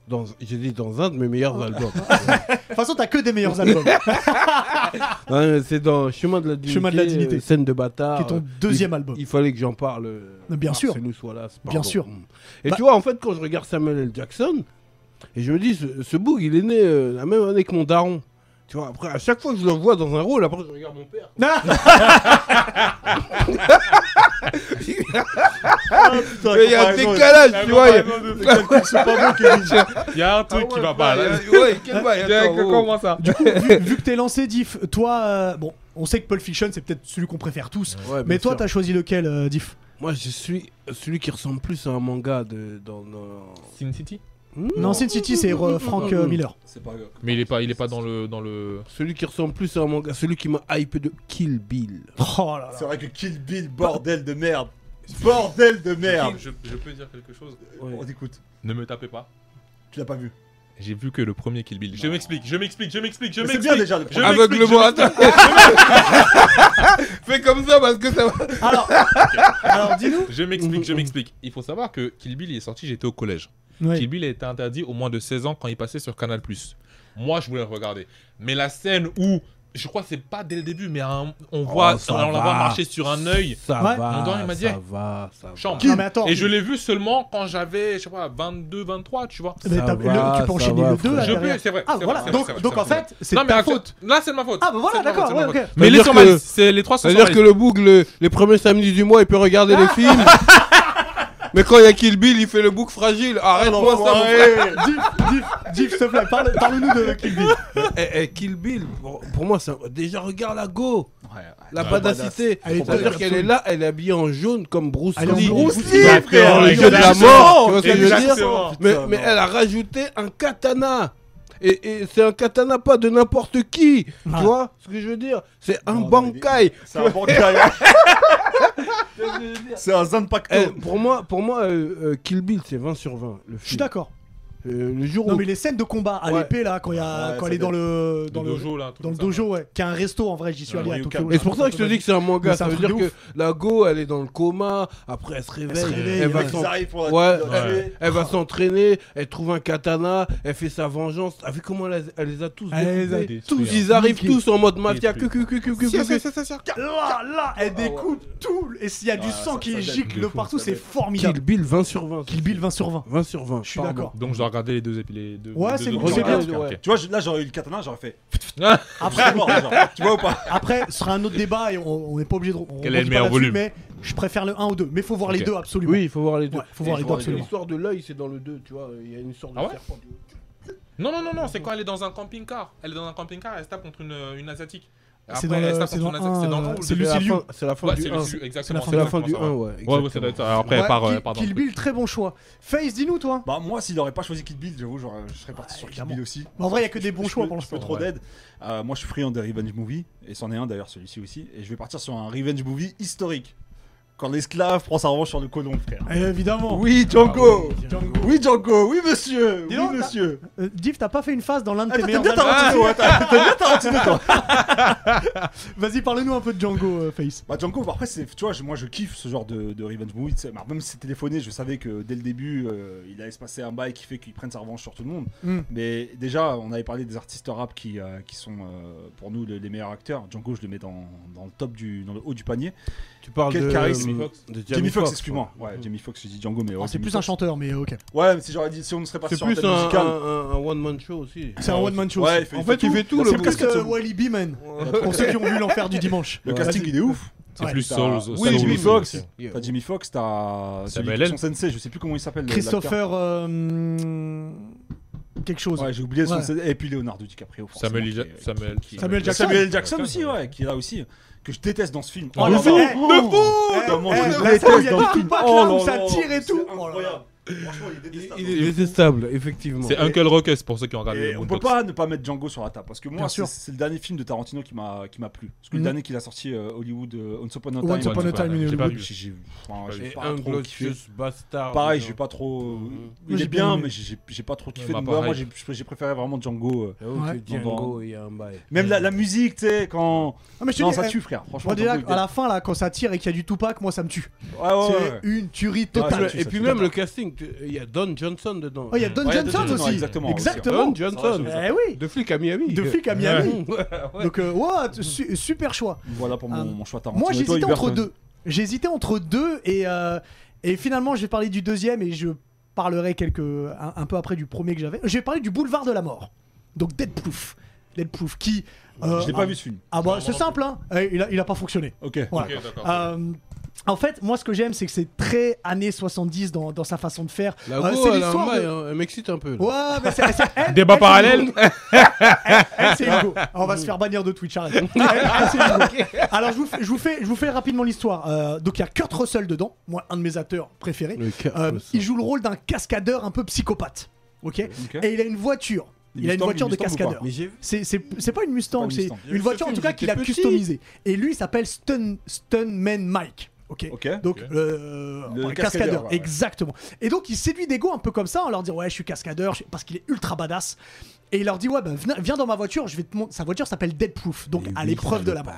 Speaker 5: Dans- J'ai dit dans un de mes meilleurs albums.
Speaker 1: De toute façon, t'as que des
Speaker 5: Ah
Speaker 1: meilleurs albums.
Speaker 5: Hein, c'est dans Chemin de la dignité.
Speaker 1: Chemin de la dignité.
Speaker 5: euh, Scène de bâtard.
Speaker 1: Qui est ton
Speaker 5: euh,
Speaker 1: deuxième
Speaker 5: il-
Speaker 1: album.
Speaker 5: Il fallait que j'en parle. euh,
Speaker 1: Mais bien sûr.
Speaker 5: Marcellus Wallace,
Speaker 1: Bien
Speaker 5: pardon.
Speaker 1: sûr.
Speaker 5: Et
Speaker 1: Bah-
Speaker 5: tu vois, en fait, quand je regarde Samuel L. Jackson, et je me dis, ce, ce boug, il est né euh, la même année que mon daron. Tu vois, après, à chaque fois que je le vois dans un rôle, après, je regarde mon père.
Speaker 2: Ah,
Speaker 5: Mais Ah, il y a un décalage, tu vois. il y a-
Speaker 4: Il y a un truc qui va pas là.
Speaker 5: Ah Ouais, quel bail,
Speaker 4: Il y a-
Speaker 5: attends, oh.
Speaker 4: Comment ça
Speaker 1: du coup, vu, vu que t'es lancé, Diff, toi, euh, bon, on sait que Pulp Fiction, c'est peut-être celui qu'on préfère tous.
Speaker 5: Ouais,
Speaker 1: mais
Speaker 5: bien
Speaker 1: toi,
Speaker 5: sûr.
Speaker 1: t'as choisi lequel, euh, Diff
Speaker 5: Moi, je suis celui qui ressemble plus à un manga de dans. dans-
Speaker 4: Sin City
Speaker 1: Non, Sin City, c'est euh, Frank euh, Miller.
Speaker 2: C'est pas grave.
Speaker 4: Mais il est pas, il est pas dans le, dans le.
Speaker 5: Celui qui ressemble plus à un manga, celui qui m'a hypé de Kill Bill.
Speaker 1: Oh là là.
Speaker 2: C'est vrai que Kill Bill, bordel de merde. Bordel de merde.
Speaker 4: Je, je peux dire quelque chose.
Speaker 2: On écoute.
Speaker 4: Ne me tapez pas.
Speaker 2: Tu l'as pas vu.
Speaker 4: J'ai vu que le premier Kill Bill. Je m'explique, je m'explique, je m'explique, je
Speaker 2: Mais
Speaker 4: m'explique.
Speaker 2: C'est bien déjà le
Speaker 4: Je
Speaker 2: premier.
Speaker 4: m'explique, je
Speaker 5: Aveugle-moi,
Speaker 4: m'explique.
Speaker 5: Fais comme ça parce que ça va.
Speaker 1: Alors, alors dis-nous.
Speaker 4: Je m'explique, je m'explique. Il faut savoir que Kill Bill il est sorti, j'étais au collège.
Speaker 1: Ouais.
Speaker 4: Kill Bill a été interdit au moins de 16 ans quand il passait sur Canal+. Moi, je voulais le regarder. Mais la scène où, je crois que c'est pas dès le début, mais un-
Speaker 1: Oh,
Speaker 4: on voit,
Speaker 5: ça
Speaker 4: on la
Speaker 5: va.
Speaker 4: voit marcher sur un œil.
Speaker 5: Ça
Speaker 1: Ouais.
Speaker 5: va.
Speaker 4: Mon doigt, il m'a dit,
Speaker 5: Ça va, ça va.
Speaker 4: Chambre.
Speaker 1: Non, mais attends.
Speaker 4: Et je l'ai vu seulement quand j'avais, je sais pas, 22, 23, tu vois.
Speaker 1: Mais
Speaker 5: Ça
Speaker 1: Eh ben, t'as-
Speaker 5: va,
Speaker 1: le- tu
Speaker 5: ça
Speaker 1: peux enchaîner
Speaker 5: va,
Speaker 1: le 2
Speaker 5: frère.
Speaker 1: à
Speaker 4: Je
Speaker 1: derrière.
Speaker 4: peux, c'est vrai.
Speaker 1: Ah
Speaker 4: c'est
Speaker 1: voilà,
Speaker 4: vrai, c'est
Speaker 1: donc,
Speaker 4: vrai, c'est
Speaker 1: donc
Speaker 4: vrai,
Speaker 1: en
Speaker 4: c'est vrai.
Speaker 1: fait, c'est
Speaker 4: Non, mais
Speaker 1: ta
Speaker 4: à-
Speaker 1: faute.
Speaker 4: Là, c'est de ma faute.
Speaker 1: Ah bah voilà,
Speaker 4: C'est de ma
Speaker 1: d'accord,
Speaker 4: faute, c'est de ma
Speaker 1: ouais,
Speaker 4: faute.
Speaker 1: ok.
Speaker 4: Mais les
Speaker 5: C'est-à-dire
Speaker 4: 100
Speaker 5: que-
Speaker 4: balles, c'est les 300
Speaker 5: C'est-à-dire que le boug, le- les premiers samedis du mois, il peut regarder les films. Mais quand il y a Kill Bill, il fait le boug fragile. Arrête-moi ça, mon frère.
Speaker 1: Diff, Diff, Diff, s'il te plaît, parle- parle-nous de Kill Bill.
Speaker 5: Eh, eh, Kill Bill, pour, pour moi, c'est un- déjà regarde la go, la
Speaker 2: Ouais,
Speaker 5: padacité.
Speaker 1: Elle est
Speaker 5: C'est-à-dire
Speaker 1: top.
Speaker 5: qu'elle est là, elle est habillée en jaune comme Bruce
Speaker 1: Elle est en
Speaker 5: Lee.
Speaker 1: Bruce Lee,
Speaker 5: Bah, frère,
Speaker 4: frère,
Speaker 5: le jeu de la
Speaker 4: exactement,
Speaker 5: mort, tu vois ce que je veux dire
Speaker 4: exactement.
Speaker 5: Mais,
Speaker 2: Putain,
Speaker 5: mais
Speaker 4: euh,
Speaker 2: non.
Speaker 5: elle a rajouté un katana. Et, et c'est un katana pas de n'importe qui.
Speaker 1: Ah.
Speaker 5: Tu vois ce que je veux dire C'est un
Speaker 2: Non, non,
Speaker 5: bankai.
Speaker 2: C'est un bancaire. C'est un Zanpacto.
Speaker 5: Eh, pour moi, pour moi euh, euh, Kill Bill, c'est 20 sur 20. Le,
Speaker 1: Je suis
Speaker 5: film.
Speaker 1: d'accord.
Speaker 5: Euh, le jour
Speaker 1: Non
Speaker 5: où
Speaker 1: mais les scènes de combat à
Speaker 5: Ouais.
Speaker 1: l'épée là, quand, il y a,
Speaker 2: Ouais,
Speaker 1: quand
Speaker 2: ça
Speaker 1: elle est dans le,
Speaker 4: Dans
Speaker 1: dans
Speaker 4: le dojo, là. un truc
Speaker 1: dans le
Speaker 4: comme ça.
Speaker 1: dojo, ouais, qui a un resto en vrai, j'y suis
Speaker 2: Ouais,
Speaker 1: allé à
Speaker 2: Ryokan.
Speaker 1: Tokyo.
Speaker 5: Et c'est pour ça que je te dis que c'est un manga.
Speaker 1: Mais c'est
Speaker 5: Ça
Speaker 1: un
Speaker 5: veut
Speaker 1: truc
Speaker 5: dire
Speaker 1: de
Speaker 5: que la Go, elle est dans le coma. Après, elle se réveille.
Speaker 1: se réveille,
Speaker 5: elle,
Speaker 1: ouais.
Speaker 5: va
Speaker 2: Ils
Speaker 5: s'en-
Speaker 2: arrivent pour la
Speaker 5: Ouais,
Speaker 2: pour la
Speaker 5: elle,
Speaker 2: tuer.
Speaker 5: elle va
Speaker 1: Ah.
Speaker 5: s'entraîner, elle trouve un katana, elle fait sa vengeance. T'as vu comment elle, elle les a tous
Speaker 1: Elle les a
Speaker 5: découpés
Speaker 4: tous
Speaker 5: Ils arrivent
Speaker 1: niqués.
Speaker 5: tous en mode mafia.
Speaker 4: Détruits.
Speaker 5: cu, cu, cu, cu, cu, cu.
Speaker 1: Là, là, elle
Speaker 2: Ah ouais.
Speaker 1: découpe tout Et s'il y a du
Speaker 2: Ouais,
Speaker 1: sang
Speaker 2: ça-
Speaker 1: qui
Speaker 2: ça
Speaker 1: gicle
Speaker 4: date
Speaker 1: de
Speaker 4: de
Speaker 1: partout,
Speaker 2: fou, ça
Speaker 1: c'est
Speaker 2: date.
Speaker 1: formidable.
Speaker 5: Kill Bill 20 sur 20.
Speaker 1: Kill Bill 20 sur 20.
Speaker 5: 20 sur 20.
Speaker 1: Je suis
Speaker 5: pardon.
Speaker 1: d'accord.
Speaker 4: Donc je dois regarder les deux épi- les deux.
Speaker 1: Ouais,
Speaker 4: les
Speaker 1: c'est
Speaker 4: deux
Speaker 1: bon,
Speaker 4: autres
Speaker 1: c'est bien.
Speaker 4: épisodes, ok.
Speaker 2: Tu vois, je- là j'aurais eu le katana, j'aurais fait.
Speaker 4: Ah,
Speaker 1: Après,
Speaker 2: Mort, genre. Tu vois ou pas
Speaker 1: après, ce sera un autre débat et on on n'est pas obligé de. on
Speaker 4: Quel
Speaker 1: rebondit
Speaker 4: est le
Speaker 1: pas
Speaker 4: meilleur
Speaker 1: là-dessus,
Speaker 4: volume
Speaker 1: Mais je préfère le 1 ou 2. Mais faut voir les
Speaker 4: Ok.
Speaker 1: deux absolument.
Speaker 5: Oui, il faut voir les deux.
Speaker 1: Ouais, faut voir
Speaker 2: Et
Speaker 1: les deux
Speaker 2: faut voir les deux.
Speaker 1: absolument.
Speaker 5: L'histoire de l'œil, c'est dans le 2, tu vois. Il y a une histoire de
Speaker 4: Ah ouais
Speaker 5: serpent.
Speaker 4: Non, non, non, non, c'est quand elle est dans un camping-car. Elle est dans un camping-car, elle se tape contre une, une asiatique.
Speaker 1: C'est
Speaker 4: Après,
Speaker 1: dans le-
Speaker 4: elle se tape
Speaker 1: c'est
Speaker 4: contre une
Speaker 1: dans
Speaker 4: asiatique. C'est dans
Speaker 1: un,
Speaker 4: le
Speaker 1: euh,
Speaker 4: couple.
Speaker 1: c'est
Speaker 5: C'est la
Speaker 1: Lucille
Speaker 5: fin- C'est la fin
Speaker 4: Ouais,
Speaker 5: du
Speaker 4: c'est
Speaker 5: 1.
Speaker 4: le- exactement.
Speaker 5: C'est la fin
Speaker 4: exactement
Speaker 5: du
Speaker 4: ça,
Speaker 5: 1, ouais.
Speaker 4: Ouais, ouais,
Speaker 5: exactement.
Speaker 4: c'est d'accord. Alors Après,
Speaker 1: Ouais,
Speaker 4: par.
Speaker 1: Kill-
Speaker 4: euh, pardon.
Speaker 1: Kill Bill, très bon choix. Face, dis-nous toi.
Speaker 2: Bah moi s'il aurait pas choisi Kid Bill, j'avoue, j'aurais- je serais parti
Speaker 1: Ouais,
Speaker 2: sur Kid
Speaker 1: évidemment.
Speaker 2: Bill aussi.
Speaker 1: Mais en vrai, il y a que des
Speaker 2: Je-
Speaker 1: bons
Speaker 2: je
Speaker 1: choix
Speaker 2: peux-
Speaker 1: pour
Speaker 2: Je peux
Speaker 1: l'instant.
Speaker 2: trop
Speaker 4: Ouais.
Speaker 2: dead. Euh, moi je suis friand des revenge movie et c'en est un d'ailleurs celui-ci aussi et je vais partir sur un revenge movie historique. Quand l'esclave prend sa revanche sur le colon, frère.
Speaker 1: Eh, Évidemment.
Speaker 2: Oui,
Speaker 5: Ah,
Speaker 2: Django
Speaker 1: Ah, Django.
Speaker 2: Oui, Django Oui, monsieur
Speaker 1: Dis
Speaker 2: Oui,
Speaker 1: donc,
Speaker 2: monsieur
Speaker 1: Euh, Div, t'as pas fait une phase dans l'un de
Speaker 2: Ah,
Speaker 1: tes
Speaker 2: T'aimes
Speaker 1: meilleurs
Speaker 2: bien
Speaker 1: albums.
Speaker 2: Tarantino, hein, t'as- t'aimes bien Tarantino, toi
Speaker 1: Vas-y, parle-nous un peu de Django euh, Face.
Speaker 2: Bah Django, bah, après, c'est, tu vois, je- moi je kiffe ce genre de, de revenge movie. tu sais. Bah, même si c'est téléphoné, je savais que dès le début, euh, il allait se passer un bail qui fait qu'il prenne sa revanche sur tout le monde.
Speaker 1: Mm.
Speaker 2: Mais déjà, on avait parlé des artistes rap qui, euh, qui sont euh, pour nous le- les meilleurs acteurs. Django, je le mets dans, dans le top du, dans le haut du panier.
Speaker 5: Tu parles
Speaker 2: Quel
Speaker 5: de.
Speaker 2: charisme.
Speaker 5: euh,
Speaker 4: Foxx.
Speaker 5: de
Speaker 2: Jamie Foxx,
Speaker 5: Foxx,
Speaker 2: excuse-moi. Ouais, Jamie Foxx, je dis Django, mais ouais,
Speaker 1: Alors, Ah, C'est
Speaker 2: Jamie
Speaker 1: plus un
Speaker 2: Foxx.
Speaker 1: chanteur, mais ok.
Speaker 2: Ouais, mais si j'aurais dit, si on ne serait pas
Speaker 5: C'est
Speaker 2: sur un
Speaker 5: plus
Speaker 2: thème
Speaker 5: un,
Speaker 2: musical.
Speaker 5: one man show aussi.
Speaker 1: C'est un one-man show.
Speaker 2: Ah, Ouais,
Speaker 1: ça.
Speaker 2: il fait-
Speaker 5: En
Speaker 2: il
Speaker 5: fait,
Speaker 2: tout.
Speaker 5: il fait tout
Speaker 2: C'est
Speaker 5: le
Speaker 2: le
Speaker 5: bout.
Speaker 1: Presque
Speaker 2: casque
Speaker 1: euh, Wally Beeman. Pour ceux qui ont vu l'enfer du dimanche.
Speaker 2: Le
Speaker 1: Ouais.
Speaker 2: casting, il est ouf.
Speaker 4: C'est
Speaker 1: Ouais.
Speaker 4: plus Souls.
Speaker 2: Oui,
Speaker 4: Souls,
Speaker 2: Jimmy
Speaker 4: oui,
Speaker 2: Foxx.
Speaker 4: aussi.
Speaker 5: Yeah.
Speaker 2: T'as Jimmy Fox, t'as celui
Speaker 4: Samuel
Speaker 2: qui est
Speaker 4: L.
Speaker 2: son sensei, je sais plus comment il s'appelle. le-
Speaker 1: Christopher. euh, hum, Quelque chose.
Speaker 2: l'acteur. Ouais, j'ai oublié son
Speaker 1: Ouais.
Speaker 2: sensei. Et puis Leonardo DiCaprio. forcément,
Speaker 4: Samuel
Speaker 2: qui-
Speaker 4: Ja-
Speaker 2: qui-
Speaker 4: Samuel-
Speaker 2: qui-
Speaker 1: Samuel Jackson.
Speaker 2: Samuel Jackson aussi, ouais, qui est là aussi. Que je déteste dans ce film.
Speaker 4: Oh,
Speaker 2: là
Speaker 1: le
Speaker 2: là.
Speaker 1: fou
Speaker 2: Le fou
Speaker 1: Eh,
Speaker 2: Comment
Speaker 1: eh,
Speaker 2: je
Speaker 1: le fou,
Speaker 2: déteste
Speaker 1: il y a
Speaker 2: dans
Speaker 1: des
Speaker 2: le film.
Speaker 1: coups de bac, Oh, là, où ça tire et
Speaker 2: c'est
Speaker 1: tout.
Speaker 2: Incroyable. Oh Franchement, il est détestable.
Speaker 5: Il est détestable, effectivement.
Speaker 4: C'est Uncle Ruckus pour ceux qui ont regardé
Speaker 2: Et
Speaker 4: le
Speaker 2: on peut
Speaker 4: Boondocks.
Speaker 2: pas ne pas mettre Django sur la table parce que
Speaker 1: Bien
Speaker 2: moi c'est
Speaker 1: sûr.
Speaker 2: c'est le dernier film de Tarantino qui m'a qui m'a plu parce que
Speaker 1: Mhm.
Speaker 2: le dernier qu'il a sorti euh, Hollywood euh, Once Upon a Time
Speaker 1: Once Upon a
Speaker 2: ouais,
Speaker 1: Time in
Speaker 4: J'ai pas
Speaker 1: Hollywood.
Speaker 4: vu.
Speaker 2: j'ai- j'ai- enfin, j'ai
Speaker 5: Et
Speaker 2: pas
Speaker 5: un
Speaker 2: trop kiffé.
Speaker 5: glorious bastard.
Speaker 2: Pareil,
Speaker 5: genre.
Speaker 2: j'ai pas trop. euh,
Speaker 5: Mhm.
Speaker 1: Mm. Moi,
Speaker 2: Il
Speaker 1: j'ai
Speaker 2: est
Speaker 1: bien
Speaker 2: bien,
Speaker 1: aimé.
Speaker 2: mais j'ai- j'ai j'ai pas trop kiffé.
Speaker 4: m'a
Speaker 2: donc
Speaker 4: pas
Speaker 2: voilà, moi,
Speaker 4: hype.
Speaker 2: j'ai j'ai préféré vraiment Django. euh.
Speaker 5: J'avoue que
Speaker 1: Ouais.
Speaker 5: Django, il y a un bail.
Speaker 2: Même la, la musique, tu sais, quand.
Speaker 1: Ah, mais je te
Speaker 2: Non,
Speaker 1: dis,
Speaker 2: ça
Speaker 1: eh,
Speaker 2: tue, frère. Franchement,
Speaker 1: Moi déjà
Speaker 2: Django, il
Speaker 1: à la fin là quand ça tire et qu'il y a du Tupac moi ça me tue.
Speaker 2: est- Ouais, ouais, Oh, ouais.
Speaker 1: c'est une tuerie
Speaker 5: Et
Speaker 2: Ah,
Speaker 5: puis,
Speaker 1: totale.
Speaker 2: ça tue,
Speaker 5: et
Speaker 2: ça
Speaker 5: puis
Speaker 2: tue.
Speaker 5: même le casting, tu- il y a Don Johnson dedans.
Speaker 1: Oh il y a Don
Speaker 2: Ouais, il y a Don
Speaker 1: Johnson
Speaker 2: Johnson,
Speaker 1: aussi.
Speaker 2: exactement,
Speaker 1: Exactement.
Speaker 5: Don Johnson.
Speaker 1: Eh oui.
Speaker 5: De flic à Miami.
Speaker 1: De flic à Miami.
Speaker 5: Ouais.
Speaker 1: Donc euh, wow, su- super choix.
Speaker 2: Voilà pour mon,
Speaker 1: Euh,
Speaker 2: mon choix Tarantino.
Speaker 1: Moi
Speaker 2: Et toi,
Speaker 1: j'hésitais
Speaker 2: Hubert,
Speaker 1: entre
Speaker 2: euh,
Speaker 1: deux. J'hésitais entre deux et euh, et finalement je vais parler du deuxième et je parlerai quelques un, un peu après du premier que j'avais. Je vais parler du Boulevard de la Mort. Donc Deadproof. Deadproof qui euh,
Speaker 2: Je l'ai
Speaker 1: ah-
Speaker 2: pas vu ce film.
Speaker 1: Ah bah c'est simple hein. Eh, Il a, il a pas fonctionné.
Speaker 2: Ah, Ok.
Speaker 1: Voilà.
Speaker 4: Ok, d'accord.
Speaker 1: Euh, en fait, moi, ce que j'aime, c'est que c'est très années 70 dans, dans sa façon de faire.
Speaker 5: La
Speaker 1: Euh,
Speaker 5: go,
Speaker 1: c'est
Speaker 5: elle, a un
Speaker 1: l'histoire
Speaker 5: bail,
Speaker 1: de... Oh,
Speaker 5: hein, elle m'excite un peu. là.
Speaker 1: Ouais, mais c'est- c'est- elle-
Speaker 4: Débat
Speaker 1: elle, c'est
Speaker 4: parallèle
Speaker 1: Hugo. Elle, c'est Hugo. Ah, On va se faire bannir de Twitch, arrête. Elle, elle, c'est Hugo. Alors, je vous, fais, je, vous fais, je vous fais rapidement l'histoire. Euh, donc, il y a Kurt Russell dedans, moi, un de mes acteurs préférés.
Speaker 5: Le ca-
Speaker 1: Euh,
Speaker 5: le
Speaker 1: il
Speaker 5: sang.
Speaker 1: joue le rôle d'un cascadeur un peu psychopathe. Ok Et il a une voiture. Il, a une
Speaker 2: Mustang,
Speaker 1: voiture de
Speaker 2: Mustang ou pas
Speaker 1: cascadeur.
Speaker 5: Mais j'ai
Speaker 1: C'est- C'est c'est pas une Mustang,
Speaker 2: Pas une
Speaker 1: c'est
Speaker 2: Mustang.
Speaker 1: une, voiture en tout cas qu'il a
Speaker 5: Petit.
Speaker 1: customisée. Et lui, il s'appelle Stun, Stunman Mike. Ok.
Speaker 2: Ok.
Speaker 1: Donc,
Speaker 4: Ok.
Speaker 1: euh,
Speaker 2: Le
Speaker 1: ouais, cascadeur,
Speaker 2: cascadeur, ouais, ouais.
Speaker 1: exactement. Et donc, il séduit des gars un peu comme ça en leur disant Ouais, je suis cascadeur, je- parce qu'il est ultra badass. Et il leur dit Ouais, ben, viens, viens dans ma voiture, je vais te montrer. Sa voiture s'appelle Deadproof, donc à l'épreuve de la mort.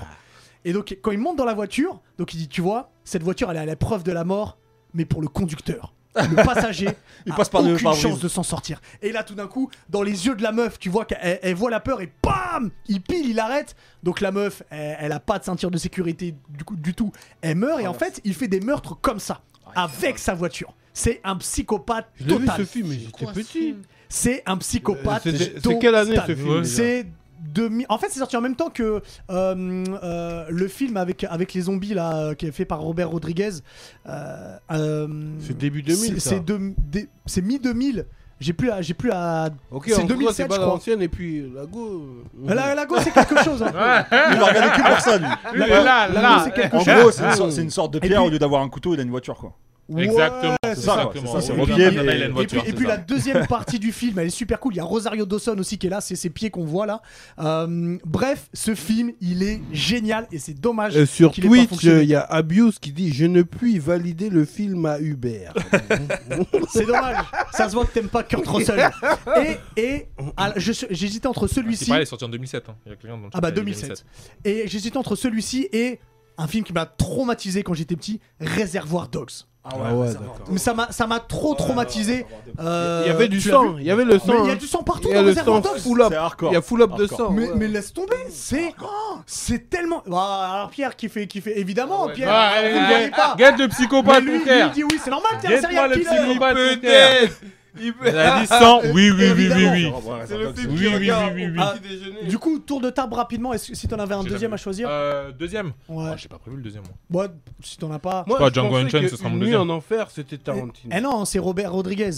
Speaker 1: Et donc, quand il monte dans la voiture, donc il dit Tu vois, cette voiture, elle est à l'épreuve de la mort, mais pour le conducteur. Le passager
Speaker 2: Il
Speaker 1: a
Speaker 2: passe par le
Speaker 1: aucune
Speaker 2: pare-brise.
Speaker 1: chance de s'en sortir. Et là, tout d'un coup, dans les yeux de la meuf, tu vois qu'elle elle voit la peur et bam Il pile, il arrête. Donc la meuf, elle, elle a pas de ceinture de sécurité du, coup, du tout. Elle meurt et
Speaker 2: Oh
Speaker 1: en fait, il fait des meurtres comme ça, avec sa voiture. C'est un psychopathe
Speaker 5: Je l'ai vu ce
Speaker 1: total.
Speaker 5: film, mais j'étais petit.
Speaker 1: C'est un psychopathe
Speaker 5: Euh,
Speaker 1: total.
Speaker 5: c'était- c'est quelle année, ce film, déjà
Speaker 1: C'est... demi- En fait, c'est sorti en même temps que euh, euh, le film avec, avec les zombies là, euh, qui est fait par Robert Rodriguez. Euh, euh,
Speaker 5: C'est début
Speaker 1: c'est-
Speaker 5: 2000. ça.
Speaker 1: C'est deux- des- c'est mi-2000. J'ai plus à. J'ai plus à...
Speaker 5: Ok,
Speaker 1: c'est
Speaker 5: en gros,
Speaker 1: 2007,
Speaker 5: c'est
Speaker 1: je
Speaker 5: pas
Speaker 1: crois.
Speaker 5: l'ancienne et puis la go. euh,
Speaker 1: La, la gauche, c'est quelque chose. hein.
Speaker 2: Il va regarder que pour ça, lui.
Speaker 4: Lui, là,
Speaker 1: la-
Speaker 4: là.
Speaker 1: c'est quelque
Speaker 2: En
Speaker 1: chose.
Speaker 2: gros, c'est une, sorte- c'est une sorte de
Speaker 1: Et
Speaker 2: pierre,
Speaker 1: puis-
Speaker 2: au lieu d'avoir un couteau, il a une voiture, quoi.
Speaker 1: Ouais,
Speaker 4: Exactement.
Speaker 1: c'est
Speaker 2: C'est
Speaker 1: ça.
Speaker 2: ça,
Speaker 4: exactement.
Speaker 2: quoi. C'est ça, c'est
Speaker 4: Robert
Speaker 2: oublié, mais-
Speaker 4: Downey, il a une
Speaker 2: Et
Speaker 1: Et puis,
Speaker 4: voiture,
Speaker 1: et
Speaker 4: c'est
Speaker 1: puis
Speaker 4: ça.
Speaker 1: la deuxième partie du film, elle est super cool. Il y a Rosario Dawson aussi qui est là, c'est ses pieds qu'on voit là. Euh, bref, ce film, il est génial et c'est dommage.
Speaker 5: euh, sur
Speaker 1: qu'il ait pas
Speaker 5: Twitch,
Speaker 1: fonctionné.
Speaker 5: il y a Abuse qui dit Je ne puis valider le film à Uber.
Speaker 1: C'est dommage. Ça se voit que t'aimes pas Kurt Russell. Et, et ah, je- j'hésitais entre
Speaker 4: C'est
Speaker 1: celui-ci.
Speaker 4: pareil, il est sorti en 2007. hein. Il y a quelqu'un dans le
Speaker 1: Ah bah
Speaker 4: chat qui a dit
Speaker 1: 2007. Et j'hésitais entre celui-ci et un film qui m'a traumatisé quand j'étais petit, Réservoir Dogs.
Speaker 5: Ah ouais, d'accord.
Speaker 1: Mais ça m'a ça m'a trop traumatisé. Euh,
Speaker 5: Il y avait du
Speaker 1: tu l'as vu Ah,
Speaker 5: sang, il y avait le
Speaker 1: Mais
Speaker 5: sang.
Speaker 1: il y a
Speaker 5: hein.
Speaker 1: du sang partout
Speaker 5: Il y a
Speaker 1: dans
Speaker 5: le
Speaker 1: Réservoir
Speaker 5: sang
Speaker 1: Dogs.
Speaker 5: full up.
Speaker 2: C'est hardcore.
Speaker 5: Il y a full up de
Speaker 2: Hardcore.
Speaker 5: sang.
Speaker 1: Mais,
Speaker 5: ouais.
Speaker 1: mais laisse tomber, c'est oh, c'est tellement. Ah, alors Pierre qui fait, qui fait évidemment Pierre.
Speaker 4: Ah,
Speaker 1: vous
Speaker 4: allez,
Speaker 1: le voyez
Speaker 4: guette
Speaker 1: pas.
Speaker 4: guette le
Speaker 1: Mais
Speaker 4: psychopathe,
Speaker 1: lui,
Speaker 4: mon
Speaker 1: lui, il
Speaker 4: frère.
Speaker 1: dit oui, c'est normal. T'es un
Speaker 4: Guette-moi
Speaker 1: serial
Speaker 4: le
Speaker 1: killer.
Speaker 4: psychopathe, mon frère. Il a dit 100. Oui, oui, oui, oui, oui.
Speaker 2: Ah, ouais,
Speaker 6: C'est le film
Speaker 4: Oui,
Speaker 6: qui
Speaker 4: oui,
Speaker 6: regarde
Speaker 4: oui,
Speaker 6: au
Speaker 4: oui,
Speaker 6: petit déjeuner.
Speaker 1: Du coup, tour de table rapidement. Est-ce que si t'en avais un
Speaker 4: J'ai
Speaker 1: deuxième
Speaker 4: jamais
Speaker 1: à choisir
Speaker 4: Euh, deuxième.
Speaker 1: Ouais.
Speaker 4: Ah, J'ai pas prévu le deuxième. moi.
Speaker 1: Bon, si t'en as pas.
Speaker 5: Moi,
Speaker 4: Pas
Speaker 5: je
Speaker 4: Django
Speaker 5: pensais
Speaker 4: Unchained,
Speaker 5: que
Speaker 4: ce sera mon
Speaker 5: Une nuit
Speaker 4: deuxième.
Speaker 5: en enfer, c'était Tarantino.
Speaker 1: Eh non, c'est Robert Rodriguez.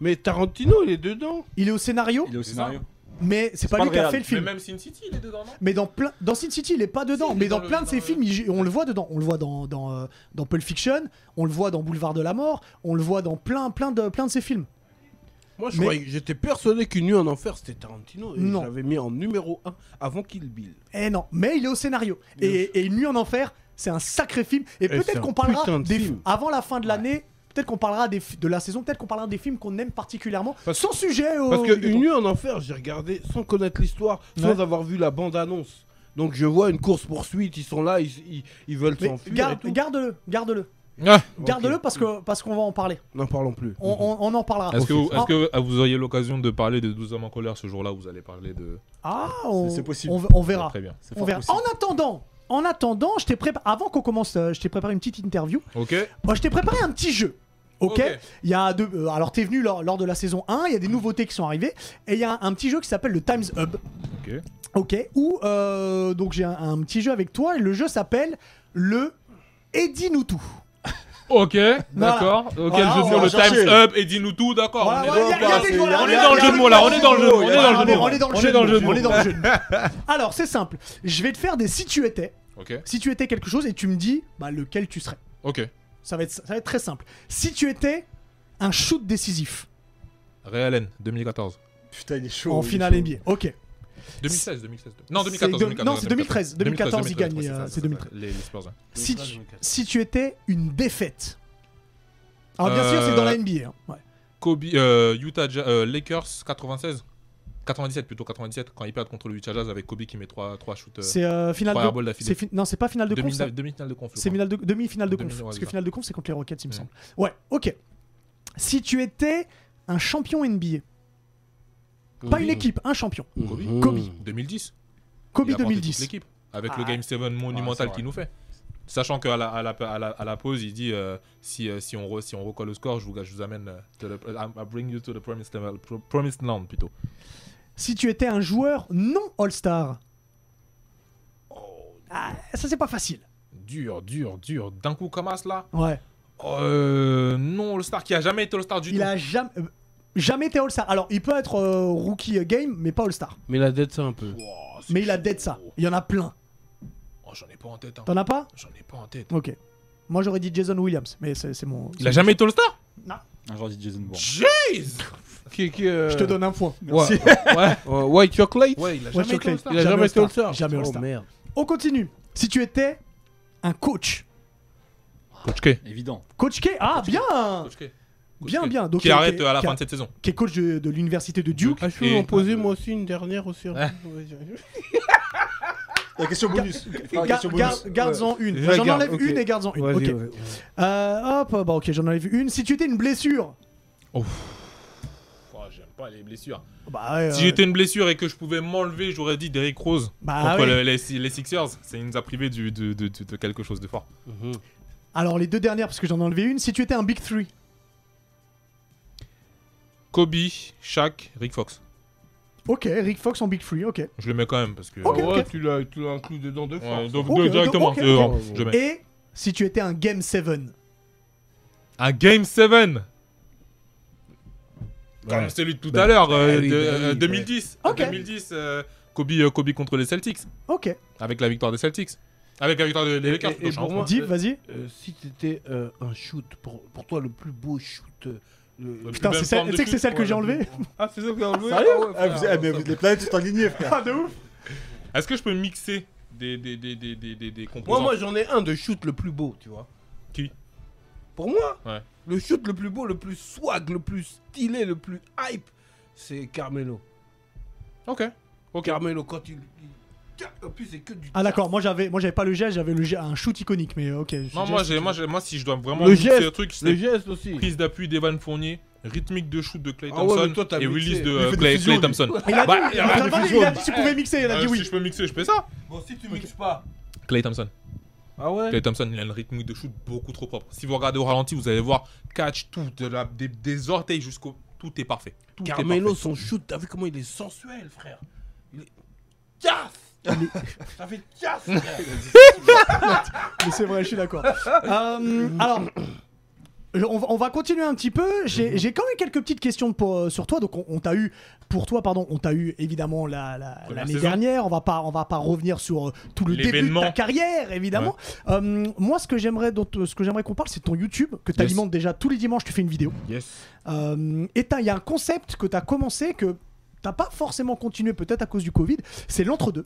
Speaker 5: Mais Tarantino, il est dedans.
Speaker 1: Il est au scénario,
Speaker 2: Il est au scénario.
Speaker 1: mais c'est pas
Speaker 2: pas
Speaker 1: lui
Speaker 2: le
Speaker 1: qui a
Speaker 2: réal.
Speaker 1: fait le
Speaker 4: Mais
Speaker 1: film.
Speaker 4: même Sin City, il est dedans, non
Speaker 1: Mais dans plein, dans Sin City, il est pas dedans.
Speaker 4: Si, il
Speaker 1: mais
Speaker 4: est
Speaker 1: dans,
Speaker 4: dans le-
Speaker 1: plein de ses
Speaker 4: dans le-
Speaker 1: films, il j- on le voit dedans. On le voit dans dans, euh, dans Pulp Fiction, on le voit dans Boulevard de la Mort, on le voit dans plein plein de plein de ses films.
Speaker 5: Moi, je
Speaker 1: Mais-
Speaker 5: croyais- j'étais persuadé qu'une nuit en enfer, c'était Tarantino. Et
Speaker 1: Non.
Speaker 5: je l'avais mis en numéro 1 avant Kill Bill.
Speaker 1: Eh non, mais il est au scénario.
Speaker 5: Il est
Speaker 1: Et, et Une nuit en enfer, C'est un sacré film. Et,
Speaker 5: c'est
Speaker 1: peut-être
Speaker 5: un
Speaker 1: qu'on parlera
Speaker 5: putain de
Speaker 1: des,
Speaker 5: film.
Speaker 1: avant la fin de l'année. Peut-être qu'on parlera des, fi- de la saison, peut-être qu'on parlera des films qu'on aime particulièrement,
Speaker 3: Parce-
Speaker 1: sans sujet. au-
Speaker 5: Parce que
Speaker 1: Hugues.
Speaker 5: Une nuit en enfer, j'ai regardé sans connaître l'histoire, sans
Speaker 1: Ouais.
Speaker 5: avoir vu la bande-annonce. Donc je vois une course-poursuite, ils sont là, ils, ils- ils veulent
Speaker 1: Mais
Speaker 5: s'enfuir.
Speaker 1: garde-
Speaker 5: et tout.
Speaker 1: garde-le, garde-le,
Speaker 4: Ah,
Speaker 1: garde-le parce que parce qu'on va en parler.
Speaker 5: N'en parlons plus.
Speaker 1: On,
Speaker 2: Mhm.
Speaker 1: on- on en parlera.
Speaker 4: Est-ce que, vous-
Speaker 1: Ah,
Speaker 4: est-ce que ah, vous auriez l'occasion de parler de 12 hommes en colère ce jour-là Vous allez parler de.
Speaker 1: ah, on,
Speaker 2: C'est possible.
Speaker 1: on- on verra.
Speaker 4: Très bien.
Speaker 2: C'est
Speaker 1: On
Speaker 2: fort
Speaker 1: verra.
Speaker 2: possible.
Speaker 1: En attendant, en attendant, je t'ai prépa- avant qu'on commence, euh, je t'ai préparé une petite interview.
Speaker 4: Ok
Speaker 1: Moi, je t'ai préparé un petit jeu. Ok,
Speaker 4: Ok. Mhm.
Speaker 1: il y a deux. euh, alors, t'es venu lors, lors de la saison 1, il y a des nouveautés qui sont arrivées, et il y a un, un petit jeu qui s'appelle le Times Hub.
Speaker 4: Ok.
Speaker 1: Ok, où euh, donc j'ai un, un petit jeu avec toi, et le jeu s'appelle le Eddie nous tout.
Speaker 4: Ok,
Speaker 1: Voilà.
Speaker 4: d'accord. Ok,
Speaker 1: Voilà,
Speaker 4: le jeu
Speaker 1: on
Speaker 4: de mots,
Speaker 1: va
Speaker 4: le
Speaker 2: chercher.
Speaker 4: Times Up et dis-nous tout, d'accord.
Speaker 1: Voilà,
Speaker 4: on,
Speaker 1: voilà,
Speaker 4: est
Speaker 1: y a- y a des- voilà,
Speaker 4: on
Speaker 1: y
Speaker 4: est
Speaker 1: a- y
Speaker 4: dans le
Speaker 1: a-
Speaker 4: jeu de mots là, on est dans le jeu de mots, on est dans le
Speaker 1: Voilà,
Speaker 4: jeu de mots.
Speaker 1: on est dans le
Speaker 4: On
Speaker 1: jeu
Speaker 4: est
Speaker 1: de
Speaker 4: dans le
Speaker 1: mots,
Speaker 4: jeu de
Speaker 1: on
Speaker 4: mots.
Speaker 1: est dans le jeu de mots. Alors, c'est simple. Je vais te faire des si tu étais.
Speaker 4: Ok,
Speaker 1: Si tu étais quelque chose et tu me dis bah, lequel tu serais.
Speaker 4: ok.
Speaker 1: Ça va, être, ça va être très simple. Si tu étais un shoot décisif
Speaker 4: Ray Allen, 2014.
Speaker 2: Putain, il est chaud.
Speaker 1: en
Speaker 2: il est
Speaker 1: finale
Speaker 2: chaud.
Speaker 1: NBA, ok.
Speaker 4: 2016, 2016. Non,
Speaker 1: C'est
Speaker 4: 2014.
Speaker 1: de- non, c'est 2013, 2014, il gagne,
Speaker 4: ouais,
Speaker 1: euh,
Speaker 4: ça,
Speaker 1: c'est
Speaker 4: ça,
Speaker 1: 2013.
Speaker 4: Les, les Spurs. ouais.
Speaker 1: Si tu, si tu étais une défaite. Alors, bien sûr,
Speaker 4: Euh,
Speaker 1: c'est dans la NBA. hein. Ouais.
Speaker 4: Kobe, euh, Utah, Ja- euh, Lakers, 96. 97 plutôt, 97, quand ils perdent contre le Utah Jazz avec Kobe qui met 3, 3 shoots. euh,
Speaker 1: C'est euh, finale
Speaker 4: Fire
Speaker 1: de.
Speaker 4: Ball
Speaker 1: c'est
Speaker 4: d'affilée.
Speaker 1: fi- non, c'est pas finale de conf. ça.
Speaker 4: Demi-finale demi-finale de conf. je
Speaker 1: C'est
Speaker 4: crois.
Speaker 1: finale de- demi-finale de conf.
Speaker 4: Demi- ouais,
Speaker 1: parce
Speaker 4: c'est
Speaker 1: que
Speaker 4: ça.
Speaker 1: finale de conf, c'est contre les Rockets, il me
Speaker 4: Ouais.
Speaker 1: semble. Ouais, ok. Si tu étais un champion NBA, pas
Speaker 4: Kobe.
Speaker 1: une équipe, un champion.
Speaker 5: Mhm.
Speaker 4: Kobe.
Speaker 1: Kobe.
Speaker 4: 2010.
Speaker 1: Mhm. Kobe
Speaker 4: Il a porté toute
Speaker 1: 2010.
Speaker 4: L'équipe, avec
Speaker 1: Ah.
Speaker 4: le Game 7
Speaker 2: c'est
Speaker 4: monumental
Speaker 2: vrai.
Speaker 4: qu'il nous fait. Sachant qu'à la, à la, à la, à la pause, il dit euh, si, euh, si, on re- si on recolle le score, je vous, je vous amène. euh, to the- I'm- I bring you to the promised, land- pro- promised land plutôt.
Speaker 1: Si tu étais un joueur non All-Star.
Speaker 4: Oh.
Speaker 1: Ah, ça, c'est pas facile.
Speaker 4: Dur, dur, dur. D'un coup comme ça, là.
Speaker 1: Ouais.
Speaker 4: Euh, non, le star qui a jamais été le star du
Speaker 1: Il
Speaker 4: tout.
Speaker 1: a jamais, euh, jamais été All-Star. Alors, il peut être euh, rookie euh, game, mais pas All-Star.
Speaker 5: Mais la dette, c'est un peu.
Speaker 4: Wow, c'est
Speaker 1: Mais il a
Speaker 4: chaud.
Speaker 1: dead ça. Il y en a plein.
Speaker 4: Oh, J'en ai pas en tête. hein.
Speaker 1: T'en as pas
Speaker 4: J'en ai pas en tête.
Speaker 1: Ok. Moi, j'aurais dit Jason Williams, mais c'est c'est mon.
Speaker 4: Il a jamais été le star
Speaker 2: Un joueur dit Jason Bourne.
Speaker 4: Jeez
Speaker 5: Qui, qui, euh,
Speaker 1: Je te donne un point.
Speaker 5: Ouais, ouais. Euh, White Chocolate
Speaker 4: Ouais, il a
Speaker 1: Ouais,
Speaker 4: jamais été
Speaker 1: Chocolate.
Speaker 4: le star.
Speaker 5: Il a
Speaker 1: Jamais
Speaker 5: jamais été
Speaker 1: All-Star.
Speaker 5: All-Star.
Speaker 1: Jamais All-Star.
Speaker 5: Oh merde.
Speaker 1: On continue. Si tu étais un coach.
Speaker 4: Coach K.
Speaker 2: Évident.
Speaker 1: Coach K, ah bien
Speaker 4: Coach K. Coach
Speaker 1: Bien,
Speaker 4: K.
Speaker 1: bien. Donc,
Speaker 4: Qui
Speaker 1: euh,
Speaker 4: arrête
Speaker 1: qui-
Speaker 4: euh, à la
Speaker 1: qui a-
Speaker 4: fin de cette saison.
Speaker 1: Qui est coach de, de l'université de Duke.
Speaker 5: Ah, je peux
Speaker 4: Et-
Speaker 5: en poser moi aussi une dernière aussi. hein.
Speaker 4: Ouais.
Speaker 2: La question bonus.
Speaker 4: Ah,
Speaker 2: Enfin, la
Speaker 1: Ga-
Speaker 2: question
Speaker 1: gar-
Speaker 2: bonus.
Speaker 1: garde-en une.
Speaker 5: Ouais,
Speaker 1: Enfin, J'en
Speaker 5: garde,
Speaker 1: enlève
Speaker 5: ok.
Speaker 1: une et garde-en une. Ok.
Speaker 5: Vas-y, ouais.
Speaker 1: Euh, hop, bah ok, j'en enlève une. Si tu étais une blessure.
Speaker 4: Oh, J'aime pas les blessures.
Speaker 1: Bah, ouais,
Speaker 4: Si
Speaker 1: euh,
Speaker 4: j'étais une blessure et que je pouvais m'enlever, j'aurais dit Derrick Rose
Speaker 1: bah,
Speaker 4: contre
Speaker 1: ouais.
Speaker 4: le- les, les Sixers. C'est il nous a privé du, de, de- de- de quelque chose de fort.
Speaker 5: Mhm.
Speaker 1: Alors les deux dernières, parce que j'en ai enlevé une. Si tu étais un Big Three.
Speaker 4: Kobe, Shaq, Rick Fox.
Speaker 1: Ok, Rick Fox en Big Three, ok.
Speaker 4: Je le mets quand même parce que.
Speaker 1: Ok,
Speaker 5: Ah ouais,
Speaker 1: ok.
Speaker 5: tu l'as tu l'as inclus dedans de
Speaker 4: Ouais,
Speaker 5: force.
Speaker 4: donc,
Speaker 1: Ok,
Speaker 4: de- directement.
Speaker 1: ok,
Speaker 4: euh,
Speaker 1: ok.
Speaker 4: non, je mets.
Speaker 1: Et si tu étais un Game 7.
Speaker 4: Un Game 7 Comme
Speaker 5: Ouais.
Speaker 4: celui de tout
Speaker 5: Bah,
Speaker 4: à l'heure, euh,
Speaker 5: oui,
Speaker 4: de-
Speaker 5: bah oui,
Speaker 4: euh,
Speaker 5: ouais.
Speaker 4: 2010.
Speaker 1: Ok.
Speaker 4: 2010, euh, Kobe, euh, Kobe contre les Celtics.
Speaker 1: Ok.
Speaker 4: Avec la victoire des Celtics. Avec la victoire des des
Speaker 5: Et-
Speaker 4: Lakers.
Speaker 5: et-
Speaker 4: plutôt,
Speaker 5: et
Speaker 4: je
Speaker 5: pour
Speaker 4: pense.
Speaker 5: moi-
Speaker 1: Dis, vas-y.
Speaker 5: Euh, si t'étais euh, un shoot, pour, pour toi le plus beau shoot. euh, le-
Speaker 4: Le plus
Speaker 1: Putain,
Speaker 4: belle
Speaker 1: c'est celle-
Speaker 4: forme de
Speaker 1: tu sais que c'est
Speaker 4: shoot,
Speaker 1: celle que
Speaker 4: ouais,
Speaker 1: j'ai
Speaker 4: la plus-
Speaker 1: enlevée
Speaker 5: Ah, c'est ça que t'as enlevé
Speaker 2: Ah, vous- eh, mais vous- les planètes sont alignées, frère.
Speaker 1: Ah, de ouf
Speaker 4: Est-ce que je peux mixer des, des, des, des, des, des, des
Speaker 5: Moi,
Speaker 4: composants
Speaker 5: moi j'en ai un de shoot le plus beau, tu vois.
Speaker 4: Qui
Speaker 5: Pour moi,
Speaker 4: Ouais.
Speaker 5: le shoot le plus beau, le plus swag, le plus stylé, le plus hype, c'est Carmelo.
Speaker 4: Ok. Ok.
Speaker 5: Carmelo, quand il. il- En plus, c'est que du.
Speaker 1: Ah, d'accord, moi j'avais moi j'avais pas le geste, j'avais le geste- un shoot iconique, mais ok. je
Speaker 4: Non,
Speaker 1: suggère-
Speaker 4: moi, j'ai, moi, j'ai- moi, si je dois vraiment
Speaker 5: Le
Speaker 4: mixer
Speaker 5: geste,
Speaker 4: le truc,
Speaker 5: Le
Speaker 4: c'est
Speaker 5: geste aussi.
Speaker 4: prise d'appui d'Evan Fournier, rythmique de shoot de Clay
Speaker 5: Ah ouais,
Speaker 4: Thompson
Speaker 5: mais toi, t'as
Speaker 4: et
Speaker 5: mixé.
Speaker 4: release de
Speaker 2: Il
Speaker 4: euh,
Speaker 2: fait des
Speaker 4: Clay,
Speaker 2: fusions,
Speaker 4: Clay
Speaker 2: lui.
Speaker 4: Thompson.
Speaker 1: Il a dit,
Speaker 4: Bah,
Speaker 1: il
Speaker 4: euh,
Speaker 1: a
Speaker 4: des
Speaker 1: pas dit-
Speaker 4: fusions.
Speaker 1: il a dit tu pouvais mixer, il a
Speaker 4: Euh,
Speaker 1: dit
Speaker 4: Si
Speaker 1: oui.
Speaker 4: je peux mixer, je fais ça.
Speaker 5: Bon, si tu mixes pas.
Speaker 4: Clay Thompson.
Speaker 5: Ah ouais
Speaker 4: Clay Thompson, il a une rythmique de shoot beaucoup trop propre. Si vous regardez au ralenti, vous allez voir catch tout, de la- des, des orteils jusqu'au. Tout est parfait. Tout est
Speaker 5: Carmelo,
Speaker 4: parfait.
Speaker 5: son shoot, t'as vu comment il est sensuel, frère Il est. Tiaf Ça fait tiaf frère.
Speaker 1: Mais c'est vrai, je suis d'accord. Euh, alors, je- on, va- on va continuer un petit peu. J'ai
Speaker 4: Mhm.
Speaker 1: j'ai quand même quelques petites questions pour, euh, sur toi. Donc, on, on t'a eu, pour toi, pardon, on t'a eu évidemment la- la-
Speaker 4: Première
Speaker 1: l'année
Speaker 4: saison.
Speaker 1: dernière. On va pas, on va pas revenir sur euh, tout le début de
Speaker 4: L'événement.
Speaker 1: ta carrière, évidemment. Euh, moi, ce que j'aimerais, dont- euh, ce que j'aimerais qu'on parle, c'est de ton YouTube que tu alimentes déjà tous les dimanches. Tu fais une vidéo.
Speaker 4: Yes.
Speaker 1: Euh, et t'as- il y a un concept que tu as commencé que t'as pas forcément continué, peut-être à cause du Covid. C'est l'entre-deux.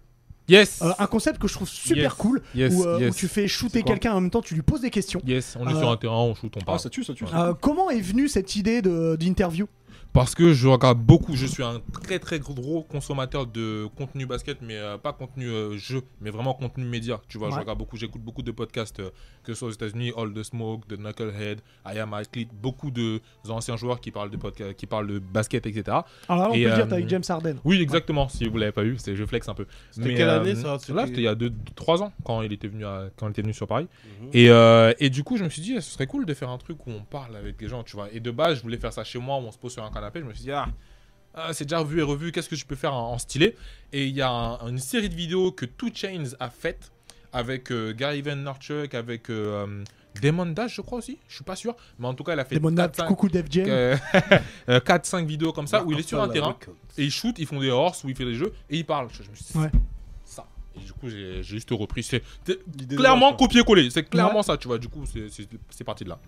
Speaker 4: Yes.
Speaker 1: Euh, un concept que je trouve super
Speaker 4: Yes.
Speaker 1: cool
Speaker 4: Yes,
Speaker 1: où, euh,
Speaker 4: yes.
Speaker 1: où tu fais shooter
Speaker 4: C'est quoi
Speaker 1: quelqu'un en même temps, tu lui poses des questions.
Speaker 4: Yes, on est
Speaker 1: Euh,
Speaker 4: sur un terrain, on shoot, on
Speaker 2: Ah,
Speaker 4: parle.
Speaker 2: ça tue, ça tue.
Speaker 1: Euh, comment est venue cette idée de- d'interview
Speaker 4: Parce que je regarde beaucoup, je suis un très très gros consommateur de contenu basket, mais euh, pas contenu euh, jeu, mais vraiment contenu média. Tu vois, je
Speaker 1: Ouais.
Speaker 4: regarde beaucoup, j'écoute beaucoup de podcasts, euh, que ce soit aux États-Unis, All the Smoke, The Knucklehead, I Am Athlete, beaucoup de anciens joueurs qui parlent de, podca- qui parlent de basket, etc.
Speaker 1: Alors là, on
Speaker 4: Et,
Speaker 1: peut dire
Speaker 4: euh,
Speaker 1: t'as avec James Harden.
Speaker 4: Oui, exactement, si vous l'avez pas eu, c'est je flex un peu.
Speaker 5: C'était
Speaker 4: Mais,
Speaker 5: quelle
Speaker 4: euh,
Speaker 5: année, ça, c'était-
Speaker 4: Là, c'était il y a 3 ans quand il était venu, à- quand il était venu sur Paris.
Speaker 5: Mhm.
Speaker 4: Et, euh, et du coup, je me suis dit, ce serait cool de faire un truc où on parle avec les gens, tu vois. Et de base, je voulais faire ça chez moi, où on se pose sur un canapé. Je me suis dit, ah, ah, c'est déjà revu et revu, qu'est-ce que je peux faire en, en stylé Et il y a un- une série de vidéos que Two Chains a faite avec euh, Gary Vaynerchuk, avec euh, euh, Damon Dash, je crois aussi, je suis pas sûr. Mais en tout cas, elle a fait
Speaker 1: Des monads,
Speaker 4: 4-5
Speaker 1: coucou Def Jam.
Speaker 4: euh, 4-5 vidéos comme ça, où il est sur un terrain et ils shootent, ils font des horses où il fait des jeux et ils parlent. Je, je me suis dit,
Speaker 1: Ouais.
Speaker 4: ça. Et du coup, j'ai j'ai juste repris. C'est c'est
Speaker 2: L'idée de
Speaker 4: clairement
Speaker 2: base,
Speaker 4: copier-coller. C'est clairement ça, tu vois. Du coup, c'est- c'est c'est parti de là.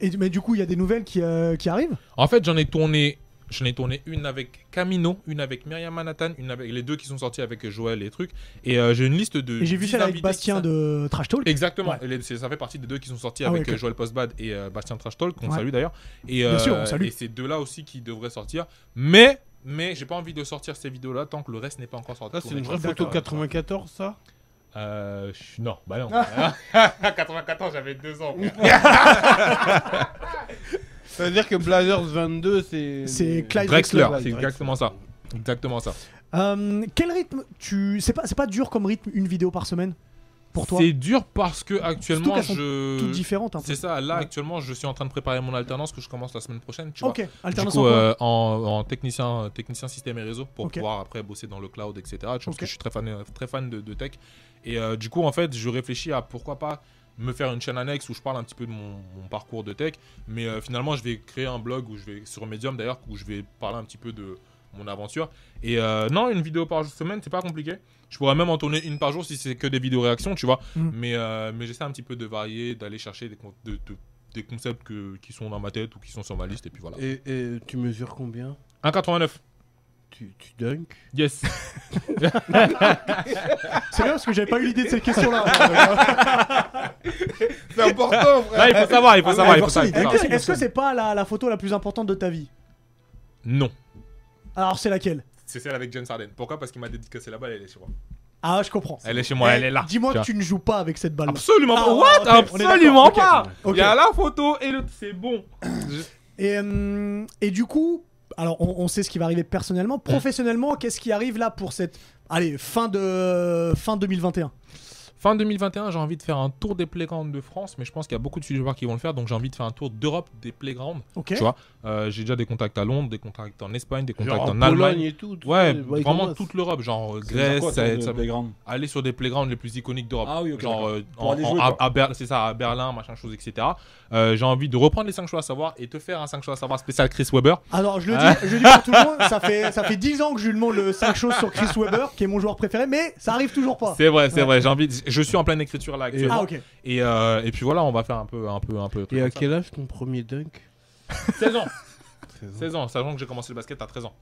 Speaker 1: Et, mais du coup, il y a des nouvelles qui, euh, qui arrivent.
Speaker 4: En fait, j'en ai tourné. J'en ai tourné une avec Camino, une avec Myriam Manhattan, une avec les deux qui sont sortis avec Joël et trucs. Et euh, j'ai une liste de.
Speaker 1: Et j'ai vu
Speaker 4: 10
Speaker 1: celle avec
Speaker 4: invités qui
Speaker 1: Bastien
Speaker 4: s'a-
Speaker 1: de Trash Talk.
Speaker 4: Exactement.
Speaker 1: Ouais.
Speaker 4: Et les- c'est- ça fait partie des deux qui sont sortis
Speaker 1: Ah
Speaker 4: avec
Speaker 1: ouais, ok.
Speaker 4: euh, Joël Postbad et euh, Bastien Trash Talk, qu'on
Speaker 1: Ouais.
Speaker 4: salue d'ailleurs. Et, euh,
Speaker 1: Bien sûr, on salue.
Speaker 4: Et c'est deux-là aussi qui devraient sortir. Mais, mais j'ai pas envie de sortir ces vidéos-là tant que le reste n'est pas encore sorti.
Speaker 5: Ça, Ah, c'est
Speaker 4: Tourné.
Speaker 5: une vraie photo 94, ça
Speaker 4: Euh, je suis- non, bah non. 94, j'avais 2 ans. frère.
Speaker 5: Ça veut dire que Blazers 22, c'est.
Speaker 1: C'est Clyde
Speaker 4: Drexler,
Speaker 1: Drexler.
Speaker 4: c'est exactement ça. Exactement ça.
Speaker 1: Euh, quel rythme tu C'est pas c'est pas dur comme rythme une vidéo par semaine pour toi. hein.
Speaker 4: C'est dur parce que
Speaker 1: Surtout
Speaker 4: actuellement
Speaker 1: qu'elles sont Toutes
Speaker 4: je.
Speaker 1: différentes. un peu.
Speaker 4: C'est ça, là
Speaker 1: Ouais.
Speaker 4: actuellement je suis en train de préparer mon alternance que je commence la semaine prochaine, tu vois.
Speaker 1: Ok. Alternance.
Speaker 4: du
Speaker 1: en
Speaker 4: coup,
Speaker 1: quoi
Speaker 4: euh, en, en technicien, euh, technicien système et réseau pour
Speaker 1: Ok.
Speaker 4: pouvoir après bosser dans le cloud, etc. Tu vois, Parce
Speaker 1: Ok.
Speaker 4: que je suis très fan, euh, très fan de, de tech. Et euh, du coup, en fait, je réfléchis à pourquoi pas me faire une chaîne annexe où je parle un petit peu de mon, mon parcours de tech. Mais euh, finalement, je vais créer un blog où je vais sur Medium d'ailleurs où je vais parler un petit peu de mon aventure. Et euh, non, une vidéo par semaine, c'est pas compliqué. Je pourrais même en tourner une par jour si c'est que des vidéos réactions, tu vois.
Speaker 1: Mm.
Speaker 4: Mais, euh, mais j'essaie un petit peu de varier, d'aller chercher des, con- de- de- des concepts que- qui sont dans ma tête ou qui sont sur ma liste. Et puis voilà.
Speaker 5: Et, et tu mesures combien
Speaker 4: 1,89.
Speaker 5: tu, tu dunks
Speaker 4: Yes.
Speaker 1: C'est bien parce que j'avais pas eu l'idée de cette question-là.
Speaker 3: C'est important, frère.
Speaker 4: Là, il faut savoir, il faut savoir,
Speaker 2: personne, il
Speaker 4: il faut savoir. il faut
Speaker 1: Est-ce
Speaker 4: savoir.
Speaker 1: que- est-ce que c'est pas la, la photo la plus importante de ta vie
Speaker 4: Non.
Speaker 1: Alors c'est laquelle
Speaker 4: C'est celle avec James Harden. Pourquoi Parce qu'il m'a dédicacé la balle, elle est chez moi.
Speaker 1: Ah, je comprends.
Speaker 4: Elle est chez moi,
Speaker 1: Eh,
Speaker 4: elle est là.
Speaker 1: Dis-moi
Speaker 4: Tu
Speaker 1: que
Speaker 4: vois.
Speaker 1: tu ne joues pas avec cette balle.
Speaker 4: Absolument
Speaker 1: Ah,
Speaker 4: pas.
Speaker 1: ouais,
Speaker 4: What
Speaker 1: ok, on est d'accord,
Speaker 4: Absolument
Speaker 1: ok.
Speaker 4: pas.
Speaker 1: Ok.
Speaker 4: Il y a la photo et le. C'est bon.
Speaker 1: Et, hum, et du coup, alors on, on sait ce qui va arriver
Speaker 4: Mmh.
Speaker 1: personnellement. Professionnellement, qu'est-ce qui arrive là pour cette. Allez, fin, de... fin 2021.
Speaker 4: Fin 2021, j'ai envie de faire un tour des playgrounds de France, mais je pense qu'il y a beaucoup de youtubeurs qui vont le faire, donc j'ai envie de faire un tour d'Europe des playgrounds.
Speaker 1: Ok.
Speaker 4: Tu vois, Euh, j'ai déjà des contacts à Londres, des contacts en Espagne, des contacts
Speaker 5: Genre
Speaker 4: en,
Speaker 5: en Pologne
Speaker 4: Allemagne.
Speaker 5: et tout. tout
Speaker 4: Ouais,
Speaker 5: ça, bah, ils
Speaker 4: vraiment
Speaker 5: commencent.
Speaker 4: toute l'europe, genre
Speaker 2: Ça
Speaker 4: euh,
Speaker 2: veut dire
Speaker 4: Grèce,
Speaker 2: quoi,
Speaker 4: ça-
Speaker 2: t'as de
Speaker 4: ça-
Speaker 2: background
Speaker 4: aller sur des playgrounds les plus iconiques d'Europe.
Speaker 2: Ah oui, ok,
Speaker 4: Genre
Speaker 2: d'accord.
Speaker 4: euh,
Speaker 2: Pour
Speaker 4: en-
Speaker 2: aller
Speaker 4: en-
Speaker 2: jouer,
Speaker 4: à,
Speaker 2: quoi.
Speaker 4: à Ber- c'est ça, à Berlin, machin chose, etc. Euh, j'ai envie de reprendre les 5 choix à savoir et te faire un 5 choix à savoir spécial Chris Weber.
Speaker 1: Alors je le
Speaker 4: Ah.
Speaker 1: dis, je le dis pour tout le monde, ça fait, ça fait 10 ans que je lui demande le 5 choses sur Chris Webber, qui est mon joueur préféré, mais ça arrive toujours pas.
Speaker 4: C'est vrai, c'est
Speaker 1: Ouais.
Speaker 4: vrai. J'ai envie. de- Je suis en pleine écriture là
Speaker 1: Ah
Speaker 4: actuellement.
Speaker 1: ok.
Speaker 4: Et, euh, et puis voilà, on va faire un peu, un peu, un peu.
Speaker 5: Et à quel âge ton premier dunk
Speaker 4: 16 ans, 16 ans. Sachant que j'ai commencé le basket à 13 ans.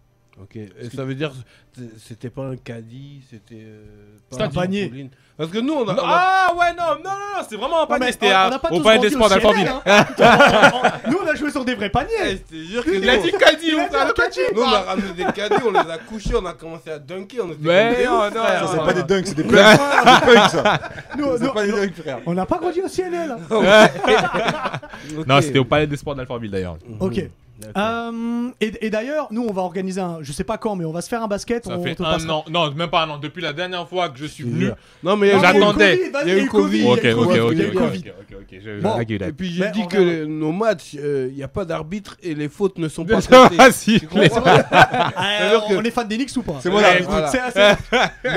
Speaker 5: Ok. Et ça veut dire c'est- c'était pas un caddie, c'était. euh, pas
Speaker 1: C'était un panier.
Speaker 5: trampoline. Parce que nous, on a. Bah, on a-
Speaker 4: Ah ouais non non non, non c'est vraiment un
Speaker 1: Ouais, mais
Speaker 4: panier. C'était
Speaker 1: on-
Speaker 4: à-
Speaker 1: on a pas
Speaker 4: au
Speaker 1: tous
Speaker 4: palais
Speaker 1: grandi
Speaker 4: des sports
Speaker 1: au CNL,
Speaker 4: d'Alfortville.
Speaker 1: hein. Nous on a joué sur des vrais paniers.
Speaker 4: Il a dit Caddy,
Speaker 1: Il a
Speaker 4: mon
Speaker 1: dit
Speaker 4: frère.
Speaker 1: un caddie.
Speaker 5: Nous, on a ramené des caddies, on les a couchés, on a commencé à dunker, on était
Speaker 4: Mais
Speaker 5: comme des
Speaker 4: non,
Speaker 5: ouf,
Speaker 4: non,
Speaker 5: frère.
Speaker 4: non,
Speaker 2: Ça, c'est
Speaker 4: Ouais,
Speaker 2: pas
Speaker 4: ouais.
Speaker 2: des dunks, c'est des punks. C'est des punks, ça.
Speaker 1: Nous-
Speaker 2: C'est
Speaker 1: nous-
Speaker 2: pas des dunks, frère.
Speaker 1: on n'a pas grandi au CNL. hein.
Speaker 5: Ok.
Speaker 4: Non, c'était au palais des sports d'Alfortville d'ailleurs.
Speaker 5: Mhm.
Speaker 1: Ok.
Speaker 5: D'accord.
Speaker 1: Euh, et et d'ailleurs, nous on va organiser un, je sais pas quand, mais on va se faire un basket.
Speaker 4: Ça
Speaker 1: on
Speaker 4: fait
Speaker 1: te
Speaker 4: un
Speaker 1: passera.
Speaker 4: an, non même pas un an. Depuis la dernière fois que je suis venu.
Speaker 5: Non, mais il y a eu-
Speaker 4: J'attendais.
Speaker 1: Il
Speaker 5: Il y a eu
Speaker 1: le Covid,
Speaker 5: Covid.
Speaker 1: il
Speaker 4: Ok
Speaker 1: y a eu le
Speaker 4: ok
Speaker 1: Covid, il y a
Speaker 4: ok
Speaker 1: eu le
Speaker 4: ok
Speaker 1: Covid.
Speaker 4: ok, ok, ok. je-
Speaker 1: Bon.
Speaker 4: je régule.
Speaker 5: Et puis j'ai
Speaker 1: Mais on
Speaker 5: dit que
Speaker 1: verra.
Speaker 5: les- nos matchs, il n'y a pas d'arbitre et les fautes ne sont pas
Speaker 4: Ah,
Speaker 5: comptées.
Speaker 4: si,
Speaker 5: Tu comprends
Speaker 1: Ah,
Speaker 5: C'est-à-dire que-
Speaker 1: on est fan d'Enix ou pas
Speaker 2: C'est moi
Speaker 4: Ouais.
Speaker 2: l'arbitre.
Speaker 5: Voilà.
Speaker 1: C'est assez-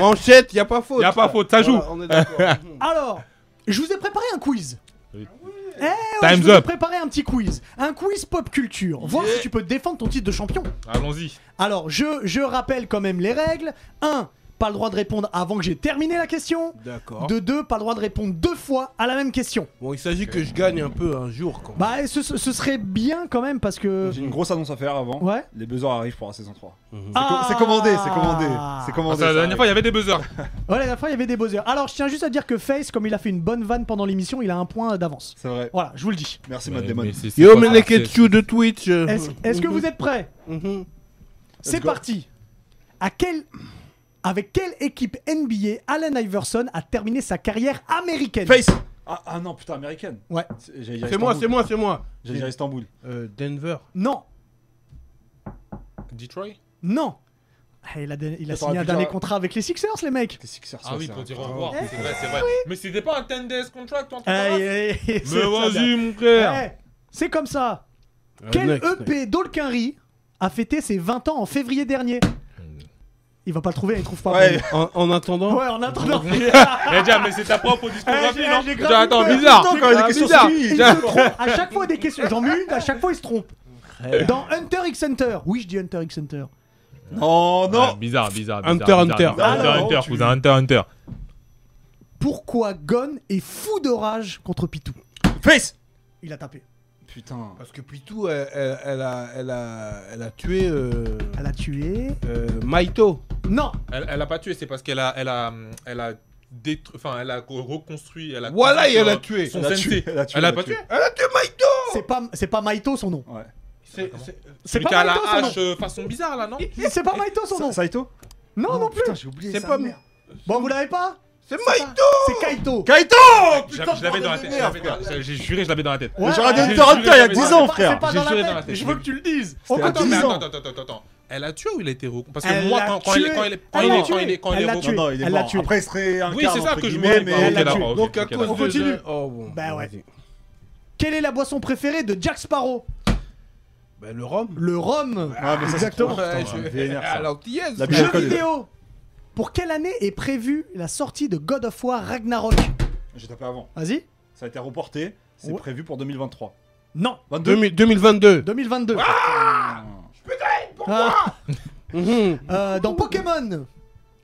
Speaker 5: Manchette, il n'y a pas faute.
Speaker 4: Y a pas faute, ça joue.
Speaker 5: Voilà, on est d'accord. Mhm.
Speaker 1: Alors, je vous ai préparé un quiz. Eh, je
Speaker 4: Time's
Speaker 1: vous ai
Speaker 4: up.
Speaker 1: préparé un petit quiz. Un quiz pop culture. Voir si tu peux défendre ton titre de champion.
Speaker 4: Allons-y.
Speaker 1: Alors, je, je rappelle quand même les règles. 1. pas le droit de répondre avant que j'ai terminé la question.
Speaker 5: D'accord.
Speaker 1: De deux, pas le droit de répondre deux fois à la même question.
Speaker 5: Bon, il s'agit que je gagne un peu un jour quand même.
Speaker 1: Bah, et ce, ce- ce serait bien quand même parce que.
Speaker 2: J'ai une grosse annonce à faire avant.
Speaker 1: Ouais.
Speaker 2: Les buzzers arrivent pour la saison 3. C'est, co-
Speaker 1: Ah
Speaker 2: c'est commandé, c'est commandé. C'est
Speaker 4: Ah,
Speaker 2: commandé.
Speaker 4: ça, la
Speaker 2: ça
Speaker 4: dernière
Speaker 2: arrive.
Speaker 4: fois, il y avait des buzzers.
Speaker 1: Ouais, la dernière fois, il y avait des buzzers. Alors, je tiens juste à dire que Face, comme il a fait une bonne vanne pendant l'émission, il a un point d'avance.
Speaker 2: C'est vrai.
Speaker 1: Voilà, je vous le dis.
Speaker 2: Merci, Matt Damon.
Speaker 5: Yo, Meneketsu de Twitch. euh,
Speaker 1: Est-ce est-ce que vous êtes prêts
Speaker 5: Mhm.
Speaker 1: C'est
Speaker 2: go.
Speaker 1: parti. À quel... Avec quelle équipe NBA Allen Iverson a terminé sa carrière américaine
Speaker 2: Face ah, ah non, putain, américaine.
Speaker 1: Ouais.
Speaker 2: C'est- J'allais dire
Speaker 5: C'est moi, c'est
Speaker 2: Istanbul.
Speaker 5: moi, c'est moi.
Speaker 2: J'allais dire Istanbul.
Speaker 5: Euh, Denver.
Speaker 1: Non,
Speaker 4: Detroit
Speaker 1: non. Ah, Il a, il a
Speaker 2: Ça aurait
Speaker 1: signé un
Speaker 2: pu
Speaker 1: dernier
Speaker 2: dire-
Speaker 1: contrat avec les Sixers, les mecs.
Speaker 2: Les Sixers,
Speaker 4: Ah
Speaker 2: ouais,
Speaker 4: oui,
Speaker 2: c'est
Speaker 4: pour
Speaker 2: un-
Speaker 4: dire au revoir. C'est vrai, c'est vrai. Mais c'était pas un 10 days contract, ou un truc comme
Speaker 1: Aïe,
Speaker 4: ça
Speaker 1: aïe, aïe, Ah, c'est-
Speaker 4: Mais
Speaker 1: ça vient.
Speaker 4: vas-y, mon frère.
Speaker 1: Eh, C'est comme ça.
Speaker 5: Euh,
Speaker 1: Quel
Speaker 5: next, next.
Speaker 1: EP d'Olkinry a fêté ses 20 ans en février dernier Il va pas le trouver, il trouve pas.
Speaker 2: Ouais.
Speaker 5: En, en attendant,
Speaker 1: Ouais, en attendant.
Speaker 4: Eh, déjà, mais c'est ta propre discographie,
Speaker 1: Eh,
Speaker 4: non
Speaker 1: j'ai grave
Speaker 4: Déjà, Attends,
Speaker 1: eu peur.
Speaker 4: bizarre.
Speaker 1: Tout le temps,
Speaker 2: quand il y a des
Speaker 4: Ah,
Speaker 2: questions
Speaker 4: bizarre.
Speaker 2: sur lui, il
Speaker 1: Il
Speaker 4: Déjà,
Speaker 1: se trompe. À chaque fois des questions. J'en mets une, à chaque fois il se trompe. Dans Hunter x Hunter. Oui, je dis Hunter x Hunter.
Speaker 2: Non, non.
Speaker 4: Ah, Bizarre, bizarre.
Speaker 5: Hunter,
Speaker 4: bizarre,
Speaker 5: Hunter.
Speaker 4: bizarre.
Speaker 2: Ah,
Speaker 4: Hunter,
Speaker 2: non,
Speaker 4: Hunter,
Speaker 2: tu-
Speaker 4: cousin, Hunter, Hunter.
Speaker 1: Pourquoi Gon est fou de rage contre Pitou
Speaker 2: Face
Speaker 1: Il a tapé.
Speaker 2: Putain.
Speaker 5: parce que Pitou, elle, elle- elle a, elle, a, elle a tué euh,
Speaker 1: Elle a tué.
Speaker 5: euh, Maito.
Speaker 1: Non
Speaker 4: Elle, elle a pas tué, c'est parce qu'elle a, elle a, elle a détru- enfin, elle a reconstruit, elle a.
Speaker 5: Voilà, et elle a
Speaker 4: son-
Speaker 5: tué.
Speaker 4: Son
Speaker 2: Elle a tué,
Speaker 4: sensei.
Speaker 2: elle a tué,
Speaker 4: Elle a
Speaker 2: elle a
Speaker 4: pas
Speaker 2: tué.
Speaker 4: tué.
Speaker 1: C'est pas, c'est pas Maito son nom.
Speaker 2: Ouais.
Speaker 5: C'est-
Speaker 4: Comment
Speaker 5: c'est-
Speaker 1: C'est
Speaker 4: Celui
Speaker 1: pas
Speaker 4: qui a la
Speaker 1: Maito son nom.
Speaker 4: hache euh, façon bizarre là, non
Speaker 1: C'est pas Maito son nom.
Speaker 2: Sa- Saito
Speaker 1: Non, non plus.
Speaker 2: Putain, j'ai oublié.
Speaker 5: C'est
Speaker 2: sa
Speaker 5: pas-
Speaker 2: mère.
Speaker 1: Bon, vous l'avez pas
Speaker 5: C'est Maito
Speaker 1: C'est Kaito.
Speaker 2: Kaito
Speaker 4: Je l'avais- je l'avais dans la tête. je l'avais dans- J'ai j'ai juré, je l'avais dans la tête.
Speaker 1: Ouais,
Speaker 2: Mais
Speaker 1: ouais.
Speaker 2: J'aurais dit
Speaker 4: J'ai
Speaker 2: Hunter x Hunter
Speaker 4: juré,
Speaker 2: il y a 10
Speaker 4: j'avais pas-
Speaker 2: ans,
Speaker 1: C'est pas-
Speaker 2: frère.
Speaker 1: c'est pas
Speaker 4: J'ai
Speaker 1: dans
Speaker 4: juré
Speaker 1: la
Speaker 4: dans la
Speaker 1: tête.
Speaker 4: tête.
Speaker 1: Je veux que tu le dises.
Speaker 2: C'était
Speaker 1: On
Speaker 2: à
Speaker 1: continue.
Speaker 4: Mais
Speaker 2: 10 ans.
Speaker 4: attends, attends, attends, attends, attends. Elle a tué ou il a été reconstruit Parce que
Speaker 1: Elle
Speaker 4: moi,
Speaker 1: l'a
Speaker 4: quand, quand il est,
Speaker 1: tué.
Speaker 4: quand il est, quand
Speaker 1: Elle
Speaker 4: il
Speaker 1: l'a
Speaker 4: est, quand
Speaker 1: tué.
Speaker 4: il est, quand il
Speaker 1: Elle
Speaker 4: est
Speaker 1: l'a
Speaker 4: reconstruit-
Speaker 2: Non, non, il est
Speaker 1: Elle l'a
Speaker 2: mort.
Speaker 1: tué.
Speaker 2: Après, il serait un
Speaker 4: Oui, c'est ça que je
Speaker 2: voulais.
Speaker 4: voulais.
Speaker 2: Mais
Speaker 4: Ah,
Speaker 1: elle
Speaker 4: ok,
Speaker 1: l'a tué.
Speaker 4: d'accord, ok,
Speaker 5: Donc à
Speaker 4: ok,
Speaker 5: cause
Speaker 4: d'accord.
Speaker 5: de...
Speaker 1: continue.
Speaker 5: Oh, bon,
Speaker 1: Bah ouais.
Speaker 5: vas-y.
Speaker 1: Quelle est la boisson préférée de Jack Sparrow
Speaker 5: Bah, le rhum.
Speaker 1: Le rhum.
Speaker 2: Ah, mais ça, c'est trop-
Speaker 1: Exactement.
Speaker 2: putain,
Speaker 5: Ouais,
Speaker 2: ça
Speaker 5: je-
Speaker 2: me vénère,
Speaker 5: Ah,
Speaker 2: ça.
Speaker 5: l'antillaise.
Speaker 2: La
Speaker 1: Jeux
Speaker 2: bière code.
Speaker 1: vidéo. Pour quelle année est prévue la sortie de God of War Ragnarok
Speaker 2: J'ai tapé avant.
Speaker 1: Vas-y.
Speaker 2: Ça a été reporté. C'est
Speaker 1: Ouais.
Speaker 2: prévu pour 2023.
Speaker 1: Non.
Speaker 2: 22
Speaker 5: 2000- 2022.
Speaker 1: 2022. Ah.
Speaker 5: Mhm.
Speaker 1: Euh, dans Pokémon,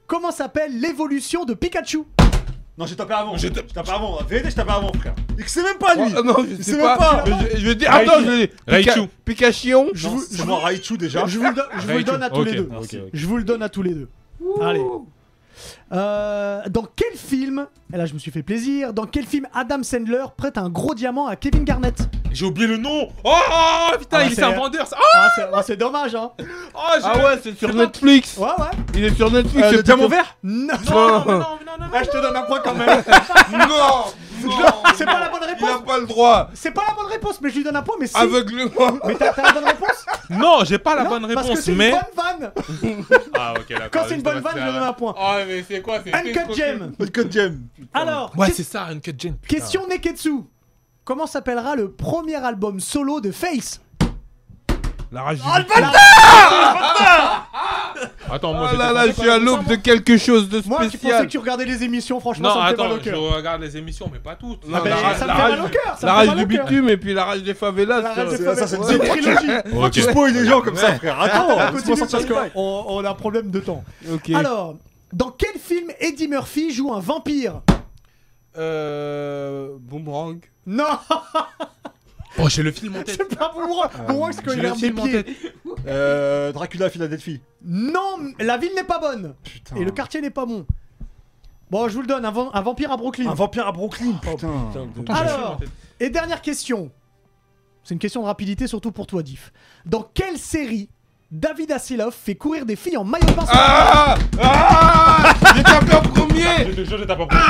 Speaker 1: comment s'appelle l'évolution de Pikachu
Speaker 2: Non, j'ai tapé avant. J'ai tapé avant. VD, j'ai tapé avant, frère. Il sait même pas, lui.
Speaker 5: Oh, non, je
Speaker 2: Il
Speaker 5: sais
Speaker 2: sait
Speaker 5: pas.
Speaker 2: même pas.
Speaker 5: Mais Je, je vais dire,
Speaker 3: Ah,
Speaker 1: Ah,
Speaker 4: Raichu.
Speaker 5: attends, je vais dire.
Speaker 4: Raichu.
Speaker 5: Pikachu.
Speaker 2: Je vous je vois Raichu déjà.
Speaker 1: Je vous le, don- je vous le donne à tous
Speaker 4: Ok,
Speaker 1: les deux.
Speaker 4: ok, ok.
Speaker 1: Je vous le donne à tous les deux. Allez. Euh, dans quel film, et là je me suis fait plaisir, dans quel film Adam Sandler prête un gros diamant à Kevin Garnett
Speaker 4: J'ai oublié le nom. Oh putain,
Speaker 1: Ah,
Speaker 4: il
Speaker 1: c'est-
Speaker 4: est un vendeur. ça. Ah,
Speaker 1: Ah, c'est- ah, c'est dommage, hein
Speaker 4: oh, j'ai-
Speaker 5: Ah ouais, c'est sur
Speaker 4: C'est pas-
Speaker 5: Netflix.
Speaker 1: Ouais, ouais
Speaker 5: Il est sur Netflix.
Speaker 2: Euh,
Speaker 5: c'est
Speaker 2: Le diamant
Speaker 5: plutôt-
Speaker 2: vert
Speaker 1: Non,
Speaker 4: Non, non, non, non, non, non.
Speaker 1: Ah, je te donne un point quand même
Speaker 5: Non, non,
Speaker 1: C'est pas la bonne
Speaker 5: il a
Speaker 1: réponse
Speaker 5: pas le droit.
Speaker 1: C'est pas la bonne réponse, mais je lui donne un point, mais si
Speaker 5: Aveuglément.
Speaker 1: Mais t'as t'as la bonne réponse
Speaker 4: Non, j'ai pas la
Speaker 1: Non,
Speaker 4: bonne
Speaker 1: Parce que
Speaker 4: réponse,
Speaker 1: c'est
Speaker 4: mais.
Speaker 1: une bonne vanne
Speaker 4: Ah, ok, d'accord.
Speaker 1: Quand c'est une
Speaker 4: Juste
Speaker 1: bonne vanne,
Speaker 4: parce que
Speaker 1: je
Speaker 4: c'est
Speaker 1: donne un point.
Speaker 4: Ah, mais c'est quoi c'est
Speaker 1: Uncut Gem
Speaker 2: Le code gem.
Speaker 1: Alors,
Speaker 4: Ouais,
Speaker 1: que-
Speaker 4: c'est ça, Uncut Gem. putain.
Speaker 1: question Neketsu Comment s'appellera le premier album solo de Face
Speaker 5: La rage.
Speaker 1: Ah,
Speaker 5: du-
Speaker 4: Attends, moi,
Speaker 5: Ah
Speaker 4: j'étais
Speaker 5: là
Speaker 4: censé
Speaker 5: là, je suis
Speaker 4: pas
Speaker 5: à
Speaker 4: dire
Speaker 5: l'aube
Speaker 4: ça,
Speaker 5: de quelque chose de
Speaker 1: Moi, tu pensais que
Speaker 5: spécial.
Speaker 1: tu regardais les émissions, franchement,
Speaker 4: Non,
Speaker 1: ça me fait mal au
Speaker 4: attends, je Ah,
Speaker 1: cœur. Ah,
Speaker 4: regarde les émissions, mais pas toutes.
Speaker 5: Non,
Speaker 1: Mais
Speaker 5: la
Speaker 1: ça me
Speaker 5: rage-
Speaker 1: fait
Speaker 5: la
Speaker 1: mal au
Speaker 5: rage-
Speaker 1: cœur, ça
Speaker 5: La
Speaker 1: me fait
Speaker 5: rage
Speaker 1: mal
Speaker 5: du
Speaker 1: au cœur.
Speaker 5: bitume et puis la rage des favelas.
Speaker 1: La rage
Speaker 5: ça-
Speaker 1: des
Speaker 2: Ça, ça, c'est
Speaker 1: favelas.
Speaker 2: une
Speaker 1: trilogie.
Speaker 2: Pourquoi tu spoil les gens comme ça, frère Attends,
Speaker 1: On
Speaker 2: laisse-moi
Speaker 1: continue
Speaker 2: sortir
Speaker 1: parce
Speaker 2: le bail.
Speaker 1: qu'on on a un problème de temps.
Speaker 5: Ok.
Speaker 1: Alors, dans quel film Eddie Murphy joue un vampire
Speaker 5: Euh. Boomerang.
Speaker 1: Non,
Speaker 4: Oh, j'ai le film en tête.
Speaker 1: c'est pas pour moi. Pour moi, c'est quand
Speaker 4: J'ai
Speaker 1: il
Speaker 4: le
Speaker 1: a des
Speaker 4: film en
Speaker 1: pieds.
Speaker 4: tête.
Speaker 2: Euh, Dracula, Philadelphie.
Speaker 1: Non, la ville n'est pas bonne.
Speaker 2: Putain.
Speaker 1: Et le quartier n'est pas bon. Bon, je vous le donne, un, va- un vampire à Brooklyn.
Speaker 2: Un vampire à Brooklyn, putain.
Speaker 5: Putain, de-
Speaker 1: Alors, et dernière question. C'est une question de rapidité, surtout pour toi, Diff. Dans quelle série David Asseloff fait courir des filles en maillot de bain sur la plage
Speaker 5: Ah Ah J'ai tapé en premier
Speaker 4: Je te jure, je tape en premier.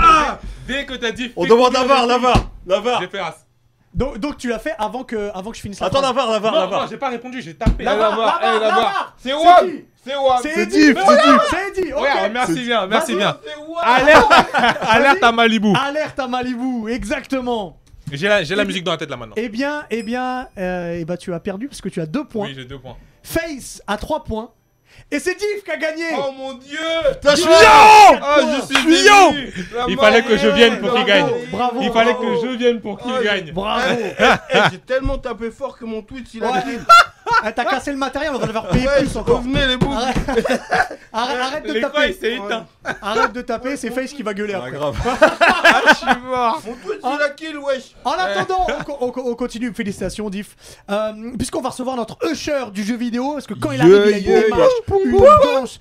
Speaker 4: Ah Dès que t'as dit.
Speaker 2: On demande la VAR, la VAR, la VAR.
Speaker 4: J'ai fait as.
Speaker 1: donc, donc tu l'as fait avant que, avant que je finisse la
Speaker 2: Attends, la
Speaker 1: phrase.
Speaker 2: VAR, la VAR, la
Speaker 4: Non, non,
Speaker 2: VAR.
Speaker 4: j'ai pas répondu, j'ai tapé.
Speaker 5: Eh,
Speaker 1: là-bas,
Speaker 5: là-bas,
Speaker 1: là-bas,
Speaker 5: eh, là-bas.
Speaker 1: là-bas.
Speaker 5: C'est
Speaker 1: C'est
Speaker 5: Wam
Speaker 1: qui
Speaker 5: C'est Wam
Speaker 1: C'est
Speaker 2: C'est
Speaker 1: Eddie,
Speaker 2: Diff, c'est Diff.
Speaker 1: c'est Eddie, ok.
Speaker 4: Regarde, merci bien, merci
Speaker 1: Vas-y.
Speaker 4: bien.
Speaker 5: C'est Wam
Speaker 4: Alerte, alerte à Malibu.
Speaker 1: Alerte à Malibu, exactement.
Speaker 4: J'ai la, j'ai la musique dans la tête là maintenant.
Speaker 1: Eh bien, eh bien, euh, eh ben, tu as perdu parce que tu as deux points.
Speaker 4: Oui, j'ai deux points.
Speaker 1: Face a trois points. Et c'est Diff qui a gagné
Speaker 5: Oh mon dieu
Speaker 2: Putain, je suis là
Speaker 5: Ah, je suis
Speaker 2: Fuyant
Speaker 5: déçu. La
Speaker 4: Il
Speaker 5: mort.
Speaker 4: fallait que je vienne pour qu'il
Speaker 5: Bravo.
Speaker 4: gagne.
Speaker 1: Bravo,
Speaker 4: Il fallait
Speaker 5: bravo.
Speaker 4: que je vienne pour qu'il
Speaker 5: Ah,
Speaker 4: gagne.
Speaker 1: Bravo
Speaker 5: Eh, eh, J'ai tellement tapé fort que mon Twitch il a
Speaker 1: Ouais.
Speaker 5: dit
Speaker 1: Ah, T'as cassé le matériel, on va devoir payer plus encore.
Speaker 5: Revenez les boucs.
Speaker 1: Arrête,
Speaker 2: Euh,
Speaker 1: arrête, arrête de
Speaker 4: L'écran, il
Speaker 1: taper.
Speaker 4: s'est éteint.
Speaker 1: Arrête de taper, c'est Face qui va gueuler après.
Speaker 2: grave.
Speaker 3: Ah, je suis mort.
Speaker 5: Mon tweet, c'est la kill, wesh.
Speaker 1: En attendant, on co- on, co- on continue. Félicitations, Diff. Euh, Puisqu'on va recevoir notre usher du jeu vidéo, parce que quand il arrive,
Speaker 2: Yeah,
Speaker 1: il a une
Speaker 2: yeah,
Speaker 1: démarche, une danse,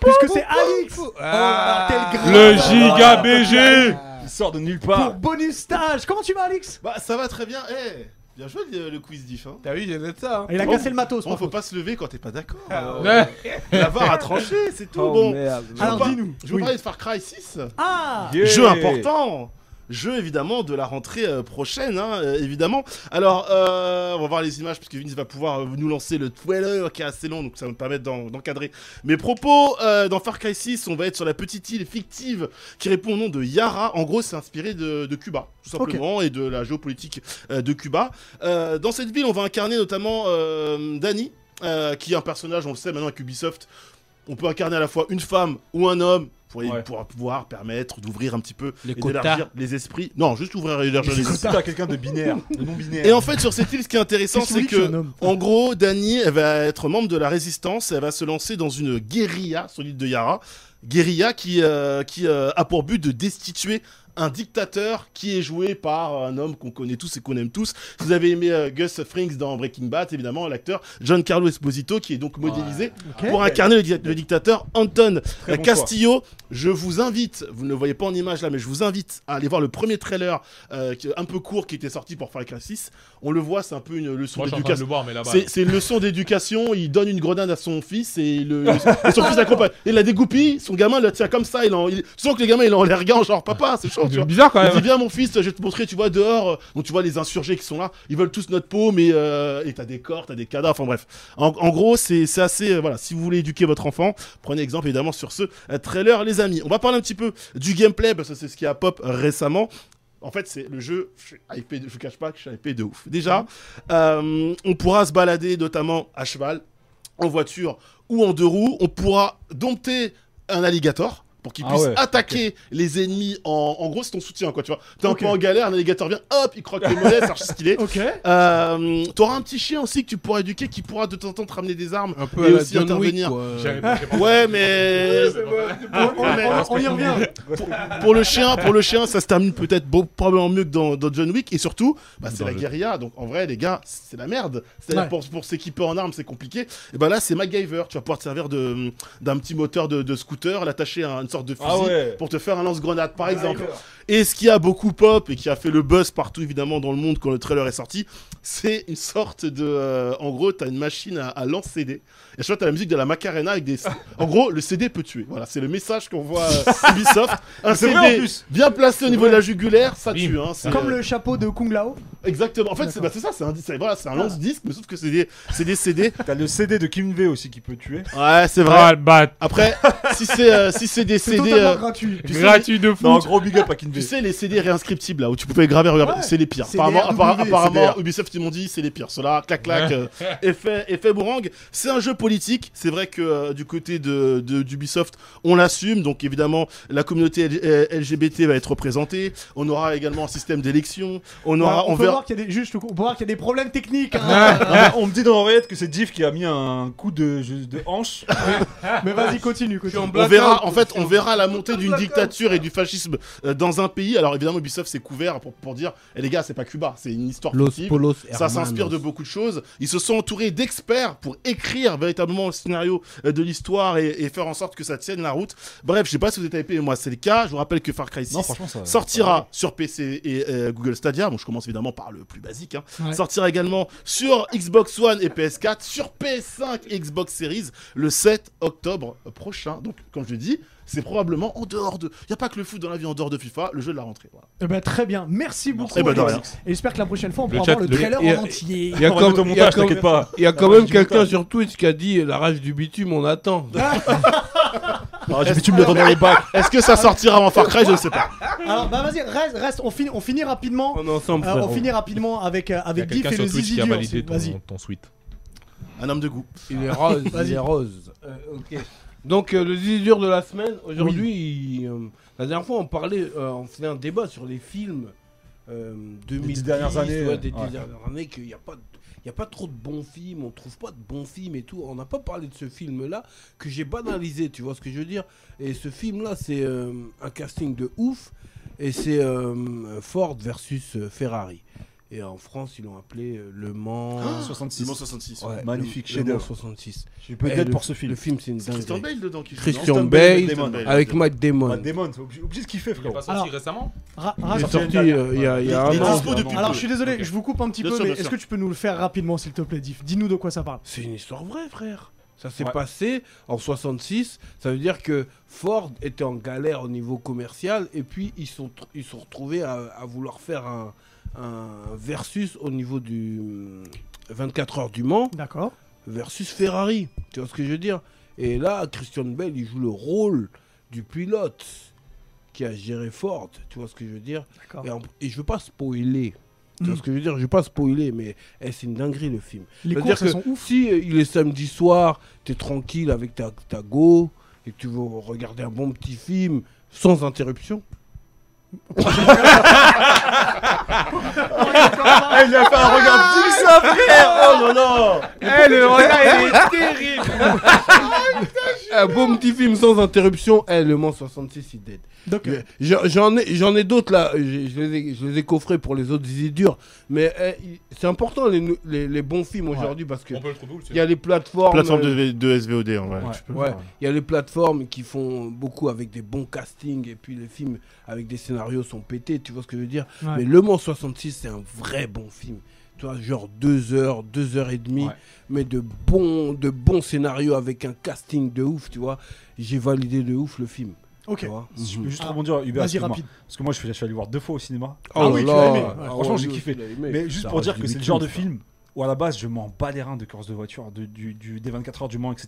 Speaker 1: puisque c'est Alix. Oh,
Speaker 2: Ah,
Speaker 1: alors, tel grand.
Speaker 4: Le giga BG
Speaker 2: Il sort de nulle
Speaker 1: Pour
Speaker 2: part.
Speaker 1: bonus stage. Comment tu vas, Alix
Speaker 6: Bah ça va très bien, eh Bien joué le, le quiz diff hein.
Speaker 3: T'as vu, j'ai fait
Speaker 2: Ah.
Speaker 3: ça. hein.
Speaker 1: Il a cassé le matos.
Speaker 6: Bon,
Speaker 1: par
Speaker 6: faut
Speaker 1: contre.
Speaker 6: pas se lever quand t'es pas d'accord.
Speaker 5: Ah, bah.
Speaker 4: ouais.
Speaker 6: L'avoir à trancher, c'est tout. bon,
Speaker 1: Alors
Speaker 6: pas-
Speaker 1: dis-nous.
Speaker 6: je
Speaker 1: Oh,
Speaker 6: vous
Speaker 1: Oui.
Speaker 6: parlais de Far Cry 6.
Speaker 1: Ah
Speaker 2: Yeah.
Speaker 6: Jeu important Jeu évidemment de la rentrée euh, prochaine, hein, euh, évidemment. Alors, euh, on va voir les images parce que Vince va pouvoir euh, nous lancer le trailer qui est assez long, donc ça va me permettre d'en- d'encadrer mes propos. Euh, dans Far Cry 6, on va être sur la petite île fictive qui répond au nom de Yara. En gros, c'est inspiré de, de Cuba, tout simplement, et de la géopolitique euh, de Cuba. Euh, dans cette ville, on va incarner notamment euh, Danny, euh, qui est un personnage, on le sait maintenant avec Ubisoft. On peut incarner à la fois une femme ou un homme pour,
Speaker 4: Ouais.
Speaker 6: pour pouvoir permettre d'ouvrir un petit peu
Speaker 5: Les
Speaker 6: et d'élargir les esprits. Non, juste ouvrir et élargir les
Speaker 2: C'est
Speaker 6: esprits.
Speaker 2: ça, quelqu'un de binaire, de non binaire.
Speaker 6: Et en fait, sur cette île, ce qui est intéressant,
Speaker 1: Qu'est-ce que
Speaker 6: c'est
Speaker 1: vous dites,
Speaker 6: que
Speaker 1: jeune homme
Speaker 6: en gros, Dani, elle va être membre de la résistance, elle va se lancer dans une guérilla sur l'île de Yara. Guérilla qui, euh, qui euh, a pour but de destituer un dictateur qui est joué par un homme qu'on connaît tous et qu'on aime tous. Si vous avez aimé euh, Gus Frings dans Breaking Bad, évidemment, l'acteur Giancarlo Esposito qui est donc modélisé
Speaker 1: Ok.
Speaker 6: pour incarner le, di- le dictateur Anton
Speaker 2: Très bon
Speaker 6: Castillo. Je vous invite, vous ne le voyez pas en image là, mais je vous invite à aller voir le premier trailer euh, qui- un peu court qui était sorti pour Far Cry 6. On le voit, c'est un peu une leçon
Speaker 4: Moi, je suis en train de le
Speaker 6: d'éducation.
Speaker 4: voir, mais là-bas.
Speaker 6: C'est c'est une leçon d'éducation. Il donne une grenade à son fils et, le, et son fils l'accompagne. Il la dégoupille, son gamin le tient comme ça. Il en, il, tu sens que les gamins, il en les regarde genre papa, c'est chaud. Tu vois.
Speaker 3: bizarre quand
Speaker 6: Il dit viens mon fils, je vais te montrer, tu vois dehors. euh, Donc tu vois les insurgés qui sont là, ils veulent tous notre peau, mais euh, et t'as des corps, t'as des cadavres. Enfin bref, en, en gros c'est c'est assez euh, voilà. Si vous voulez éduquer votre enfant, prenez exemple évidemment sur ce euh, trailer les amis. On va parler un petit peu du gameplay parce que c'est ce qui a pop récemment. En fait, c'est le jeu, je suis hypé de- je vous cache pas que je suis hypé de ouf. Déjà, euh, on pourra se balader notamment à cheval, en voiture ou en deux roues. On pourra dompter un alligator pour qu'il
Speaker 2: Ah
Speaker 6: puisse
Speaker 2: ouais,
Speaker 6: attaquer les ennemis en, en gros c'est ton soutien quoi tu vois t'es
Speaker 1: Ok.
Speaker 6: un peu en galère un alligator vient hop il croque les mollets c'est archi stylé
Speaker 1: Ok.
Speaker 6: euh, t'auras un petit chien aussi que tu pourras éduquer qui pourra de temps en temps te ramener des armes
Speaker 5: Un
Speaker 6: peu à la John Wick,
Speaker 4: J'avais pas- Euh, j'ai pas-
Speaker 6: ouais mais
Speaker 1: On, on- on- on y revient.
Speaker 6: pour le chien, pour le chien, ça se termine peut-être beau- probablement mieux que dans, dans John Wick. Et surtout, bah, c'est la guérilla. Donc en vrai, les gars, c'est la merde. C'est-à-dire
Speaker 1: Ouais.
Speaker 6: pour, pour s'équiper en armes, c'est compliqué. Et ben là, c'est MacGyver. Tu vas pouvoir te servir de d'un petit moteur de, de scooter, l'attacher à une sorte de fusil
Speaker 2: Ah ouais. Ah
Speaker 6: pour te faire un lance-grenade, par exemple. Et ce qui a beaucoup pop et qui a fait le buzz partout évidemment dans le monde quand le trailer est sorti, c'est une sorte de, euh, en gros, t'as une machine à, à lance CD. Et je crois que t'as la musique de la Macarena avec des. En gros, le CD peut tuer. Voilà, c'est le message qu'on voit euh, Ubisoft. Un
Speaker 2: C'est
Speaker 6: CD
Speaker 2: vrai, en plus.
Speaker 6: bien placé au niveau de la jugulaire, ça tue. Hein, c'est-
Speaker 1: Comme le chapeau de Kung Lao.
Speaker 6: Exactement. En fait, c'est bah, c'est ça. C'est un, c'est- voilà, c'est un lance-disque, mais sauf que c'est des, c'est des CD.
Speaker 2: T'as le CD de Kim V aussi qui peut tuer.
Speaker 6: Ouais, c'est vrai.
Speaker 4: Ah, le bat.
Speaker 6: Après, si c'est, euh, si c'est des
Speaker 1: C'est
Speaker 6: CD.
Speaker 1: totalement
Speaker 6: euh,
Speaker 1: gratuit.
Speaker 6: tu sais,
Speaker 4: Gratuit de fou.
Speaker 2: Non, gros big up à Kim
Speaker 6: Tu
Speaker 2: V.
Speaker 6: sais, les CD réinscriptibles là où tu pouvais graver, regarde,
Speaker 1: Ouais.
Speaker 6: c'est les pires.
Speaker 1: C'est
Speaker 6: Apparemment,
Speaker 1: des
Speaker 6: appara-
Speaker 1: RW,
Speaker 6: apparemment,
Speaker 1: c'est
Speaker 6: Ubisoft, ils m'ont dit, c'est les pires. Cela, clac, clac, euh, effet, effet boomerang. C'est un jeu politique. C'est vrai que euh, du côté de, de- d'Ubisoft, on l'assume. Donc évidemment, la communauté L- euh, LGBT va être représentée. On aura également un système d'élection. On
Speaker 1: Ouais,
Speaker 6: aura,
Speaker 1: on,
Speaker 6: on
Speaker 1: peut
Speaker 6: verra.
Speaker 1: voir qu'il y a des juste, on peut voir qu'il y a des problèmes techniques. hein.
Speaker 2: Ah, on me dit dans l'oreillette que c'est Diff qui a mis un coup de, de hanche.
Speaker 1: Mais vas-y, continue. continue.
Speaker 6: On verra, en fait,
Speaker 1: hein.
Speaker 6: on verra la montée d'une dictature et du fascisme euh, dans un pays. Alors évidemment, Ubisoft s'est couvert pour, pour dire, eh, les gars, c'est pas Cuba, c'est une histoire fictive. Ça s'inspire de beaucoup de choses. Ils se sont entourés d'experts pour écrire véritablement le scénario euh, de l'histoire et, et faire en sorte que ça tienne la route. Bref, je sais pas si vous êtes hypé, mais moi c'est le cas. Je vous rappelle que Far Cry 6
Speaker 2: Non, franchement, ça.
Speaker 6: sortira sur PC et euh, Google Stadia. Bon, je commence évidemment par le plus basique. hein.
Speaker 1: Ouais.
Speaker 6: Sortira également sur Xbox One et PS4, sur PS5 et Xbox Series le 7 octobre prochain. Donc, comme je dis, c'est probablement en dehors de. Il n'y a pas que le foot dans la vie en dehors de FIFA, le jeu de la rentrée. Voilà.
Speaker 1: Eh ben, très bien. Merci beaucoup.
Speaker 6: Eh ben, de
Speaker 1: Alex.
Speaker 6: rien.
Speaker 1: Et j'espère que la prochaine fois, on
Speaker 4: Le
Speaker 1: pourra
Speaker 4: chat-
Speaker 1: avoir le
Speaker 4: le-
Speaker 1: trailer
Speaker 5: et-
Speaker 1: en entier.
Speaker 5: Il y a
Speaker 2: On va mettre au
Speaker 5: comme- il y a
Speaker 2: montage,
Speaker 5: comme-
Speaker 2: t'inquiète pas.
Speaker 5: il y a quand même quelqu'un sur Twitch qui a dit la rage du bitume, on attend.
Speaker 2: Ah, j'ai tu me le dans les bacs.
Speaker 6: Est-ce que ça sortira en Far Cry Je ne sais pas.
Speaker 1: Alors, bah vas-y, reste, reste. On finit, on finit rapidement.
Speaker 5: On est ensemble,
Speaker 1: Euh,
Speaker 5: frère.
Speaker 1: on finit rapidement avec euh,
Speaker 4: Il y a
Speaker 1: avec Diff
Speaker 4: quelqu'un
Speaker 1: et
Speaker 4: sur
Speaker 1: le
Speaker 4: Twitch
Speaker 1: zizi
Speaker 4: qui a
Speaker 1: dur.
Speaker 4: validé
Speaker 1: Vas-y.
Speaker 4: ton, ton suite.
Speaker 6: Un homme de goût.
Speaker 5: Il est rose,
Speaker 1: Vas-y.
Speaker 5: il est rose. Donc euh, le zizi dur de la semaine, aujourd'hui, il, euh, la dernière fois on parlait, euh, on faisait un débat sur les films euh, 2010,
Speaker 2: dernières années,
Speaker 5: ouais, des dix
Speaker 2: ouais.
Speaker 5: dernières années, qu'il n'y a pas de- il y a pas trop de bons films, on trouve pas de bons films et tout. On n'a pas parlé de ce film-là que j'ai banalisé, tu vois ce que je veux dire Et ce film-là, c'est euh, un casting de ouf et c'est euh, Ford versus euh, Ferrari. Et en France, ils l'ont appelé euh, Le Mans.
Speaker 6: Le
Speaker 2: 66.
Speaker 6: Mans 66.
Speaker 5: Ouais,
Speaker 2: Ah. magnifique
Speaker 5: Le- Le Mans
Speaker 2: chef-d'œuvre.
Speaker 5: 66.
Speaker 2: Je suis
Speaker 5: Eh,
Speaker 2: peut-être
Speaker 5: le-
Speaker 2: pour ce film.
Speaker 5: Le film, c'est une
Speaker 6: C'est Christian
Speaker 5: dingue.
Speaker 6: Bale dedans qui joue.
Speaker 5: Christian
Speaker 6: non
Speaker 5: Bale,
Speaker 6: Damon Bale.
Speaker 5: Avec Mike
Speaker 2: Ah,
Speaker 5: Damon.
Speaker 2: Damon, t'es obligé obligé de kiffer,
Speaker 4: Il est
Speaker 2: frérot.
Speaker 4: pas sorti
Speaker 1: Alors-
Speaker 4: récemment
Speaker 1: Ra-
Speaker 5: Il
Speaker 1: Raph,
Speaker 5: est sorti euh, il y a, il y a
Speaker 6: Il est
Speaker 5: un an.
Speaker 6: dispo depuis peu.
Speaker 1: Alors je suis désolé, je vous coupe un petit
Speaker 6: Bien
Speaker 1: peu,
Speaker 6: sûr,
Speaker 1: mais
Speaker 6: bien
Speaker 1: est-ce
Speaker 6: sûr.
Speaker 1: que tu peux nous le faire rapidement, s'il te plaît, Diff Dis-nous de quoi ça parle.
Speaker 5: C'est une histoire vraie, frère. Ça s'est
Speaker 2: Ouais.
Speaker 5: passé en 66. Ça veut dire que Ford était en galère au niveau commercial et puis ils sont tr- ils sont retrouvés à, à vouloir faire un, un versus au niveau du hum, 24 heures du Mans
Speaker 1: D'accord.
Speaker 5: versus Ferrari. Tu vois ce que je veux dire Et là, Christian Bell, il joue le rôle du pilote qui a géré Ford. Tu vois ce que je veux dire
Speaker 1: D'accord.
Speaker 5: et, en- et je veux pas spoiler. Tu vois
Speaker 1: Mhm.
Speaker 5: ce que je veux dire Je veux pas spoiler, mais eh, c'est une dinguerie le film.
Speaker 1: Les
Speaker 5: C'est-à-dire
Speaker 1: courses elles
Speaker 5: que
Speaker 1: sont ouf.
Speaker 5: Si euh, il est samedi soir, t'es tranquille avec ta, ta go et que tu veux regarder un bon petit film sans interruption.
Speaker 2: Ah, il a fait un regard digne, ça, frère Oh non, non
Speaker 4: Eh, le regard, il est terrible
Speaker 5: Un bon petit film sans interruption, eh, le Mans 66 il dead.
Speaker 1: Donc,
Speaker 5: Mais j'en- J'en ai, j'en ai d'autres là, je, je les ai, je les ai coffrés pour les autres idées dures, mais eh, il- c'est important les, nou- les- les bons films aujourd'hui parce que
Speaker 4: On peut le trouver où le
Speaker 5: il y a les plateformes.
Speaker 6: Plateforme
Speaker 5: euh,
Speaker 6: de, de SVOD, hein, ouais.
Speaker 2: Ouais.
Speaker 6: Tu peux-
Speaker 5: Ouais, il y a les plateformes qui font beaucoup avec des bons castings et puis les films avec des scénarios sont pétés, tu vois ce que je veux dire
Speaker 1: Ouais.
Speaker 5: Mais Le Mans 66, c'est un vrai bon film. Tu vois, genre deux heures, deux heures et demie,
Speaker 2: Ouais.
Speaker 5: mais de bons, de bons scénarios avec un casting de ouf, tu vois. J'ai validé de ouf le film.
Speaker 1: ok.
Speaker 5: Tu vois
Speaker 2: Si je peux juste
Speaker 1: Ah.
Speaker 2: rebondir, Hubert,
Speaker 1: Vas-y
Speaker 2: excuse-moi.
Speaker 1: rapide.
Speaker 2: Parce que moi, je suis je suis allé le voir deux fois au cinéma.
Speaker 1: Ah oui, tu l'as aimé, ouais.
Speaker 2: Franchement, j'ai kiffé. Mais juste
Speaker 5: Ça
Speaker 2: pour dire
Speaker 5: reste
Speaker 2: que
Speaker 5: du
Speaker 2: c'est le
Speaker 5: bitume,
Speaker 2: genre de
Speaker 5: ça.
Speaker 2: film où à la base je m'en bats les reins de course de voiture, de- du, du- des 24 heures du Mans, etc.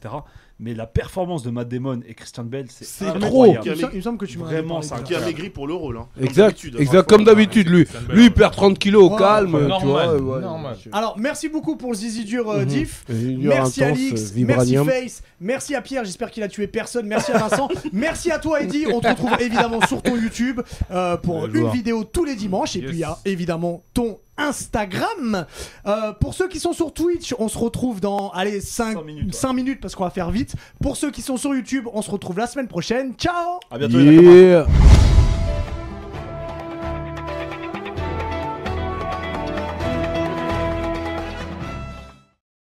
Speaker 2: Mais la performance de Matt Damon et Christian Bell, c'est
Speaker 1: C'est
Speaker 2: incroyable.
Speaker 1: Il me semble- il me semble que tu m'en avais
Speaker 2: Vraiment,
Speaker 1: parlé
Speaker 2: ça
Speaker 1: tout à
Speaker 6: Qui a
Speaker 1: l'heure.
Speaker 2: Ouais.
Speaker 6: maigri pour hein, l'euro, là.
Speaker 5: Exact, exact comme d'habitude, lui.
Speaker 4: Christian Bale,
Speaker 5: Lui,
Speaker 4: ouais.
Speaker 5: il perd 30 kilos au
Speaker 1: Ouais,
Speaker 5: calme,
Speaker 4: euh,
Speaker 5: tu vois.
Speaker 4: normal,
Speaker 5: ouais.
Speaker 4: normal.
Speaker 1: Alors, merci beaucoup pour le zizi dur, euh,
Speaker 5: Mhm.
Speaker 1: Diff.
Speaker 5: Il y a
Speaker 1: Merci
Speaker 5: intense,
Speaker 1: Alix,
Speaker 5: euh,
Speaker 1: merci
Speaker 5: vibranium.
Speaker 1: Face, merci à Pierre, j'espère qu'il a tué personne, merci à Vincent, merci à toi Eddy, on te retrouve évidemment sur ton YouTube euh, pour
Speaker 2: Bien
Speaker 1: une
Speaker 2: joué.
Speaker 1: vidéo tous les dimanches et
Speaker 4: Yes.
Speaker 1: puis il y a évidemment ton Instagram. Euh, pour ceux qui sont sur Twitch, on se retrouve dans allez 5
Speaker 2: Cinq minutes, ouais.
Speaker 1: minutes parce qu'on va faire vite. Pour ceux qui sont sur YouTube, on se retrouve la semaine prochaine. Ciao
Speaker 2: À bientôt, les
Speaker 5: Yeah.